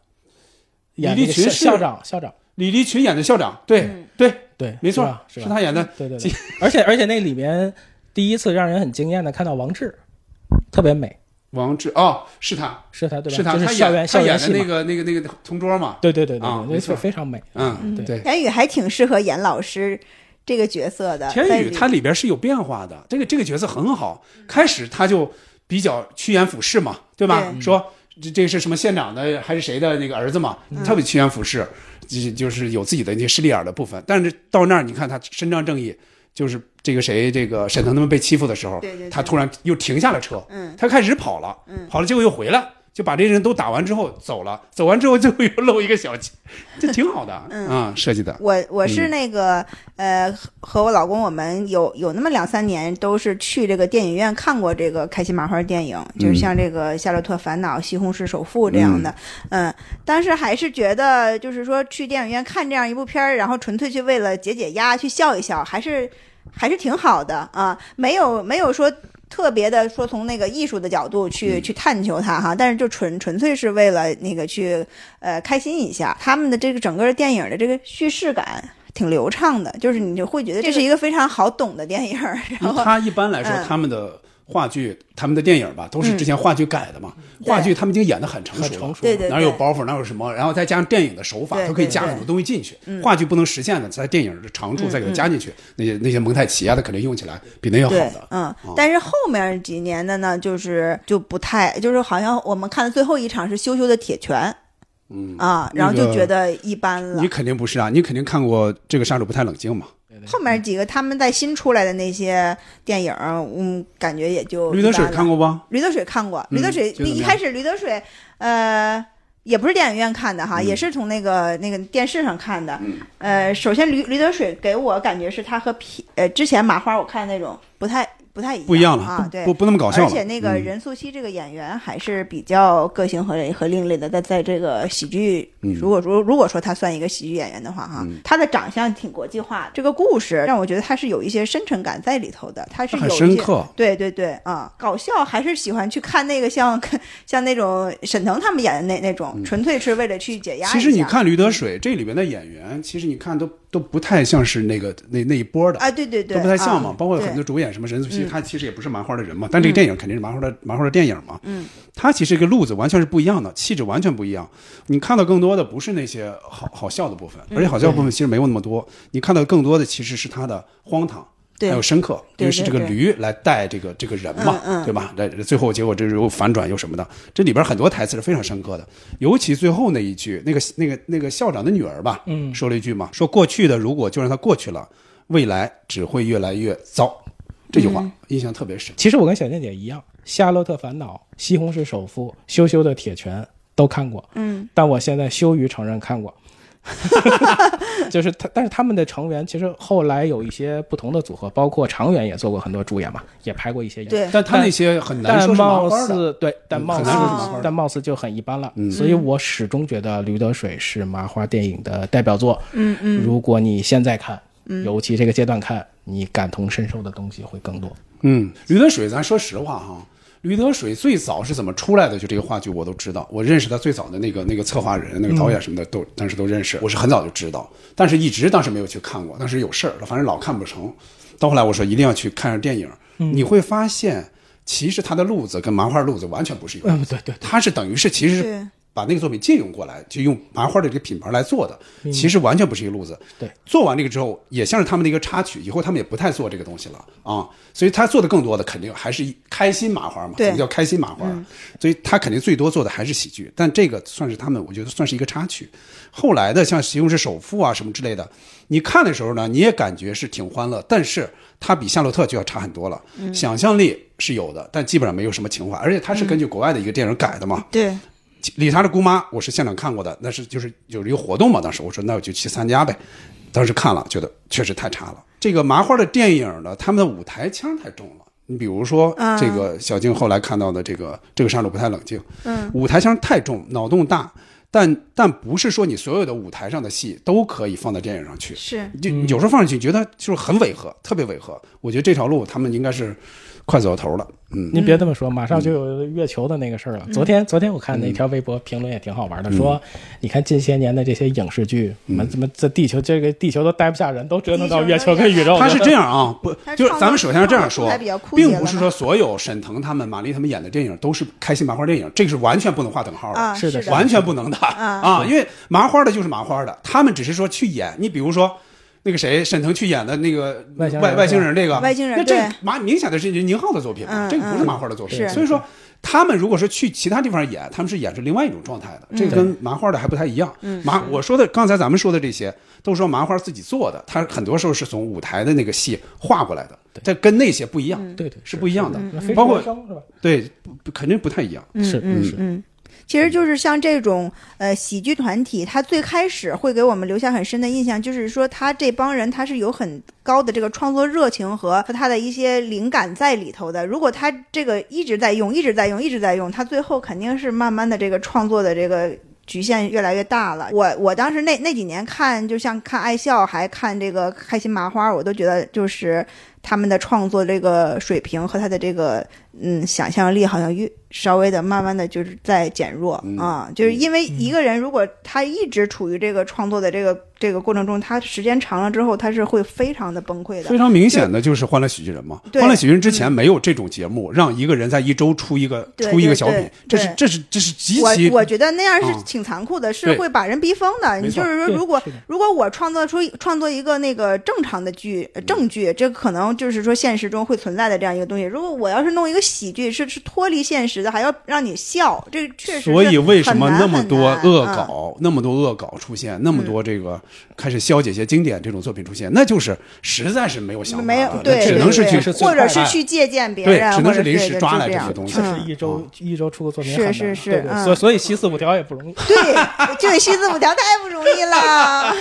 S2: 李
S4: 演
S2: 立
S4: 那个
S2: 群
S4: 校
S2: 是
S4: 校长，校长
S2: 李立群演的校长，对对
S4: 对，
S2: 没错
S4: 是吧，
S2: 是
S4: 是
S2: 他演的。
S4: 对对对， (laughs) 而且而且那里面第一次让人很惊艳的看到王志，特别美，
S2: 王志哦，是他，
S4: 是他对吧？
S2: 是他，
S4: 就是
S2: 他
S4: 校
S2: 演
S4: 园
S2: 他
S4: 校
S2: 演的
S4: 园戏
S2: 那
S4: 嘛。
S2: 个那个那个同桌嘛。
S4: 对对对对
S2: 啊
S4: 对，
S2: 没
S4: 那
S2: 错
S4: 次非常美。
S2: 嗯，对。
S5: 田宇还挺适合演老师这个角色
S3: 呃
S5: 的。在
S2: 天宇
S5: 里
S2: 他里边是有变化的，这个这个角色很好。开始他就比较趋炎附势嘛，对吧？
S5: 对
S2: 说这这是什么县长的还是谁的那个儿子嘛，
S3: 嗯
S2: 特别趋炎附势，就就是有自己的那势利眼的部分。但是到那儿，你看他伸张正义，就是这个谁，这个沈腾他们被欺负的时候，
S3: 对对对
S2: 他突然又停下了车，
S3: 嗯
S2: 他开始跑了，
S3: 嗯
S2: 跑了结果又回来，就把这些人都打完之后走了，走完之后最后又露一个小气，这挺好的，
S5: 嗯
S2: 啊，设计的，
S5: 我我是
S2: 嗯
S5: 那个、呃，和我老公我们有有那么两三年都是去这个电影院看过这个开心麻花电影，就是
S3: 嗯
S5: 像这个《夏洛特烦恼》《西红柿首富》这样的，嗯但是还是觉得就是说去电影院看这样一部片儿，然后纯粹去为了解解压去笑一笑，还是还是挺好的啊，没有没有说。特别的说，从那个艺术的角度
S2: 嗯
S5: 去去探求它哈，但是就纯纯粹是为了那个去呃开心一下。他们的这个整个电影的这个叙事感挺流畅的，就是你就会觉得这是一个非常好懂的电影。 (laughs) 然后
S2: 他一般来说，
S5: 嗯
S2: 他们的话剧、他们的电影吧，都是之前话剧改的嘛。
S5: 对
S2: 话剧他们已经演得很成熟了，
S5: 对对对
S2: 哪有包袱，哪有什么，然后再加上电影的手法，
S5: 对
S2: 它可以
S5: 对
S2: 加
S5: 对
S2: 很多东西进去。
S5: 嗯
S2: 话剧不能实现的，在电影的长处再给它加进去。那些那些蒙太奇啊，它肯定用起来比那要好
S5: 对
S2: 的，。
S5: 嗯
S2: 嗯，
S5: 但是后面几年的呢，就是就不太，就是好像我们看的最后一场是羞羞的铁拳
S2: 嗯
S5: 啊，然后
S2: 那
S5: 就
S2: 个
S5: 觉得一般了。
S2: 你肯定不是啊，你肯定看过这个《杀手不太冷静》嘛？
S5: 后面几个他们在新出来的那些电影，嗯，感觉也就
S2: 驴得
S5: 一般
S2: 水
S5: 了
S2: 看过吧？
S5: 驴得水看过，
S2: 嗯
S5: 驴得水，
S2: 觉
S5: 那
S2: 得怎么
S5: 一
S2: 样
S5: 开始驴得水，呃，也不是电影院看的哈，
S2: 嗯
S5: 也是从那个那个电视上看的。呃，首先驴驴得水给我感觉是它和皮呃之前麻花我看那种不太不太一样
S2: 不一样了
S5: 啊
S2: 不，
S5: 对，
S2: 不不那么搞笑了
S5: 而且那个
S2: 嗯
S5: 任素汐这个演员还是比较个性和和另类的，在在这个喜剧，
S3: 嗯
S5: 如果如如果说她算一个喜剧演员的话哈，她的长相挺国际化的，这个故事让我觉得她是有一些深沉感在里头的，她是有
S3: 很
S5: 一些
S3: 深刻
S5: 对对对啊、搞笑还是喜欢去看那个像像那种沈腾他们演的那那种，纯粹是为了去解压一下。
S2: 嗯其实你看《驴得水》这里边的演员，其实你看都都不太像是那个那那一波的
S5: 啊，对对对，
S2: 都不太像
S5: 啊
S2: 嘛。包括
S5: 对
S2: 很多主演什么任素汐，
S5: 嗯
S2: 她其实也不是麻花的人嘛，但这个电影肯定是麻花的麻花的电影嘛。
S5: 嗯
S2: 它其实这个路子完全是不一样的，气质完全不一样。你看到更多的不是那些好好笑的部分，
S3: 嗯
S2: 而且好笑的部分其实没有那么多。你看到更多的其实是它的荒唐。
S3: 对
S2: 还有深刻，
S3: 对
S2: 因为是这个
S3: 对对
S2: 驴来带这个这个人嘛，
S3: 嗯嗯
S2: 对吧？来最后结果这又反转又什么的，这里边很多台词是非常深刻的，尤其最后那一句，那个那个那个校长的女儿吧，
S3: 嗯
S2: 说了一句嘛，说过去的如果就让它过去了，未来只会越来越糟，这句话、
S4: 嗯
S2: 印象特别深。
S4: 其实我跟小健姐一样，《夏洛特烦恼》《西红柿首富》《羞羞的铁拳》都看过，
S5: 嗯，
S4: 但我现在羞于承认看过。 (laughs) 就是他，但是他们的成员其实后来有一些不同的组合，包括常远也做过很多主演嘛，也拍过一些演。
S2: 对但他那些很难说是麻
S4: 但
S2: 花
S4: 貌
S2: 的
S4: 似对，但
S2: 嗯
S4: 貌
S2: 很
S4: 似
S2: 难说是麻花的
S4: 但貌似就很一般了。
S2: 嗯
S4: 啊所以我始终觉得《驴得水》是麻花电影的代表作。
S5: 嗯嗯
S4: 如果你现在看，
S5: 嗯
S4: 尤其这个阶段看，你感同身受的东西会更多。
S2: 嗯，驴得水，咱说实话哈，驴得水最早是怎么出来的？就这个话剧我都知道，我认识他最早的那个那个策划人、那个导演什么
S4: 嗯
S2: 的都、当时都认识，我是很早就知道，但是一直当时没有去看过，当时有事儿，反正老看不成。到后来我说一定要去看下电影，
S4: 嗯
S2: 你会发现其实他的路子跟麻花路子完全不是一个路
S4: 嗯
S2: 子，
S4: 对对，
S2: 他是等于是其实是
S4: 对
S2: 把那个作品借用过来，就用麻花的这个品牌来做的，
S4: 明白
S2: 其实完全不是一个路子。
S4: 对，
S2: 做完这个之后，也像是他们的一个插曲，以后他们也不太做这个东西了啊。所以他做的更多的肯定还是一开心麻花嘛，
S3: 对
S2: 什么叫开心麻花？
S3: 嗯
S2: 所以他肯定最多做的还是喜剧，但这个算是他们，我觉得算是一个插曲。后来的像《西红柿首富》啊什么之类的，你看的时候呢，你也感觉是挺欢乐，但是它比《夏洛特》就要差很多了。
S3: 嗯
S2: 想象力是有的，但基本上没有什么情怀，而且它是根据国外的一个电影改的嘛。
S5: 对，
S2: 理查的姑妈，我是现场看过的，那是就是有一个活动嘛，当时我说那我就去参加呗。当时看了，觉得确实太差了。这个麻花的电影呢，他们的舞台腔太重了。你比如说
S3: 嗯
S2: 这个小静后来看到的这个这个杀手不太冷静，
S3: 嗯
S2: 舞台腔太重，脑洞大，但但不是说你所有的舞台上的戏都可以放到电影上去，
S5: 是
S2: 就有时候放上去觉得就是很违和，特别违和。我觉得这条路他们应该是快走到头了。嗯，
S4: 您别这么说，马上就有月球的那个事儿了。
S2: 嗯
S4: 昨天，昨天我看那条微博评论也挺好玩的，
S2: 嗯
S4: 说你看近些年的这些影视剧，我们怎么这地球这个地球都待不下人，都折腾到月球跟宇宙了。
S2: 他是这样啊，不
S4: 他是
S2: 就是
S4: 创
S2: 咱们
S4: 作
S2: 首先是这样
S4: 创作
S2: 说
S4: 出来比较酷，
S2: 并
S4: 些
S2: 不
S4: 了
S2: 是说所有沈腾他们、马丽他们演的电影都是开心麻花电影，这个是完全不能划等号
S3: 啊是的是的
S2: 完全不能的
S3: 啊
S2: 啊，因为麻花的就是麻花的，他们只是说去演。你比如说。那个谁沈腾去演的那个外
S4: 星人
S2: 外星人这个
S5: 外星人
S2: 那这
S5: 对
S2: 马明显的是宁浩的作品嘛，
S5: 嗯
S2: 这个不是
S5: 嗯
S2: 麻花的作品，
S5: 是
S2: 所以说。他们如果是去其他地方演，他们是演是另外一种状态的，这
S5: 嗯
S2: 个跟麻花的还不太一样。
S5: 嗯
S2: 麻
S5: 是
S2: 我说的刚才咱们说的这些，都说麻花自己做的，他很多时候是从舞台的那个戏画过来的，但跟那些不一样，对对，是不一样的
S5: 嗯嗯嗯，
S2: 包括
S5: 非常
S4: 是吧
S2: 对，不不肯定不太一样。
S5: 嗯嗯嗯，其实就是像这种呃喜剧团体，它最开始会给我们留下很深的印象，就是说他这帮人他是有很高的这个创作热情和和他的一些灵感在里头的。如果他这个一直在用，一直在用，一直在用，他最后肯定是慢慢的这个创作的这个。局限越来越大了。我我当时那那几年看，就像看爱笑，还看这个开心麻花，我都觉得就是他们的创作这个水平和他的这个嗯想象力，好像越稍微的慢慢的就是在减弱、
S2: 嗯
S5: 啊。就是因为一个人如果他一直处于这个创作的这个这个过程中，他时间长了之后，他是会非常的崩溃的，
S2: 非常明显的就是《欢乐喜剧人》嘛，《
S5: 对嗯
S2: 欢乐喜剧人》之前没有这种节目，让一个人在一周出一个
S5: 对
S2: 出一个
S5: 对
S2: 小品
S5: 对，
S2: 这是
S5: 对
S2: 这是这是极其
S5: 我我觉得那样
S2: 啊
S5: 是挺残酷的，是
S2: 对
S5: 会把人逼疯的。
S2: 没
S5: 你
S2: 错
S5: 就是说，
S2: 对
S5: 如果
S2: 是的
S5: 如果我创作出创作一个那个正常的剧呃
S2: 嗯
S5: 正剧，这可能就是说现实中会存在的这样一个东西。如果我要是弄一个喜剧，是是脱离现实的，还要让你笑，这确实是
S2: 所以为什么
S5: 很难
S2: 那么多
S5: 很难
S2: 恶
S5: 嗯
S2: 搞，那么多恶搞出现，那么多这个开始消解一些经典这种作品出现，那就是实在是没有想法了，
S5: 没有
S2: 那
S5: 对，
S2: 只能是
S5: 对
S2: 去
S5: 或者是去借鉴别
S2: 对
S5: 人，
S2: 只
S5: 或
S2: 能
S5: 者
S2: 是临
S5: 对
S2: 时
S5: 对
S2: 抓
S5: 就
S2: 来
S5: 这
S2: 这
S5: 样
S2: 些东西嗯
S4: 确，实一周一周出个作品很
S5: 是是
S4: 难
S5: 是
S4: 对对
S5: 嗯
S4: 所以所以习四五条也不容易。
S5: 对，这个西字母条太不容易
S2: (laughs)
S5: 了，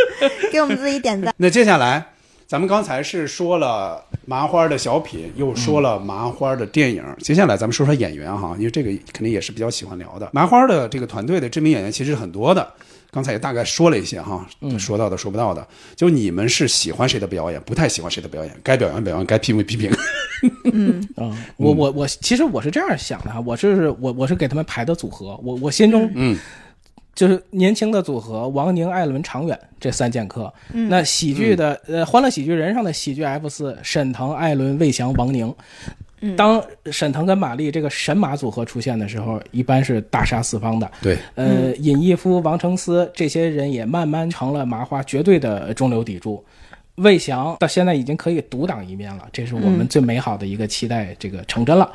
S5: (laughs) 给我们自己点赞。
S2: 那接下来，咱们刚才是说了麻花的小品，又说了麻花的电影，接下来咱们说说演员哈，因为这个肯定也是比较喜欢聊的。麻花的这个团队的知名演员其实很多的，刚才也大概说了一些哈，说到的说不到的，就你们是喜欢谁的表演，不太喜欢谁的表演，该表扬表扬，该批评批评。
S4: 嗯啊，我我我，其实我是这样想的哈，我是我我是给他们排的组合，我我心中
S2: 嗯，
S4: 就是年轻的组合王宁、艾伦、常远这三剑客。
S3: 嗯
S4: 那喜剧的、呃，《欢乐喜剧人》上的喜剧 F 四，沈腾、艾伦、魏翔、王宁。当沈腾跟马丽这个神马组合出现的时候，一般是大杀四方的。
S2: 对
S4: 呃，
S5: 嗯
S4: 尹义夫、王承思这些人也慢慢成了麻花绝对的中流砥柱。魏翔到现在已经可以独当一面了，这是我们
S3: 嗯
S4: 最美好的一个期待，这个成真了。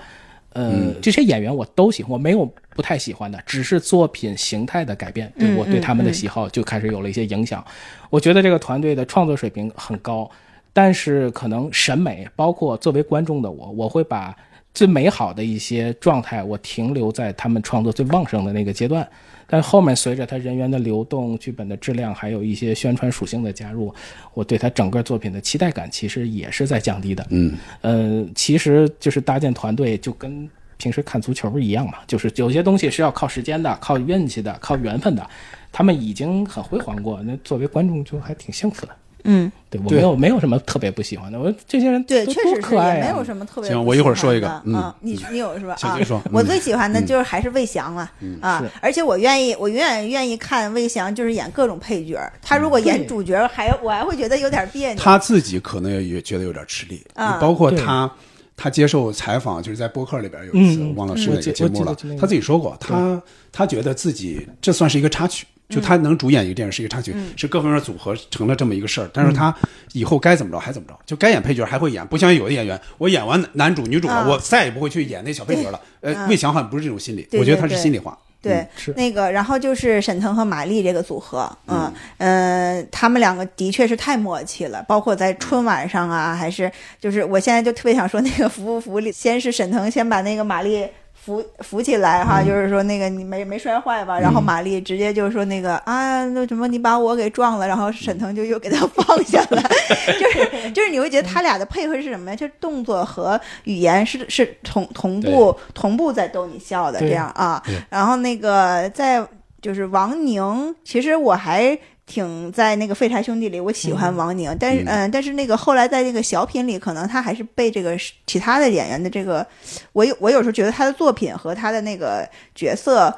S4: 呃，
S3: 嗯
S4: 这些演员我都喜欢，我没有不太喜欢的，只是作品形态的改变，对
S3: 嗯
S4: 我对他们的
S3: 嗯嗯
S4: 喜好就开始有了一些影响。我觉得这个团队的创作水平很高，但是可能审美，包括作为观众的我，我会把最美好的一些状态，我停留在他们创作最旺盛的那个阶段。但后面随着他人员的流动、剧本的质量，还有一些宣传属性的加入，我对他整个作品的期待感其实也是在降低的。
S2: 嗯，
S4: 呃，其实就是搭建团队就跟平时看足球一样嘛，就是有些东西是要靠时间的、靠运气的、靠缘分的。他们已经很辉煌过，那作为观众就还挺幸福的。
S5: 嗯，
S4: 对我
S2: 对
S4: 没有没有什么特别不喜欢的，我这些人
S5: 对，
S4: 都
S5: 确实
S4: 多
S5: 是
S4: 可爱
S5: 也
S4: 啊
S5: 没有什么特别不喜欢的。
S2: 行我一会儿说一个嗯
S5: 啊，你你有是吧？
S2: 小
S5: 啊
S2: 杰说，
S5: 我
S2: 嗯
S5: 最喜欢的
S2: 嗯
S5: 就是还是魏翔了
S2: 嗯
S5: 啊
S2: 是，
S5: 而且我愿意，我永远愿意看魏翔，就是演各种配角儿。他
S2: 嗯
S5: 如果演
S4: 对
S5: 主角儿，还我还会觉得有点别扭。
S2: 他自己可能也觉得有点吃力，
S5: 啊
S2: 包括
S5: 对
S2: 他他接受采访，就是在播客里边有一次，
S4: 嗯
S2: 忘了
S4: 嗯
S2: 是哪
S4: 我
S2: 个
S4: 记
S2: 节目
S4: 我
S2: 了
S4: 记得，那个
S2: 他自己说过，他他觉得自己这算是一个插曲。就他能主演一个电影是一个插曲，
S4: 嗯
S2: 是各方面组合成了这么一个事儿。但是他以后该怎么着还怎么着，就该演配角还会演，不像有的演员，我演完男主女主了，
S5: 啊
S2: 我再也不会去演那小配角了。
S5: 对
S2: 呃，
S5: 啊
S2: 魏翔好像不是这种心理，
S5: 对
S2: 我觉得
S5: 对
S2: 他是
S5: 对
S2: 心里话。
S5: 对
S2: 嗯，是
S5: 那个，然后就是沈腾和马丽这个组合，嗯呃，他们两个的确是太默契了，包括在春晚上啊，还是就是我现在就特别想说那个服不服力，先是沈腾先把那个马丽。扶扶起来哈，就是说那个你没没摔坏吧？然后马丽直接就说那个啊，那什么你把我给撞了，然后沈腾就又给他放下了，就是 (laughs) 就是你会觉得他俩的配合是什么呀？就是动作和语言是是同同步同步在逗你笑的这
S3: 对
S5: 样啊
S3: 对。
S5: 然后那个在就是王宁，其实我还挺在那个废柴兄弟里，我喜欢王宁，但是
S3: 嗯
S5: 嗯、但是那个后来在那个小品里，可能他还是被这个其他的演员的这个，我有我有时候觉得他的作品和他的那个角色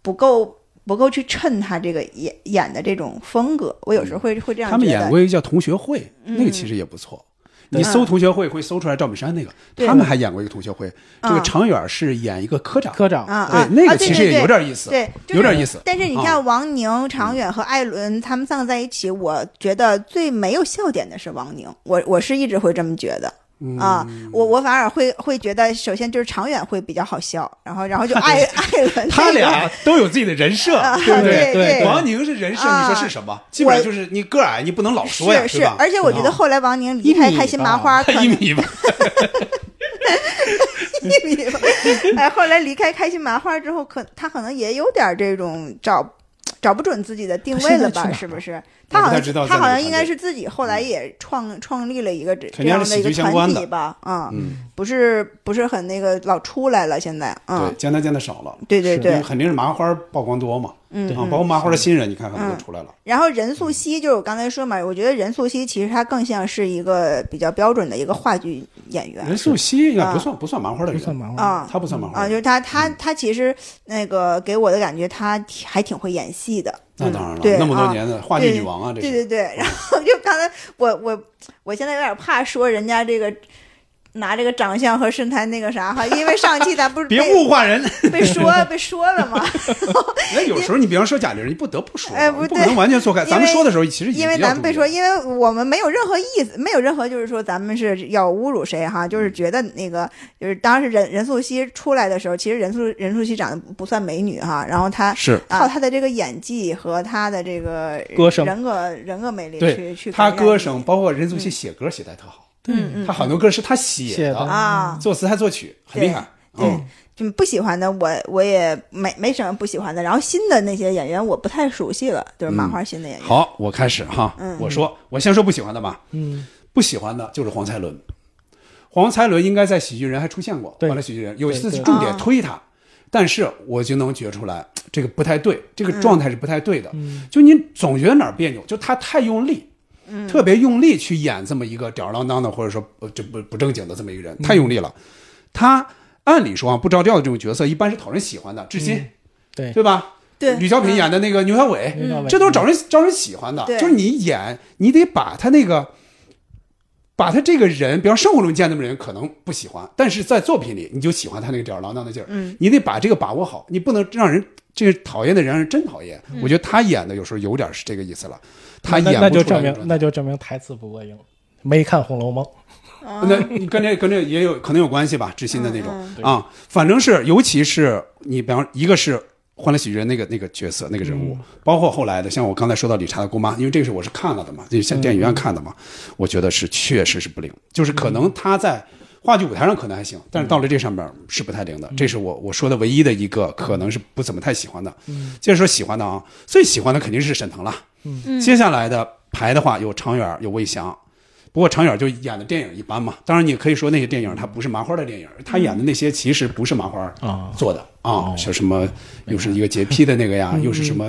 S5: 不够。不够去衬他这个演演的这种风格，我有时候会会这样觉
S2: 他
S5: 得。
S2: 们演过一个叫《同学会》，
S5: 嗯
S2: 那个其实也不错。你搜同学会会搜出来赵本山那个，
S5: 对
S2: 他们还演过一个同学会，这个
S5: 嗯
S2: 常远是演一个科长，
S4: 科长
S5: 啊啊！
S2: 对，那
S5: 啊
S2: 个其实也有点意思，
S5: 对，就是
S2: 有点意思。
S5: 但是你
S2: 啊嗯
S5: 看，王宁、常远和艾伦他们三个在一起，我觉得最没有笑点的是王宁，我我是一直会这么觉得。
S2: 嗯
S5: 啊，我我反而会会觉得，首先就是长远会比较好笑，然后然
S2: (laughs)
S5: 后就艾艾伦
S2: 他
S5: 这个
S2: 俩都有自己的人设
S5: 啊，
S2: 对不
S5: 对对对
S2: 王宁是人设，
S5: 啊
S2: 你说是什么？基本上就是你个矮，你不能老说呀，
S5: 是
S2: 对
S5: 是
S2: 吧，啊
S5: 而且我觉得后来王宁离开开心麻
S2: (laughs)
S5: 花，可能
S2: 一
S5: (laughs)
S2: 米吧，
S5: 一米吧。哎，后来离开开心麻花之后，可他可能也有点这种找找不准自己的定位了
S2: 他现在去
S5: 吧？
S2: 哪儿
S5: 是不是？
S2: 我
S5: 他
S2: 不
S5: 好
S2: 太
S5: 像
S2: 知道在
S5: 他
S2: 哪个
S5: 好像
S2: 团
S5: 应该
S2: 队
S5: 是自己后来也创创立了一个这这
S2: 嗯肯定
S5: 样
S2: 是
S5: 一
S2: 喜
S5: 个
S2: 剧相关
S5: 团
S2: 的
S5: 体吧？啊，
S2: 嗯，
S5: 不是不是很那个老出来了，现在嗯
S2: 对，，见他见的少了，
S5: 对对
S2: 是
S5: 对
S2: 因为肯定是麻花曝光多嘛，
S5: 嗯
S2: 啊，
S5: 嗯
S2: 包括麻花的新人，你看看都
S5: 嗯
S2: 出来了，
S5: 然后任素汐就是我刚才说嘛，我觉得任素汐其实她更像是一个比较标准的一个话剧演员。
S2: 任素汐应该
S5: 啊
S2: 不算不算麻花的人，不算麻
S5: 啊，
S2: 他不算麻花
S5: 啊，
S2: 人嗯
S5: 就是他，他他其实那个给我的感觉，他挺还挺会演戏的。
S2: 那当然了
S5: 对，
S2: 那么多
S5: 啊
S2: 年的话剧
S5: 对
S2: 女王啊这
S5: 对
S2: 是
S5: 对对。然后就刚才我我我现在有点怕说人家这个拿这个长相和身材那个啥哈，因为上期咱不是
S2: 别
S5: 被
S2: 物化人，
S5: 被
S2: (laughs)
S5: 说被说了嘛，
S2: 那有时候你比方说贾玲，你不得不说，啊
S5: 哎，不
S2: 不
S5: 对，
S2: 可能完全错开。
S5: 因
S2: 咱们
S5: 为
S2: 说的时候，其实已经
S5: 因为
S2: 比较
S5: 咱们被
S2: 注意
S5: 说，因为我们没有任何意思，没有任何就是说咱们是要侮辱谁哈，就是
S2: 嗯
S5: 觉得那个就是当时任任素汐出来的时候，其实任素任素汐长得不算美女哈，然后她
S2: 是
S5: 靠她的这个演技和她的这个
S2: 歌声
S5: 人格人格魅力去去
S2: 对，他
S5: 感染
S2: 歌
S5: 你
S2: 声包括任素汐写歌写得特好，
S5: 嗯嗯
S2: 他很多歌是他写
S5: 写
S2: 的
S5: 的啊
S2: 作词还作曲，很厉害。
S5: 对
S2: 嗯，
S5: 就不喜欢的我我也没没什么不喜欢的，然后新的那些演员我不太熟悉了，就是麻花新的演员。
S2: 嗯好，我开始哈
S5: 哎嗯，
S2: 我说我先说不喜欢的吧，
S5: 嗯，
S2: 不喜欢的就是黄才伦，黄才伦应该在喜剧人还出现过，完了喜剧人有一次
S5: 对对
S2: 重点
S5: 啊
S2: 推他，但是我就能觉出来这个不太对，这个
S5: 嗯
S2: 状态是不太对的，
S5: 嗯
S2: 就你总觉得哪儿别扭，就他太用力，
S5: 嗯，
S2: 呃特别用力去演这么一个吊儿郎当的，或者说呃这不不正经的这么一个
S5: 嗯
S2: 人，太用力了。他按理说啊，不着调的这种角色一般是讨人喜欢的，至
S5: 嗯
S2: 今，
S4: 对
S2: 对吧？
S5: 对
S2: 吕小品演的那个牛小伟
S4: 牛小伟，
S2: 这都是找人招人喜欢的。
S4: 对
S2: 就是你演，你得把他那个，把他这个人，比方生活中见那么人可能不喜欢，但是在作品里你就喜欢他那个吊儿郎当的劲儿。
S5: 嗯
S2: 你得把这个把握好，你不能让人这个讨厌的人让人真讨厌。
S4: 嗯
S2: 我觉得他演的有时候有点是这个意思了，他
S4: 那
S2: 演
S4: 那
S2: 不
S4: 就
S2: 出来
S4: 证
S2: 那
S4: 明
S2: 种
S4: 那就证明台词不过硬，没看《红楼梦》。
S2: 那你跟这跟这也有可能有关系吧，知心的那种
S4: 啊嗯嗯
S2: 啊，反正是尤其是你，比方一个是《欢乐喜剧人》那个那个角色那个人
S4: 嗯
S2: 物，包括后来的，像我刚才说到理查的姑妈，因为这个是我是看了的嘛，就像电影
S4: 嗯
S2: 院看的嘛，我觉得是确实是不灵，就是可
S4: 嗯
S2: 能他在话剧舞台上可能还行，但是到了这上面是不太灵
S4: 嗯
S2: 的，这是我我说的唯一的一个可能是不怎么太喜欢的。
S4: 嗯
S2: 接着说喜欢的啊，最喜欢的肯定是沈腾了。
S4: 嗯
S2: 接下来的排的话有常远，有魏翔。不过常远就演的电影一般嘛，当然你也可以说那些电影它不是麻花的电影，他演的那些其实不是麻花做的啊，像什么又是一个洁癖的那个呀，
S5: 嗯
S2: 又是什么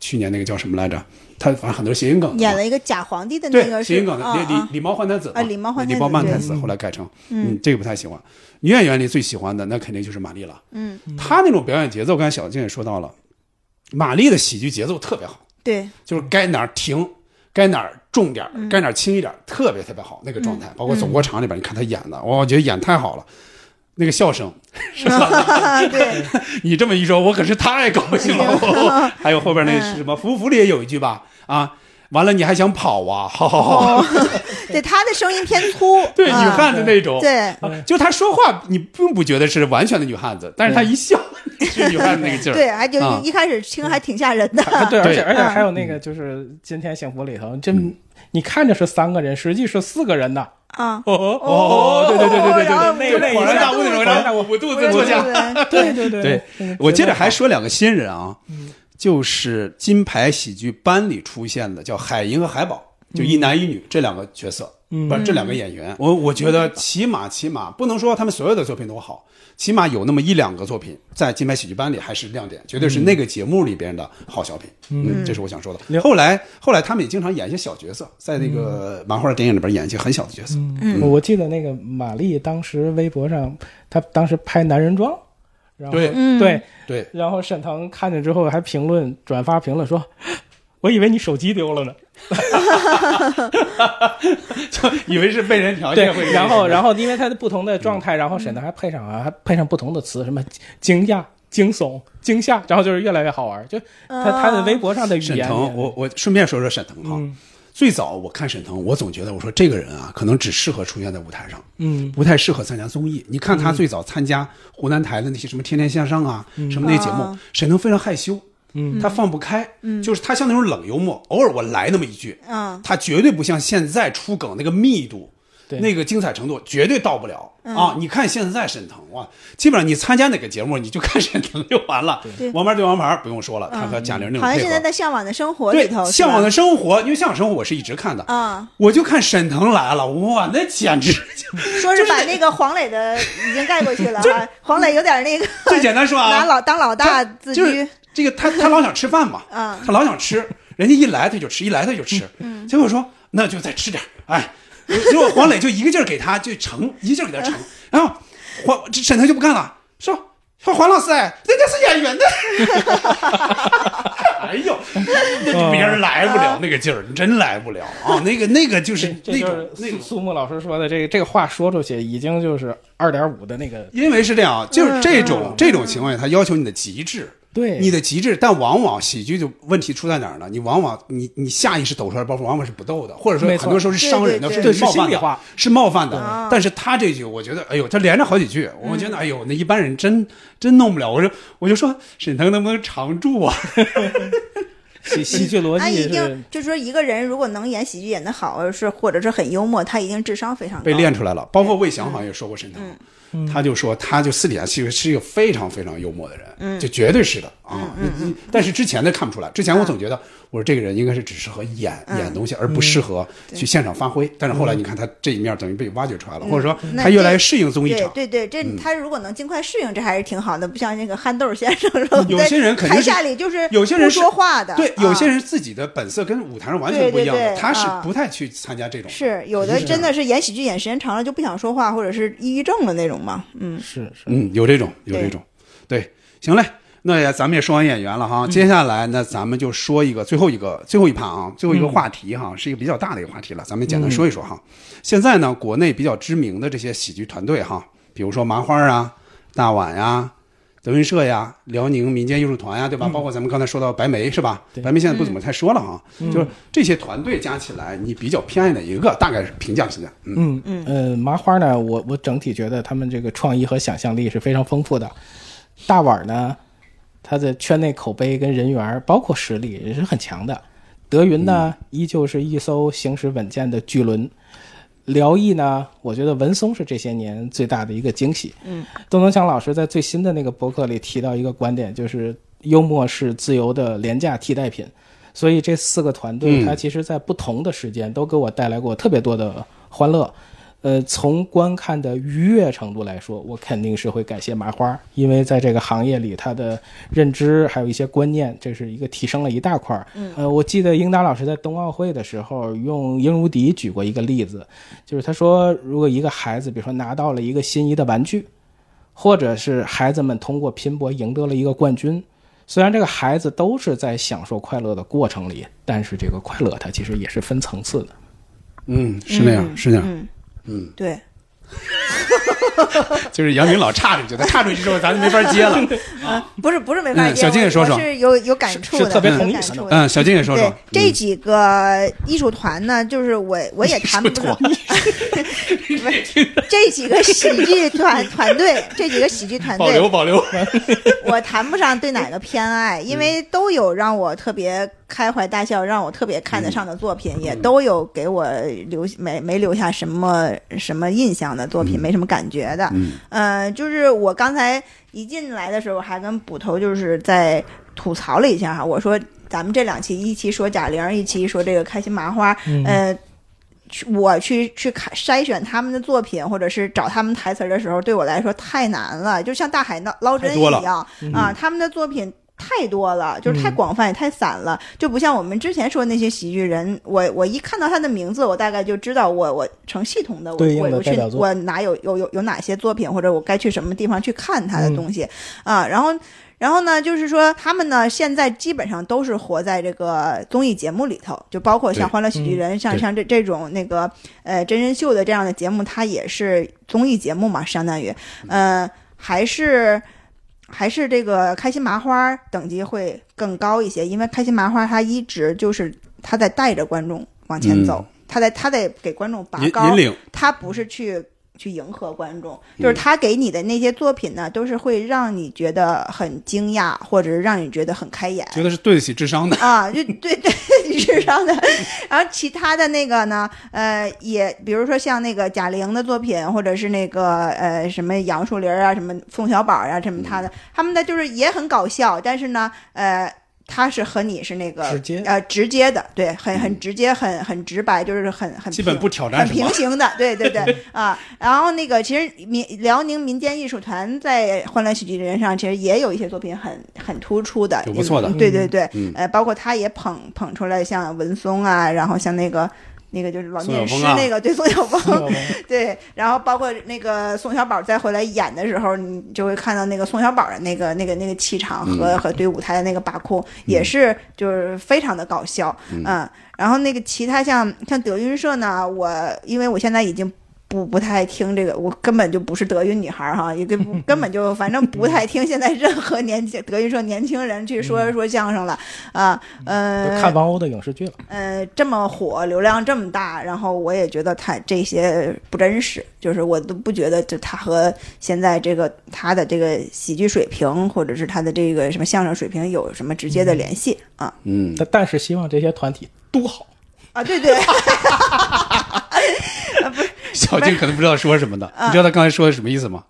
S2: 去年那个叫什么来着？他反正很多谐音梗，
S5: 演了一个假皇帝的那
S2: 对
S5: 个
S2: 谐
S5: 是
S2: 音梗的
S5: 啊
S2: 李李
S5: 啊
S2: 李猫换太子
S5: 啊，李猫换
S2: 李
S5: 太子
S2: 猫换
S5: 对
S2: 太子后来改成，
S5: 嗯
S2: 嗯，这个不太喜欢。女演员里最喜欢的那肯定就是马丽了，
S5: 嗯，
S2: 她那种表演节奏，刚才小静也说到了，马丽的喜剧节奏特别好。
S5: 对，
S2: 就是该哪儿停，该哪儿重点儿，
S5: 嗯
S2: 该哪儿轻一点儿，特别特别好那个状态。
S5: 嗯
S2: 包括《走过场》里边，你看他演的，哇我觉得演太好了。那个笑声， (laughs)
S5: (laughs) 对，
S2: 你这么一说，我可是太高兴
S5: 哎 (laughs)
S2: 了。 (laughs) 还有后边那是
S5: 嗯
S2: 什么？服服里也有一句吧？啊，完了你还想跑啊？好好
S5: 哦
S2: 好，
S5: (laughs) 对，他的声音偏粗，
S2: (laughs) 对
S5: 啊
S2: 女汉子那种，
S5: 对，
S2: 啊就他说话，你并不觉得是完全的女汉子，但是他一笑， (laughs) (laughs) 是女汉子那个劲儿。
S5: 对，还就
S2: 啊
S5: 一开始听还挺吓人的。
S4: 啊哎对，而且而且还有
S5: 嗯
S4: 那个就是《今天幸福》里头，这你看着是三个人，实际是四个人的。
S5: 啊
S4: 哦哦哦对对对对对对
S5: 然后
S4: 那那一
S2: 恍然
S4: 下
S2: 大悟那种，然
S4: 恍然
S2: 后
S4: 大悟
S2: 捂肚子坐下。
S4: 对对对
S2: 对，我接着还说两个新人啊，
S4: 嗯
S2: 就是金牌喜剧班里出现的，叫海英和海宝，就一男一女这两个角色，
S4: 嗯
S2: 不是这两个演员，我我觉得起码起码不能说他们所有的作品都好，起码有那么一两个作品在金牌喜剧班里还是亮点，绝对是那个节目里边的好小品。
S4: 嗯
S2: 这是我想说的。后来后来他们也经常演一些小角色，在那个漫画电影里边演一些很小的角色。
S4: 嗯，我记得那个玛丽当时微博上，她当时拍男人装，然后
S2: 对
S4: 对
S2: 对，
S4: (laughs) 然后沈腾看见之后还评论转发评论说：“我以为你手机丢了呢。”
S2: (laughs) 就以为是被人调戏
S4: 对
S2: 啊会认识，
S4: 然后然后因为他的不同的状态，然后沈腾还配上啊，还配上不同的词，什么惊讶、惊悚、惊吓，然后就是越来越好玩。就他
S2: 啊
S4: 他的微博上的语
S2: 沈
S4: 言，嗯
S2: 腾，我我顺便说说沈腾哈。最早我看沈腾，我总觉得我说这个人啊，可能只适合出现在舞台上，
S4: 嗯
S2: 不太适合参加综艺。你看他
S4: 嗯
S2: 最早参加湖南台的那些什么《天天向上》啊，
S4: 嗯
S2: 什么那些节目
S4: 啊，
S2: 沈腾非常害羞，
S4: 嗯
S2: 他放不开，
S5: 嗯
S2: 就是他像那种冷幽默，偶尔我来那么一句，
S5: 嗯
S2: 他绝对不像现在出梗那个密度，那个精彩程度绝对到不了、
S5: 嗯
S2: 啊！你看现在沈腾哇，基本上你参加哪个节目，你就看沈腾就完了。
S5: 对嗯
S2: 王牌对王牌不用说了，他和贾玲那种
S5: 好像
S2: 配
S5: 现在
S2: 合。
S5: 在《向往的生活》里
S2: 对
S5: 头，，是
S2: 向往
S5: 吧
S2: 的生活，因为向往生活我是一直看的，
S5: 啊，
S2: 我就看沈腾来了，哇，那简直！
S5: 说是把那个黄磊的已经盖过去了啊，黄磊有点那个
S2: (laughs) 最简单说啊
S5: 拿老当老大自
S2: 就
S5: 居
S2: 是，这个他他老想吃饭嘛，
S5: 嗯
S2: 他老想吃，人家一来他就吃，一来他就吃，结果说那就再吃点儿，哎，结果黄磊就一个劲儿给他就盛，一个劲儿给他盛，然后黄这沈腾就不干了，说说黄老师，哎，人家是演员的， (laughs) 哎呦，那就别人来不了那个劲儿，你真来不了啊，那个那个就是
S4: 这
S2: 那
S4: 就
S2: 种
S4: 是苏苏木老师说的这个这个话说出去，已经就是二点五的那个
S2: 因为是这样，啊就是这种、这种情况下，它要求你的极致，
S4: 对
S2: 你的极致。但往往喜剧就问题出在哪儿呢？你往往你你下意识抖出来的包袱，往往是不逗的，或者说
S4: 没错
S2: 很多时候是伤人的，
S4: 对
S2: 是你冒
S4: 对对对是
S2: 犯
S4: 心里啊
S2: 的
S4: 话，
S2: 是冒犯
S4: 对
S2: 的。但是他这句，我觉得，哎呦，他连着好几句，我觉得，
S4: 嗯
S2: 哎呦，那一般人真真弄不了。我就我就说，沈腾能不能常驻啊？ (laughs)
S4: 喜喜剧逻
S5: 他已经就是说一个人如果能演喜剧演得好，而是或者是很幽默，他已经智商非常高，
S2: 被练出来了。包括魏翔好像也说过沈腾，
S5: 嗯
S2: 他就说他就私底下其实是一个非常非常幽默的人，
S5: 嗯
S2: 就绝对是的啊。嗯但是之前的看不出来，之前我总觉得我说这个人应该是只适合演、
S5: 嗯
S2: 演东西，而不适合去现场发挥。但是后来你看他这一面等于被挖掘出来了，
S5: 嗯
S2: 或者说
S5: 那
S2: 他越
S5: 这
S2: 来越适应综艺场。
S5: 对对对，这
S2: 嗯
S5: 他如果能尽快适应，这还是挺好的，不像那个憨豆先生说，
S2: 有
S5: 在
S2: 些人肯
S5: 台
S2: 定是
S5: 下里就是
S2: 有些人
S5: 不
S2: 是
S5: 说话的，
S2: 对，有些
S5: 啊
S2: 人自己的本色跟舞台上完全不一样的，
S5: 对对对
S2: 他是
S5: 啊
S2: 不太去参加这种。
S5: 是有的，真的是演喜剧演时间长了就不想说话，或者是抑郁症的那种嘛，嗯，
S4: 是
S2: 嗯，有这种，有这种，对，行嘞，那也咱们也说完演员了哈，
S4: 嗯
S2: 接下来呢，咱们就说一个最后一个最后一盘啊，最后一个
S4: 嗯
S2: 话题哈，是一个比较大的一个话题了，咱们简单说一说哈。现在呢，国内比较知名的这些喜剧团队哈，比如说麻花啊、大碗呀、德云社呀、辽宁民间艺术团呀，对吧？
S4: 嗯
S2: 包括咱们刚才说到白眉是吧？白眉现在不怎么太说了哈，
S4: 嗯
S2: 就是这些团队加起来，你比较偏爱哪一个？大概是评价评价。嗯
S4: 嗯嗯呃，麻花呢，我我整体觉得他们这个创意和想象力是非常丰富的。大碗呢，他的圈内口碑跟人缘儿，包括实力也是很强的。德云呢，依旧是一艘行驶稳健的巨轮。辽艺呢，我觉得文松是这些年最大的一个惊喜。
S5: 嗯
S4: (laughs) 窦能强老师在最新的那个博客里提到一个观点，就是幽默是自由的廉价替代品。所以这四个团队，
S2: 嗯
S4: 它其实在不同的时间都给我带来过特别多的欢乐。呃，从观看的愉悦程度来说，我肯定是会感谢麻花，因为在这个行业里，他的认知还有一些观念，这是一个提升了一大块儿。
S3: 嗯
S4: 呃，我记得英达老师在冬奥会的时候用英如迪举过一个例子，就是他说，如果一个孩子，比如说拿到了一个心仪的玩具，或者是孩子们通过拼搏赢得了一个冠军，虽然这个孩子都是在享受快乐的过程里，但是这个快乐它其实也是分层次的。
S2: 嗯，是那样，
S4: 嗯
S2: 是那样。
S5: 嗯
S2: 嗯。
S5: 对，
S2: 就是杨明老岔出去，他岔出去之后咱就没法
S4: (laughs)
S2: 接了。
S5: (laughs) 啊，不是不是没法
S2: 嗯
S5: 接，
S2: 小金也
S5: 我
S2: 说说
S5: 我是有有感触的，
S2: 是特别同
S5: 有
S2: 意
S5: 感
S2: 沈
S5: 触
S2: 总
S5: 的。
S2: 嗯小金也说说
S5: 对这几个艺术团呢，就是我我也谈不 (laughs) 上，这几个喜剧团团队，这几个喜剧团队，
S2: 保留。
S5: 我谈不上对哪个偏爱，因
S2: 嗯
S5: 为都有让我特别开怀大笑、让我特别看得上的作品，也都有给我留没没留下什么什么印象的作品，没什么感觉的。
S12: 嗯
S5: 呃，就是我刚才一进来的时候，还跟捕头就是在吐槽了一下哈，我说咱们这两期，一期说贾玲，一期说这个开心麻花，
S12: 嗯
S5: 呃，去我去去看筛选他们的作品，或者是找他们台词儿的时候，对我来说太难了，就像大海捞捞针
S12: 太多了
S5: 一样
S12: 嗯
S5: 啊，他们的作品。太多了，就是太
S12: 嗯
S5: 广泛也太散了，就不像我们之前说的那些喜剧人，我我一看到他的名字，我大概就知道我我成系统的我
S4: 对应
S5: 我
S4: 的
S5: 我去
S4: 代表
S3: 嗯
S4: 作
S5: 我哪有有有有哪些作品，或者我该去什么地方去看他的东西、啊，然后然后呢，就是说他们呢，现在基本上都是活在这个综艺节目里头，就包括像《
S3: 对
S5: 欢乐喜剧人》
S3: 嗯
S5: 像
S3: 对
S5: 像这这种那个呃真人秀的这样的节目，它也是综艺节目嘛，相当于，
S3: 嗯
S5: 呃，还是还是这个开心麻花等级会更高一些，因为开心麻花它一直就是它在带着观众往前走，它在它在给观众拔
S2: 引
S5: 高
S2: 引领，
S5: 它不是去。去迎合观众，
S2: 嗯
S5: 就是他给你的那些作品呢，都是会让你觉得很惊讶，或者是让你觉得很开眼。
S2: 觉得是对得起智商的。
S5: 啊，就对对 (laughs) 智商的。然后其他的那个呢，呃，也比如说像那个贾玲的作品，或者是那个呃什么杨树林啊，什么宋小宝啊，什么他
S2: 嗯
S5: 的，他们的就是也很搞笑，但是呢，呃。他是和你是那个
S2: 直接嗯
S5: 呃直接的，对，很很直接，很很直白，就是很很
S2: 基本
S5: 平
S2: 不挑战
S5: 很
S2: 什
S5: 平
S2: 么
S5: 行的，对对
S2: (laughs)
S5: 对啊。然后那个其实民辽宁民间艺术团在《欢乐喜剧人》上其实也有一些作品很很突出的，
S2: 有不错的
S5: 对对对，
S2: 嗯
S5: 呃，包括他也捧捧出来像文松啊，然后像那个那个就是老
S2: 宋
S5: 念
S2: 晓
S5: 诗
S2: 峰啊
S5: 那个，对宋晓峰，
S2: 宋晓峰啊
S5: (laughs) 对，然后包括那个宋小宝再回来演的时候，你就会看到那个宋小宝的那个那个那个气场和、
S3: 嗯
S5: 和对舞台的那个把控，也是就是非常的搞笑，
S3: 嗯
S5: 然后那个其他像像德云社呢，我因为我现在已经。不不太听这个，我根本就不是德云女孩儿哈，也根
S3: (laughs)
S5: 不根本就反正不太听现在任何年轻德云社年轻人去
S3: 嗯
S5: 说说相声了啊，
S2: 嗯
S5: 呃，
S4: 看王鸥的影视剧了。
S5: 呃，这么火，流量这么大，然后我也觉得他这些不真实，就是我都不觉得，就他和现在这个他的这个喜剧水平，或者是他的这个什么相声水平有什么直接的联系啊
S2: 嗯，
S4: 但但是希望这些团体都好。
S5: 啊！对啊对，
S2: (laughs) 小静可能不知道说什么
S5: 啊
S2: 的，你知道他刚才说的什么意思吗？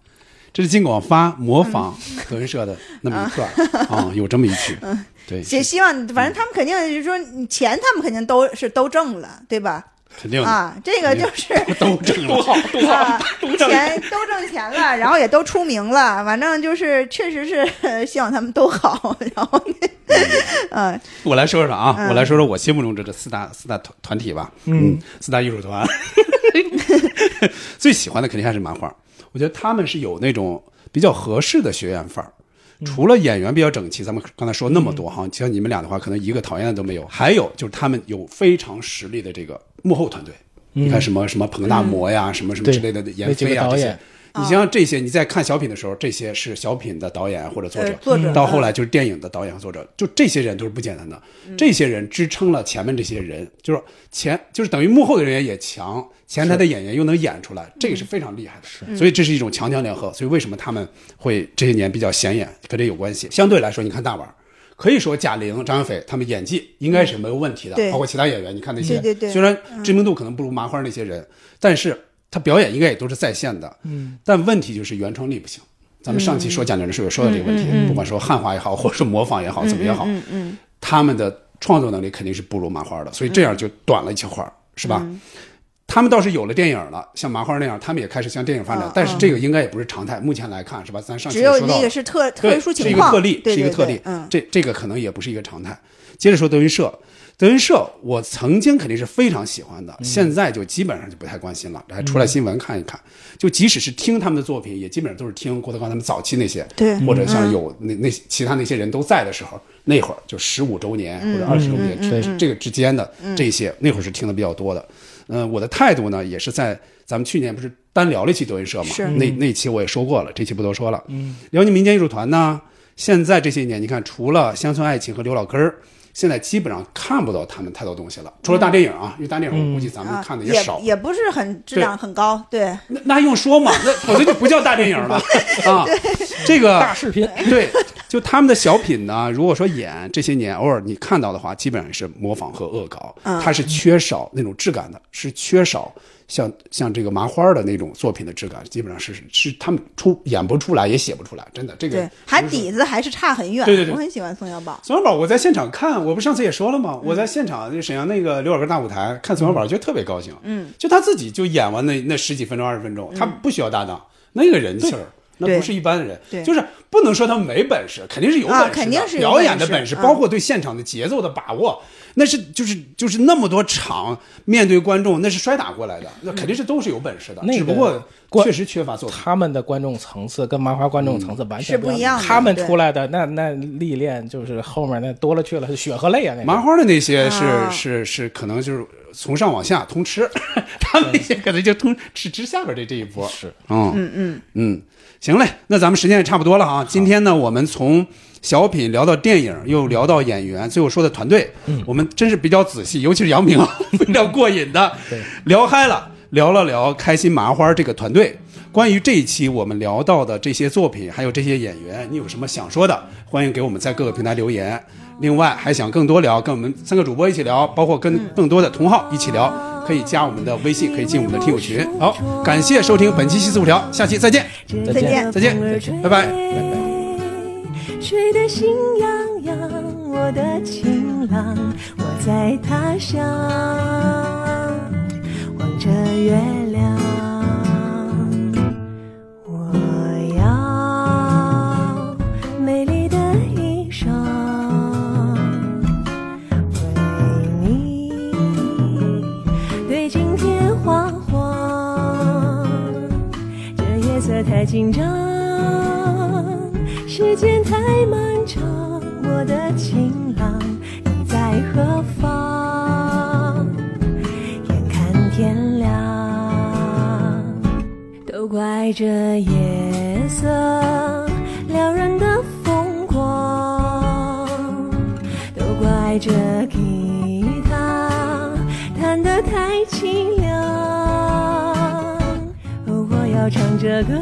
S2: 这是金广发模仿德云社的那么一段啊，有这么一
S5: (laughs)
S2: 句，
S5: 嗯，
S2: 对，
S5: 也希望反正他们肯定就是说你钱，他们肯定都是都挣了，对吧？
S2: 肯定的
S5: 啊，这个就是
S2: 嗯都挣了，
S5: 啊，钱都挣钱了，然后也都出名了，反正就是确实是呃希望他们都好，然后呢， (laughs) 嗯，
S2: 我来说说啊，
S5: 嗯
S2: 我来说说我心目中这这四大四大团团体吧，
S4: 嗯，
S2: 四大艺术团， (laughs) 最喜欢的肯定还是麻花，我觉得他们是有那种比较合适的学院范儿。除了演员比较整齐，咱们刚才说那么多哈，像你们俩的话，可能一个讨厌的都没有。还有就是他们有非常实力的这个幕后团队，
S4: 嗯
S2: 你看什么什么彭大魔呀，什么什么之类的
S4: 对
S2: 闫飞啊
S4: 那几个导
S2: 这
S4: 演
S2: 些。你像这些，你在看小品的时候，这些是小品的导演或者作者
S4: 呃，作者
S2: 到后来就是电影的导演和作者，就这些人都是不简单的，
S4: 嗯
S2: 这些人支撑了前面这些人，就是前就是等于幕后的人员也强，前台的演员又能演出来，这个是非常厉害的，
S4: 嗯
S2: 所以这是一种强强联合，所以为什么他们会这些年比较显眼，跟这有关系。相对来说，你看大腕儿。可以说贾玲、张小斐他们演技应该是没有问题的，
S4: 对
S2: 包括其他演员，你看那些
S4: 对对对
S2: 虽然
S5: 嗯
S2: 知名度可能不如麻花那些人，但是他表演应该也都是在线的，
S4: 嗯，
S2: 但问题就是原创力不行。咱们上期
S5: 嗯
S2: 说贾玲的时候也说到这个问题，
S4: 嗯嗯嗯
S2: 不管说汉化也好，或者是模仿也好，怎么也好，
S5: 嗯嗯
S2: 他们的创作能力肯定是不如麻花的，所以这样就短了一些花儿，是吧？
S5: 嗯
S2: 他们倒是有了电影了，像麻花那样，他们也开始向电影发展，
S5: 嗯
S2: 但是
S5: 嗯
S2: 这个应该也不是常态。目前来看，是吧？咱上期
S5: 只
S2: 也说
S5: 有
S2: 到
S5: 那
S2: 了
S5: 个是特
S2: 对
S5: 特殊
S2: 是一
S5: 情
S2: 个
S5: 况，
S2: 特例，
S5: 对
S2: 是一个
S5: 对
S2: 特
S5: 对
S2: 例。
S5: 嗯，
S2: 这这个可能也不是一个常态。接着说德云社，德云社我曾经肯定是非常喜欢的，现在就基本上就不太关心了，还出来新闻看一看。就即使是听他们的作品，也基本上都是听郭德纲他们早期那些，
S5: 对
S2: 或者像
S5: 嗯
S2: 有那那其他那些人都在的时候，那会儿就十五周年或者
S4: 嗯
S2: 二十周年
S4: 嗯嗯
S2: 这
S4: 嗯
S2: 这个之间的
S4: 嗯
S2: 这些，那会儿是听的比较多的。嗯，我的态度呢，也是在咱们去年不是单聊了一期德云社嘛
S4: 是，
S2: 那
S4: 嗯
S2: 那期我也说过了，这期不多说了。
S4: 嗯，
S2: 辽宁民间艺术团呢，现在这些年，你看除了《乡村爱情》和《刘老根儿》，现在基本上看不到他们太多东西了，除了
S4: 嗯
S2: 大电影啊，因为大电影我估计咱们
S5: 啊
S2: 看的
S5: 也
S2: 少。
S5: 也不是很质量
S2: 对
S5: 很高，对，
S2: 那那用说嘛，
S5: (laughs)
S2: 那否则就不叫大电影了啊。这个大
S4: 视频，
S2: (laughs) 对，就他们的小品呢，如果说演这些年偶尔你看到的话，基本上是模仿和恶搞，
S4: 嗯
S2: 它是缺少那种质感的，是缺少像像这个麻花的那种作品的质感，基本上是是他们出演不出来，也写不出来，真的这个
S5: 对，还底子还是差很远。
S2: 对对对
S5: 我很喜欢宋小宝。
S2: 宋小宝，我在现场看，我不上次也说了吗？
S5: 嗯
S2: 我在现场那沈阳那个刘老根大舞台看宋小宝，觉得特别高兴。
S5: 嗯，
S2: 就他自己就演完那那十几分钟、二十分钟，他不需要搭档，那个人气儿，那
S5: 对
S2: 不是一般的人
S5: 对，
S2: 就是不能说他们没本事，肯定是有本事的，
S5: 啊肯定是有
S2: 表演的
S5: 本
S2: 本
S5: 事
S2: 事，
S5: 嗯
S2: 包括对现场的节奏的把握，那是就是就是那么多场面对观众，那是摔打过来的，那肯定是都是有本事的，
S4: 那个
S2: 只不过
S4: 观
S2: 确实缺乏作品。
S4: 他们的观众层次跟麻花观众层次完全
S2: 嗯是不一样的
S4: 他们
S2: 对
S4: 出来的那那历练就是后面那多了去了，是血和泪啊那
S2: 麻
S4: 种。
S2: 花的那些是、
S4: 啊
S2: 是是，可能就是从上往下通吃， (laughs) 他们那些可能就通吃吃下边的这一波。是，嗯
S5: 嗯嗯，
S2: 嗯，行嘞，那咱们时间也差不多了啊。今天呢，我们从小品聊到电影，又聊到演员，最后说的团队，我们真是比较仔细，尤其是杨明，啊 (laughs) 非常过瘾的，聊嗨了，聊了聊开心麻花这个团队。关于这一期我们聊到的这些作品，还有这些演员，你有什么想说的？欢迎给我们在各个平台留言。另外，还想更多聊，跟我们三个主播一起聊，包括跟更多的同好一起聊，可以加我们的微信，可以进我们的听友群。好，感谢收听本期西四五条，下期再见，
S3: 再见
S2: 再见，拜拜。
S3: 吹得心痒痒，我的情郎，我在他乡，望着月亮，我要美丽的衣裳，为你对镜贴花黄，这夜色太紧张。时间太漫长，我的情郎，你在何方？眼看天亮，都怪这夜色撩人的疯狂，都怪这吉他弹得太凄凉。哦，我要唱着歌。